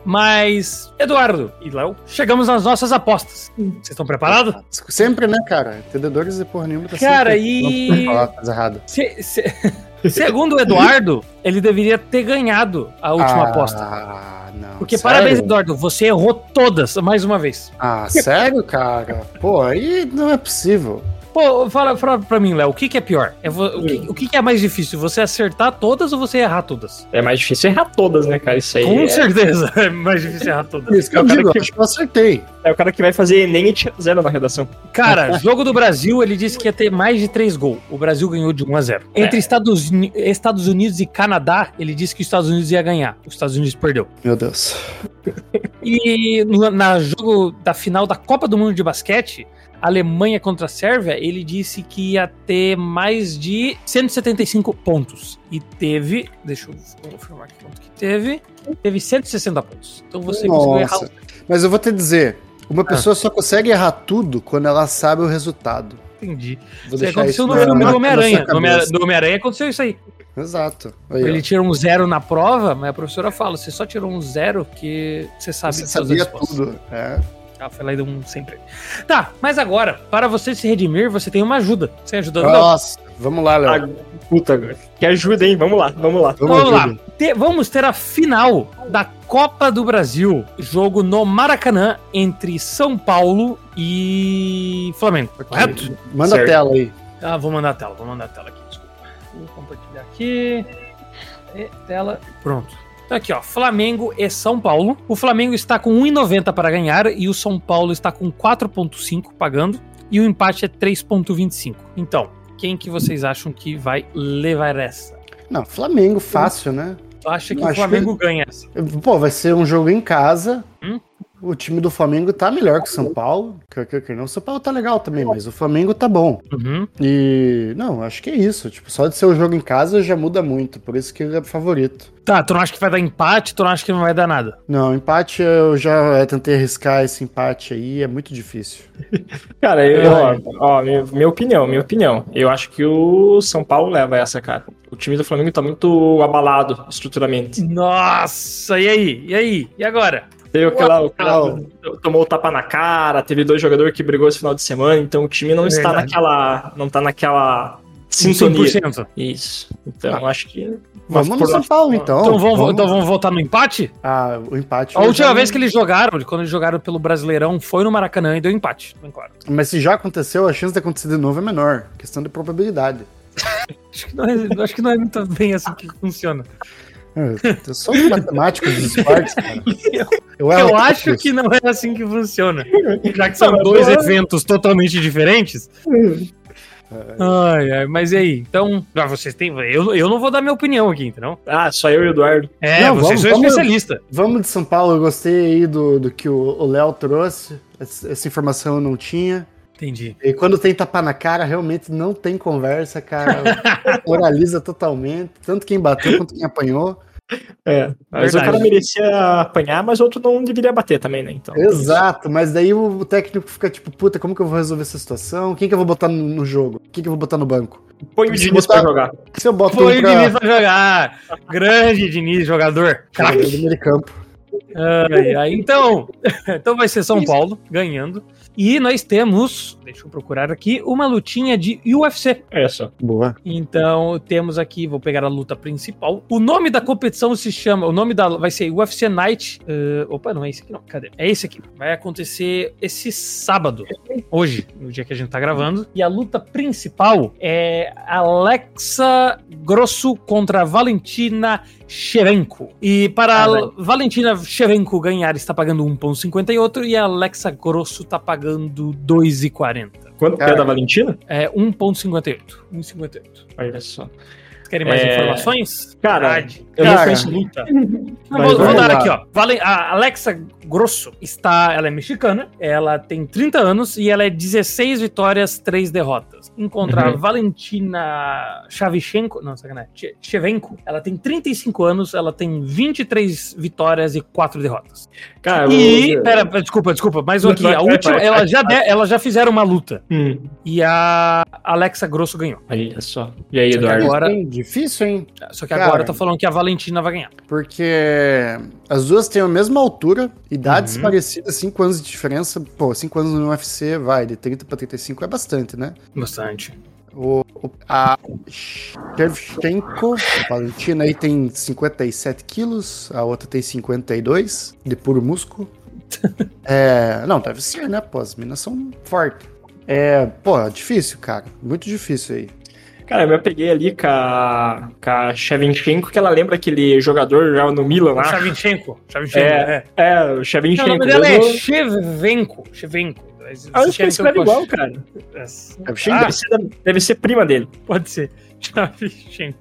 [SPEAKER 1] Mas, Eduardo e Léo, chegamos nas nossas apostas. Vocês estão preparados?
[SPEAKER 2] Sempre, né, cara? Entendedores e porra nenhuma tá
[SPEAKER 1] Cara,
[SPEAKER 2] sempre-
[SPEAKER 1] e-
[SPEAKER 2] Não, falar coisa errada.
[SPEAKER 1] Se- se-
[SPEAKER 2] [LAUGHS]
[SPEAKER 1] Segundo o Eduardo, ele deveria ter ganhado a última
[SPEAKER 2] ah,
[SPEAKER 1] aposta.
[SPEAKER 2] Ah, não.
[SPEAKER 1] Porque
[SPEAKER 2] sério?
[SPEAKER 1] parabéns, Eduardo, você errou todas, mais uma vez.
[SPEAKER 2] Ah, sério, cara? Pô, aí não é possível.
[SPEAKER 1] Pô, fala, fala pra mim, Léo, o que, que é pior? É vo- o que, o que que é mais difícil? Você acertar todas ou você errar todas?
[SPEAKER 4] É mais difícil errar todas, né, cara? Isso aí.
[SPEAKER 1] Com
[SPEAKER 4] é-
[SPEAKER 1] certeza [LAUGHS] é mais difícil errar todas.
[SPEAKER 2] Por isso que
[SPEAKER 4] É
[SPEAKER 2] eu
[SPEAKER 4] o cara
[SPEAKER 2] digo,
[SPEAKER 4] que-
[SPEAKER 2] acho que eu acertei.
[SPEAKER 4] É o cara que vai fazer Enem e tira zero na redação.
[SPEAKER 1] Cara, jogo do Brasil, ele disse que ia ter mais de três gols. O Brasil ganhou de 1 a 0. Entre Estados, Uni- Estados Unidos e Canadá, ele disse que os Estados Unidos ia ganhar. Os Estados Unidos perdeu.
[SPEAKER 2] Meu Deus.
[SPEAKER 1] E no na jogo da final da Copa do Mundo de Basquete, Alemanha contra a Sérvia, ele disse que ia ter mais de 175 pontos. E teve. Deixa eu confirmar aqui quanto que teve. Teve 160 pontos. Então você conseguiu errar. Ah.
[SPEAKER 2] Nossa. Mas eu vou te dizer, uma pessoa só consegue errar tudo quando ela sabe o resultado.
[SPEAKER 1] Entendi.
[SPEAKER 2] Vou
[SPEAKER 1] Isso aí
[SPEAKER 2] deixar
[SPEAKER 1] aconteceu no
[SPEAKER 2] na-
[SPEAKER 1] filme
[SPEAKER 2] na-
[SPEAKER 1] do
[SPEAKER 2] na
[SPEAKER 1] Homem-Aranha.
[SPEAKER 2] sua
[SPEAKER 1] No Homem-
[SPEAKER 2] cabeça.
[SPEAKER 1] Do Homem-Aranha aconteceu isso aí.
[SPEAKER 2] Exato. Aí, ó.
[SPEAKER 1] Ele tira um zero na prova, mas a professora fala: você só tirou um zero que você sabe
[SPEAKER 2] Você
[SPEAKER 1] de todas as
[SPEAKER 2] sabia
[SPEAKER 1] respostas."
[SPEAKER 2] tudo. É.
[SPEAKER 1] Ah, foi lá e deu um sempre. Tá, mas agora, para você se redimir, você tem uma ajuda. Você é ajudando? Léo?
[SPEAKER 2] Nossa, vamos lá, Léo.
[SPEAKER 4] Puta, que ajuda, hein? Vamos lá, vamos lá.
[SPEAKER 1] Vamos lá. Te- vamos ter a final da Copa do Brasil, jogo no Maracanã entre São Paulo e Flamengo, correto?
[SPEAKER 2] Manda a
[SPEAKER 4] Certo.
[SPEAKER 2] tela aí.
[SPEAKER 1] Ah, vou mandar a tela, vou mandar a tela aqui, desculpa. Vou compartilhar aqui. E tela. Pronto. Então aqui, ó, Flamengo e São Paulo. O Flamengo está com 1,90 para ganhar e o São Paulo está com 4,5 pagando. E o empate é 3,25. Então, quem que vocês acham que vai levar essa?
[SPEAKER 2] Não, Flamengo, fácil, né?
[SPEAKER 1] Tu acha que
[SPEAKER 2] Eu
[SPEAKER 1] o
[SPEAKER 2] acho
[SPEAKER 1] Flamengo ganha essa?
[SPEAKER 2] Pô, vai ser um jogo em casa.
[SPEAKER 1] Hum? Uhum.
[SPEAKER 2] O time do Flamengo tá melhor que o São Paulo. Quer quer, quer não, o São Paulo tá legal também, mas o Flamengo tá bom.
[SPEAKER 1] Uhum.
[SPEAKER 2] E, não, acho que é isso. Tipo, só de ser um jogo em casa já muda muito. Por isso que ele é favorito.
[SPEAKER 1] Tá, tu não acha que vai dar empate, tu não acha que não vai dar nada.
[SPEAKER 2] Não, empate eu já eh, tentei arriscar esse empate aí, é muito difícil.
[SPEAKER 4] Cara, eu, ó, ó, minha, minha opinião, minha opinião. Eu acho que o São Paulo leva essa, cara. O time do Flamengo tá muito abalado estruturalmente.
[SPEAKER 1] Nossa, e aí? E aí? E agora?
[SPEAKER 4] Teve aquela, aquela-
[SPEAKER 1] Uau.
[SPEAKER 4] tomou o tapa na cara, teve dois jogadores que brigou esse final de semana, então o time não está
[SPEAKER 1] Verdade.
[SPEAKER 4] naquela. não tá naquela sintonia.
[SPEAKER 1] 100%.
[SPEAKER 4] Isso. Então eu acho que.
[SPEAKER 2] Vamos no
[SPEAKER 4] por-
[SPEAKER 2] São Paulo, então.
[SPEAKER 1] Então vamos, então vamos voltar no empate?
[SPEAKER 2] Ah, o empate.
[SPEAKER 1] A
[SPEAKER 2] eu
[SPEAKER 1] última
[SPEAKER 2] já-
[SPEAKER 1] vez que eles jogaram, quando eles jogaram pelo Brasileirão, foi no Maracanã e deu empate. Bem claro.
[SPEAKER 2] Mas se já aconteceu, a chance de acontecer de novo é menor. Questão de probabilidade.
[SPEAKER 1] Acho que, não é, acho que não é muito bem assim que funciona.
[SPEAKER 2] É, Eu sou um matemático dos esportes, cara.
[SPEAKER 1] [LAUGHS] Eu
[SPEAKER 2] Eu, erro
[SPEAKER 1] acho
[SPEAKER 2] todos.
[SPEAKER 1] que não é assim que [LAUGHS] funciona. Já que são dois
[SPEAKER 4] eu-
[SPEAKER 1] eventos totalmente diferentes.
[SPEAKER 2] É,
[SPEAKER 1] Ai, ai, mas e aí? Então, ah, vocês têm. Eu, eu não vou dar minha opinião aqui, entendeu?
[SPEAKER 4] Ah, só eu e o Eduardo.
[SPEAKER 1] É,
[SPEAKER 2] Não,
[SPEAKER 1] vocês
[SPEAKER 2] vamos,
[SPEAKER 1] são
[SPEAKER 2] vamos-
[SPEAKER 1] especialistas.
[SPEAKER 2] Vamos de São Paulo, eu gostei aí do, do que o o Léo trouxe. Essa essa informação eu não tinha.
[SPEAKER 1] Entendi.
[SPEAKER 2] E quando tem tapa na cara, realmente não tem conversa,
[SPEAKER 1] [LAUGHS]
[SPEAKER 2] cara. Oraliza totalmente. Tanto quem bateu quanto quem apanhou.
[SPEAKER 4] É. Mas
[SPEAKER 1] Verdade.
[SPEAKER 4] o cara merecia apanhar, mas outro não deveria bater também, né? Então.
[SPEAKER 2] Exato, mas daí o o técnico fica tipo, puta, como que eu vou resolver essa situação? Quem que eu vou botar no, no jogo? Quem que eu vou botar no banco?
[SPEAKER 4] Põe o Diniz pra jogar.
[SPEAKER 2] Se eu boto
[SPEAKER 1] Foi
[SPEAKER 2] um
[SPEAKER 1] o Diniz
[SPEAKER 2] pra...
[SPEAKER 1] pra jogar. Grande Diniz, jogador. Craque.
[SPEAKER 2] jogador do meio de campo.
[SPEAKER 1] Ai, ai. Então, [LAUGHS] então vai ser São Paulo ganhando. E nós temos, deixa eu procurar aqui, uma lutinha de UFC.
[SPEAKER 4] Olha só.
[SPEAKER 2] Boa.
[SPEAKER 1] Então temos aqui, vou pegar a luta principal. O nome da competição se chama, o nome da vai ser UFC Night. eh, opa, não é esse aqui não, cadê? É esse aqui. Vai acontecer esse sábado, hoje, no dia que a gente tá gravando. E a luta principal é Alexa Grosso contra Valentina Shevchenko. E para
[SPEAKER 4] Ah,
[SPEAKER 1] a
[SPEAKER 4] velho.
[SPEAKER 1] Valentina Shevchenko ganhar, está pagando 1,58 e a Alexa Grosso está pagando 2,40.
[SPEAKER 4] Quanto que é
[SPEAKER 2] Cara.
[SPEAKER 4] da Valentina?
[SPEAKER 1] É 1,58. 1,58.
[SPEAKER 4] Olha só.
[SPEAKER 1] Vocês Querem mais
[SPEAKER 4] É.
[SPEAKER 1] informações?
[SPEAKER 4] Cara,
[SPEAKER 1] Verdade.
[SPEAKER 4] eu
[SPEAKER 2] Cara.
[SPEAKER 4] não conheço luta.
[SPEAKER 1] Não,
[SPEAKER 4] vai,
[SPEAKER 1] vou,
[SPEAKER 4] vai.
[SPEAKER 1] vou dar aqui, ó. Valen- a Alexa Grosso está. Ela é mexicana, ela tem 30 anos e ela é 16 vitórias, 3 derrotas. Encontrar
[SPEAKER 4] Uhum.
[SPEAKER 1] Valentina Shevchenko, não, sacanagem, Che- Shevchenko, ela tem 35 anos, ela tem 23 vitórias e 4 derrotas.
[SPEAKER 4] Cara,
[SPEAKER 1] E,
[SPEAKER 4] eu-
[SPEAKER 1] pera, desculpa, desculpa, mais um aqui.
[SPEAKER 4] É, Vai,
[SPEAKER 1] A
[SPEAKER 4] vai,
[SPEAKER 1] última,
[SPEAKER 4] vai,
[SPEAKER 1] ela
[SPEAKER 4] vai,
[SPEAKER 1] já, de- elas já fizeram uma luta
[SPEAKER 4] Hum,
[SPEAKER 1] e a Alexa Grosso ganhou.
[SPEAKER 4] olha só. E aí,
[SPEAKER 1] Eduardo?
[SPEAKER 4] Eduardo?
[SPEAKER 1] Agora-
[SPEAKER 2] Sim, é difícil, hein?
[SPEAKER 1] Só que
[SPEAKER 2] Cara.
[SPEAKER 1] agora tá falando que a Valentina vai ganhar.
[SPEAKER 2] Porque as duas têm a mesma altura, idades parecidas, 5 anos de diferença. Pô, 5 anos no UFC, vai, de 30 pra 35 é bastante, né?
[SPEAKER 1] Bastante.
[SPEAKER 2] O, o- a Shevchenko, a Valentina aí tem 57 quilos, a outra tem 52, de puro músculo. É, não, deve ser, né? Pô, as minas são fortes. É, pô, é difícil, cara. Muito difícil aí.
[SPEAKER 4] Cara, eu peguei ali com a, com a Shevchenko, que ela lembra aquele jogador já no Milan lá.
[SPEAKER 1] Shevchenko. Shevchenko, Ah. é.
[SPEAKER 4] É, o
[SPEAKER 1] Não, o
[SPEAKER 4] Shevchenko.
[SPEAKER 1] nome dela é
[SPEAKER 4] mesmo.
[SPEAKER 1] Chevenko. Chevenko.
[SPEAKER 4] Ah, eu acho
[SPEAKER 1] é
[SPEAKER 4] que ele escreve igual, cara.
[SPEAKER 2] Ah.
[SPEAKER 4] Deve, ser, da- deve ser prima dele.
[SPEAKER 1] É, pode ser. [LAUGHS] Shevchenko.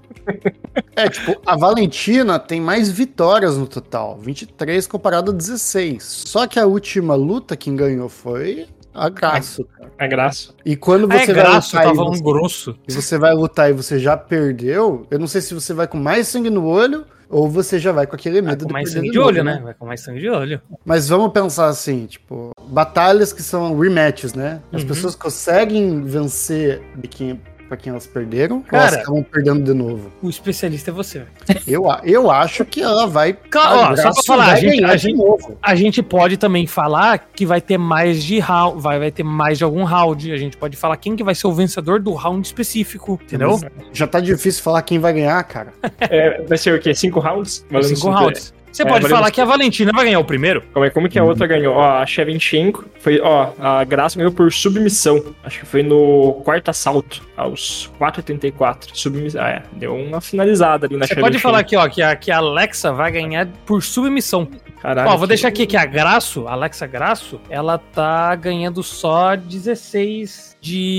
[SPEAKER 2] É, tipo, a Valentina tem mais vitórias no total, 23 comparado a 16. Só que a última luta quem ganhou foi a Graço.
[SPEAKER 1] É
[SPEAKER 4] A graça.
[SPEAKER 2] E quando
[SPEAKER 1] Ah, é
[SPEAKER 2] você vai
[SPEAKER 1] graço,
[SPEAKER 2] lutar e
[SPEAKER 1] tava um
[SPEAKER 2] você-
[SPEAKER 1] grosso.
[SPEAKER 2] e você vai lutar e você já perdeu, eu não sei se você vai com mais sangue no olho ou você já vai com aquele
[SPEAKER 1] Vai
[SPEAKER 2] medo
[SPEAKER 1] com mais
[SPEAKER 2] perder
[SPEAKER 1] sangue de
[SPEAKER 2] novo,
[SPEAKER 1] olho, né? Vai com mais sangue de olho.
[SPEAKER 2] Mas vamos pensar assim, tipo, batalhas que são rematches, né? As
[SPEAKER 1] Uhum.
[SPEAKER 2] pessoas conseguem vencer de quem para quem elas perderam, ou elas
[SPEAKER 1] Cara.
[SPEAKER 2] acabam perdendo de novo.
[SPEAKER 1] O especialista é você. velho.
[SPEAKER 2] Eu, a- eu acho que ela vai.
[SPEAKER 1] Claro, ó,
[SPEAKER 2] a
[SPEAKER 1] só
[SPEAKER 2] Grasso
[SPEAKER 1] pra falar, a
[SPEAKER 2] vai
[SPEAKER 1] gente,
[SPEAKER 2] ganhar
[SPEAKER 1] a,
[SPEAKER 2] de
[SPEAKER 1] gente,
[SPEAKER 2] novo.
[SPEAKER 1] a gente pode também falar que vai ter mais de round, vai, vai ter mais de algum round. A gente pode falar quem que vai ser o vencedor do round específico, entendeu?
[SPEAKER 2] Já tá difícil falar quem vai ganhar, cara. [LAUGHS]
[SPEAKER 4] É, vai ser o quê? Cinco rounds? Valendo
[SPEAKER 1] Cinco rounds. Você pode falar que a Valentina vai ganhar o primeiro?
[SPEAKER 3] Como é como que a outra ganhou? Ó, a Shevchenko foi, ó, a Graça ganhou por submissão. Acho que foi no quarto assalto, aos 4,84. Submissão. Ah, é, deu uma finalizada ali na
[SPEAKER 1] Você pode falar aqui, ó, que a, que a Alexa vai ganhar por submissão.
[SPEAKER 3] Caralho.
[SPEAKER 1] ó, vou deixar aqui que a Graço, a Alexa Graço, ela tá ganhando só 16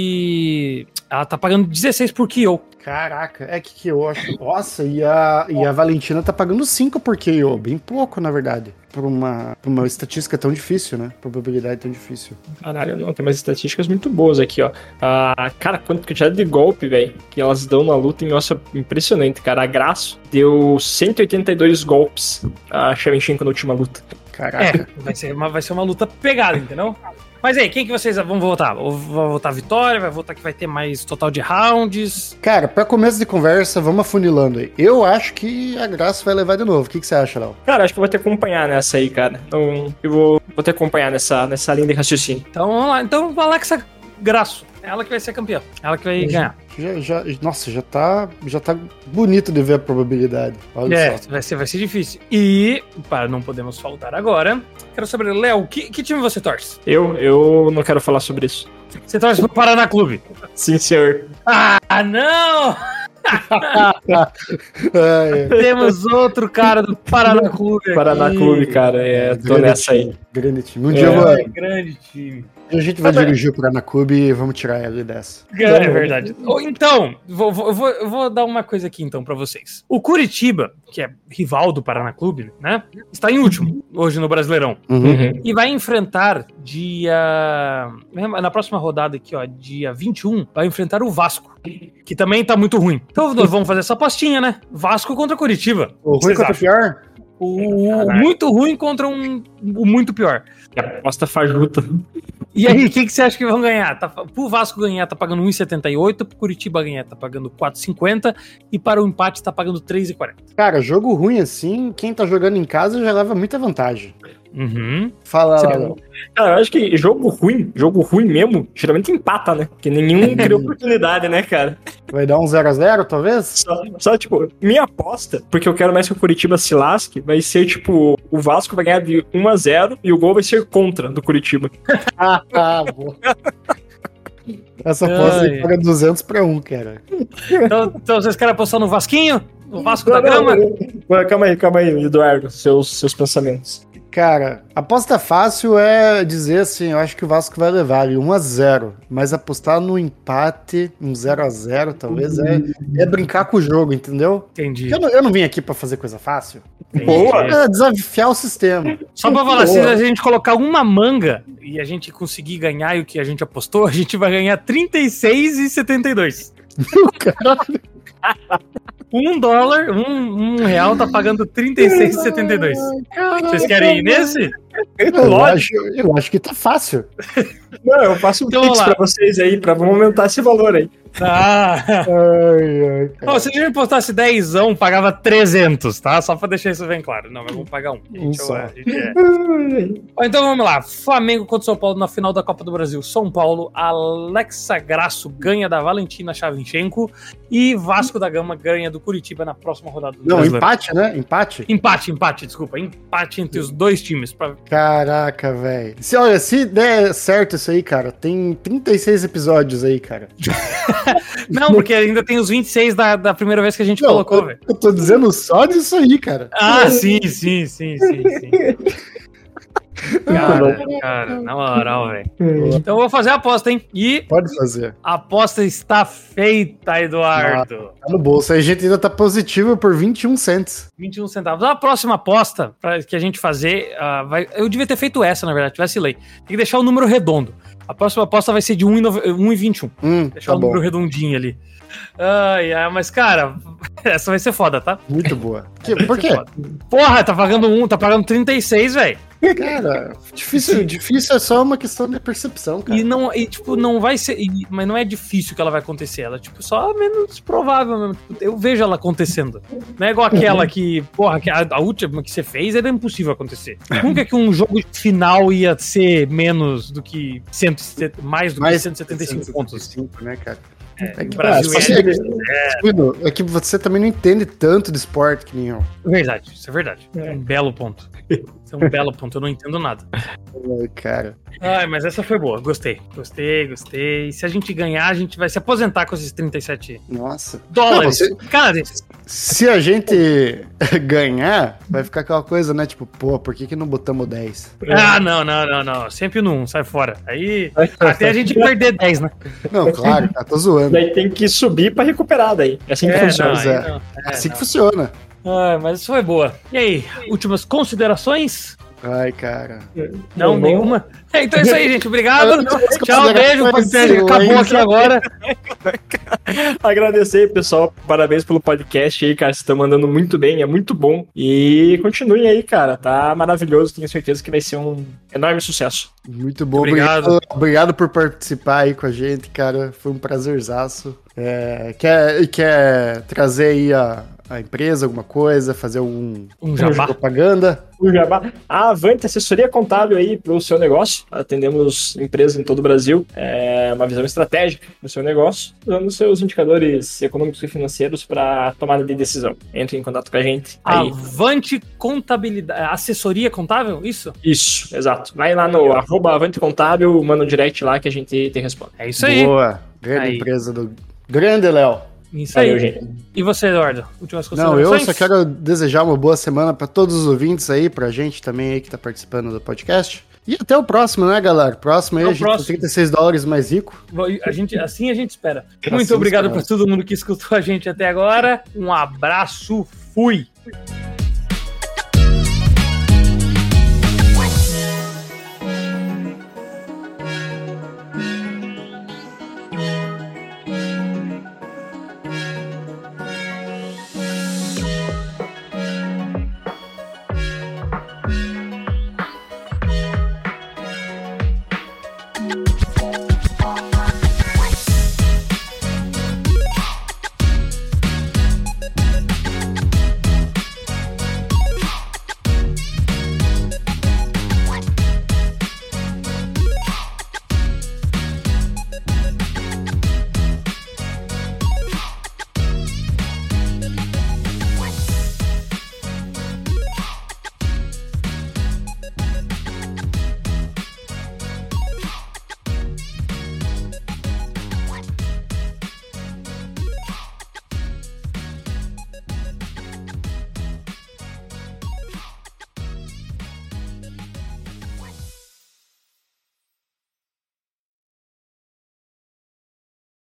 [SPEAKER 1] de. Ela tá pagando 16 por KO.
[SPEAKER 2] Caraca, é que, que eu acho. Nossa, e a, e a Valentina tá pagando 5 por KO. Bem pouco, na verdade. Pra uma, pra uma estatística tão difícil, né? Probabilidade tão difícil.
[SPEAKER 3] Caralho, não, tem umas estatísticas muito boas aqui, ó. Ah, cara, quanta quantidade de golpe, velho, que elas dão na luta, nossa, impressionante, cara. A Graço deu 182 golpes a Shevchenko na última luta.
[SPEAKER 2] Caraca.
[SPEAKER 1] É, vai ser, uma, vai ser uma luta pegada, entendeu? Mas aí, quem que vocês vão votar? Ou Vai votar a Vitória? Vai votar que vai ter mais total de rounds?
[SPEAKER 2] Cara, pra começo de conversa, vamos afunilando aí. Eu acho que a Graça vai levar de novo. O que, que você acha, Léo?
[SPEAKER 3] Cara, acho que eu vou ter que acompanhar nessa aí, cara. Então, eu vou, vou ter que acompanhar nessa, nessa linha de raciocínio.
[SPEAKER 1] Então vamos lá. Então a Alexa Graço. é Ela que vai ser campeã. Ela que vai ganhar.
[SPEAKER 2] Já, já, nossa, já tá, já tá bonito de ver a probabilidade. Olha
[SPEAKER 1] É,
[SPEAKER 2] só. [LAUGHS]
[SPEAKER 1] vai ser, vai ser difícil. E, para não podemos faltar agora, quero saber, Léo, que, que time você torce?
[SPEAKER 3] Eu, eu não quero falar sobre isso.
[SPEAKER 1] Você torce pro Paraná Clube.
[SPEAKER 3] Sim, senhor.
[SPEAKER 1] Ah, não!
[SPEAKER 2] É, é.
[SPEAKER 1] Temos outro cara do Paraná Clube. aqui.
[SPEAKER 3] Paraná Clube, cara. É, tô
[SPEAKER 2] Grande
[SPEAKER 3] nessa aí.
[SPEAKER 2] time, Grande time. Um dia eu
[SPEAKER 1] É,
[SPEAKER 2] vou-
[SPEAKER 1] grande time.
[SPEAKER 2] a gente vai dirigir o Paranacube e vamos tirar ele dessa.
[SPEAKER 1] É verdade. Ou Então, vou, vou, vou, eu vou dar uma coisa aqui então pra vocês. O Curitiba, que é rival do Paraná Clube, né? Está em último hoje no Brasileirão.
[SPEAKER 3] Uhum.
[SPEAKER 1] E vai enfrentar dia. Na próxima rodada aqui, ó, dia 21, vai enfrentar o Vasco, que também tá muito ruim. Então nós vamos fazer essa apostinha, né? Vasco contra Curitiba.
[SPEAKER 2] O ruim
[SPEAKER 1] Vocês
[SPEAKER 2] contra o
[SPEAKER 1] acham?
[SPEAKER 2] pior?
[SPEAKER 1] O, o muito ruim contra um o muito pior.
[SPEAKER 3] E aposta fajuta.
[SPEAKER 1] E aí, o que, que você acha que vão ganhar? Tá, pro Vasco ganhar, tá pagando 1,78, pro Curitiba ganhar, tá pagando 4,50 e para o empate tá pagando 3,40.
[SPEAKER 2] Cara, jogo ruim assim, quem tá jogando em casa já leva muita vantagem.
[SPEAKER 1] Uhum.
[SPEAKER 2] Fala
[SPEAKER 1] Você
[SPEAKER 2] lá,
[SPEAKER 1] pegou.
[SPEAKER 2] Léo.
[SPEAKER 3] Cara, eu acho que jogo ruim, jogo ruim mesmo, geralmente empata, né? Porque nenhum
[SPEAKER 2] [LAUGHS]
[SPEAKER 3] cria oportunidade, né, cara?
[SPEAKER 2] Vai dar um 0x0, talvez?
[SPEAKER 3] Só, só, tipo, minha aposta, porque eu quero mais que o Curitiba se lasque, vai ser, tipo, o Vasco vai ganhar de 1 a 0 e o gol vai ser contra do Curitiba.
[SPEAKER 2] [LAUGHS] Ah, boa. Essa aposta
[SPEAKER 1] Ai.
[SPEAKER 2] aí paga 200 pra 1, cara.
[SPEAKER 1] Então, então vocês querem apostar no Vasquinho? No Vasco da
[SPEAKER 3] Não, não,
[SPEAKER 1] Grama?
[SPEAKER 3] não, Calma aí, calma aí, Eduardo, seus, seus pensamentos.
[SPEAKER 2] Cara, aposta fácil é dizer assim, eu acho que o Vasco vai levar ali 1x0, mas apostar no empate, um 0x0 talvez, é, é brincar com o jogo, entendeu?
[SPEAKER 1] Entendi.
[SPEAKER 2] Eu não, eu não vim aqui pra fazer coisa fácil.
[SPEAKER 1] entendi.
[SPEAKER 3] Boa.
[SPEAKER 2] É desafiar o sistema.
[SPEAKER 1] Só pra falar, se
[SPEAKER 3] Boa.
[SPEAKER 1] a gente colocar uma manga e a gente conseguir ganhar o que a gente apostou, a gente vai ganhar 36,72. tá
[SPEAKER 2] Caralho.
[SPEAKER 1] Um dólar, um, um real tá pagando 36,72. Vocês querem ir nesse?
[SPEAKER 2] Eu acho, eu acho que tá fácil.
[SPEAKER 3] Não, eu faço um
[SPEAKER 1] Então,
[SPEAKER 3] pix
[SPEAKER 1] vamos
[SPEAKER 3] pra
[SPEAKER 1] lá.
[SPEAKER 3] vocês aí, pra vamos aumentar esse valor aí.
[SPEAKER 1] Ah,
[SPEAKER 2] Ai, ai, cara.
[SPEAKER 1] não, se a gente apostasse 10, pagava 300, tá? Só pra deixar isso bem claro. Não, mas vamos pagar um. A gente-
[SPEAKER 2] só.
[SPEAKER 1] a
[SPEAKER 2] [LAUGHS]
[SPEAKER 1] gente é- Ó, Então vamos lá. Flamengo contra São Paulo na final da Copa do Brasil. São Paulo, Alexa Grasso ganha da Valentina Shevchenko e Vasco da Gama ganha do Curitiba na próxima rodada do
[SPEAKER 2] Não,
[SPEAKER 1] Brasileiro.
[SPEAKER 2] empate, né? Empate.
[SPEAKER 1] Empate, empate, desculpa. Empate entre os dois times. Pra...
[SPEAKER 2] Caraca, velho. Se, olha, se der certo isso aí, cara, tem 36 episódios aí, cara.
[SPEAKER 1] Não, porque ainda tem os 26 da, da primeira vez que a gente
[SPEAKER 2] Não,
[SPEAKER 1] colocou, velho.
[SPEAKER 2] eu, eu tô dizendo só disso aí, cara.
[SPEAKER 1] Ah, sim, sim, sim, sim,
[SPEAKER 2] [LAUGHS]
[SPEAKER 1] sim. Cara, cara, na moral, velho.
[SPEAKER 3] Hum.
[SPEAKER 1] Então eu vou fazer a aposta, hein? E
[SPEAKER 2] Pode fazer.
[SPEAKER 1] a aposta está feita, Eduardo.
[SPEAKER 2] Tá no bolso. Aí a gente ainda tá positivo por 21 cents.
[SPEAKER 1] 21 centavos. A próxima aposta pra, que a gente fazer, ah, vai- eu devia ter feito essa, na verdade, tivesse lei. Tem que deixar o número redondo. A próxima aposta vai ser de 1,21.
[SPEAKER 2] Hum,
[SPEAKER 1] Deixar
[SPEAKER 2] tá
[SPEAKER 1] o
[SPEAKER 2] bom.
[SPEAKER 1] número redondinho ali. Ai, ai, mas cara, [LAUGHS] essa vai ser foda, tá? [LAUGHS]
[SPEAKER 2] Muito boa. Que- por quê?
[SPEAKER 1] Porra, tá pagando um, tá pagando 36, velho.
[SPEAKER 2] Cara, difícil, difícil é só uma questão de percepção, cara.
[SPEAKER 1] E não, e tipo, não vai ser, e- mas não é difícil que ela vai acontecer, ela é, tipo só menos provável mesmo. Tipo, Eu vejo ela acontecendo. Não é igual aquela que, porra, que a, a última que você fez era impossível
[SPEAKER 2] [LAUGHS]
[SPEAKER 1] acontecer. Nunca que um jogo de final ia ser menos do que 170, mais do que
[SPEAKER 2] Mais
[SPEAKER 1] 175 pontos.
[SPEAKER 2] 175, né, cara? É que, Brasil ah, é, é, é, que você também não entende tanto de esporte que nem eu.
[SPEAKER 1] Verdade, isso é verdade. É um belo ponto. Isso é um belo ponto, eu não entendo nada.
[SPEAKER 2] Ai, cara.
[SPEAKER 1] Ai, mas essa foi boa, gostei. Gostei, gostei. E se a gente ganhar, a gente vai se aposentar com esses 37
[SPEAKER 2] Nossa.
[SPEAKER 1] dólares.
[SPEAKER 2] Não, você-
[SPEAKER 1] Cara,
[SPEAKER 2] Se a gente [LAUGHS] ganhar, vai ficar aquela coisa, né? Tipo, pô, por que, que não botamos 10?
[SPEAKER 1] ah, não, não, não, não. Sempre no 1, sai fora. Aí até a gente perder 10, né?
[SPEAKER 2] Não, claro, tá, tô zoando.
[SPEAKER 3] Daí tem que subir pra recuperar daí. É assim que funciona.
[SPEAKER 2] não.
[SPEAKER 1] aí
[SPEAKER 2] Zé.
[SPEAKER 1] é,
[SPEAKER 2] Assim que
[SPEAKER 1] não.
[SPEAKER 2] funciona.
[SPEAKER 1] Ai, mas isso foi boa. E aí, últimas considerações?
[SPEAKER 2] Ai, cara.
[SPEAKER 1] Não,
[SPEAKER 3] Bom,
[SPEAKER 1] nenhuma. É, então é isso aí, gente. Obrigado.
[SPEAKER 2] As
[SPEAKER 1] Tchau, beijo.
[SPEAKER 2] considerações,
[SPEAKER 1] podcast Acabou aqui agora.
[SPEAKER 3] Agradecer, pessoal. Parabéns pelo podcast aí, cara. Vocês estão mandando muito bem, é muito bom. E continuem aí, cara. Tá maravilhoso. Tenho certeza que vai ser um enorme sucesso.
[SPEAKER 2] Muito bom,
[SPEAKER 1] Obrigado.
[SPEAKER 2] obrigado. obrigado. por participar aí com a gente, cara. Foi um prazerzaço. É, quer, quer trazer aí a, a empresa, alguma coisa, fazer algum
[SPEAKER 1] Um jabá.
[SPEAKER 2] propaganda?
[SPEAKER 3] O Um Jabá. A Avante assessoria contábil aí pro seu negócio. Atendemos empresas em todo o Brasil. É uma visão estratégica do seu negócio, usando seus indicadores econômicos e financeiros para tomada de decisão. Entre em contato com a gente. Aí.
[SPEAKER 1] Ah. Avante Contabilidade. Assessoria contável? Isso?
[SPEAKER 3] Isso, exato. Vai lá no arroba Avante Contábil, manda um direct lá que a gente te responde.
[SPEAKER 1] É isso aí.
[SPEAKER 2] Boa. Grande
[SPEAKER 1] Aí.
[SPEAKER 2] empresa do. Grande, Léo.
[SPEAKER 1] Isso aí.
[SPEAKER 3] Valeu, gente.
[SPEAKER 1] E você, Eduardo? Últimas
[SPEAKER 2] Não,
[SPEAKER 1] considerações?
[SPEAKER 2] eu só quero desejar uma boa semana pra todos os ouvintes aí, pra gente também aí que tá participando do podcast. E até o próximo, né, galera? Próximo aí,
[SPEAKER 1] Até o
[SPEAKER 2] a gente com
[SPEAKER 1] próximo.
[SPEAKER 2] 36 dólares mais rico.
[SPEAKER 1] A gente, assim a gente espera. Muito
[SPEAKER 2] Assim
[SPEAKER 1] obrigado para
[SPEAKER 2] espera.
[SPEAKER 1] todo mundo que escutou a gente até agora. Um abraço, fui!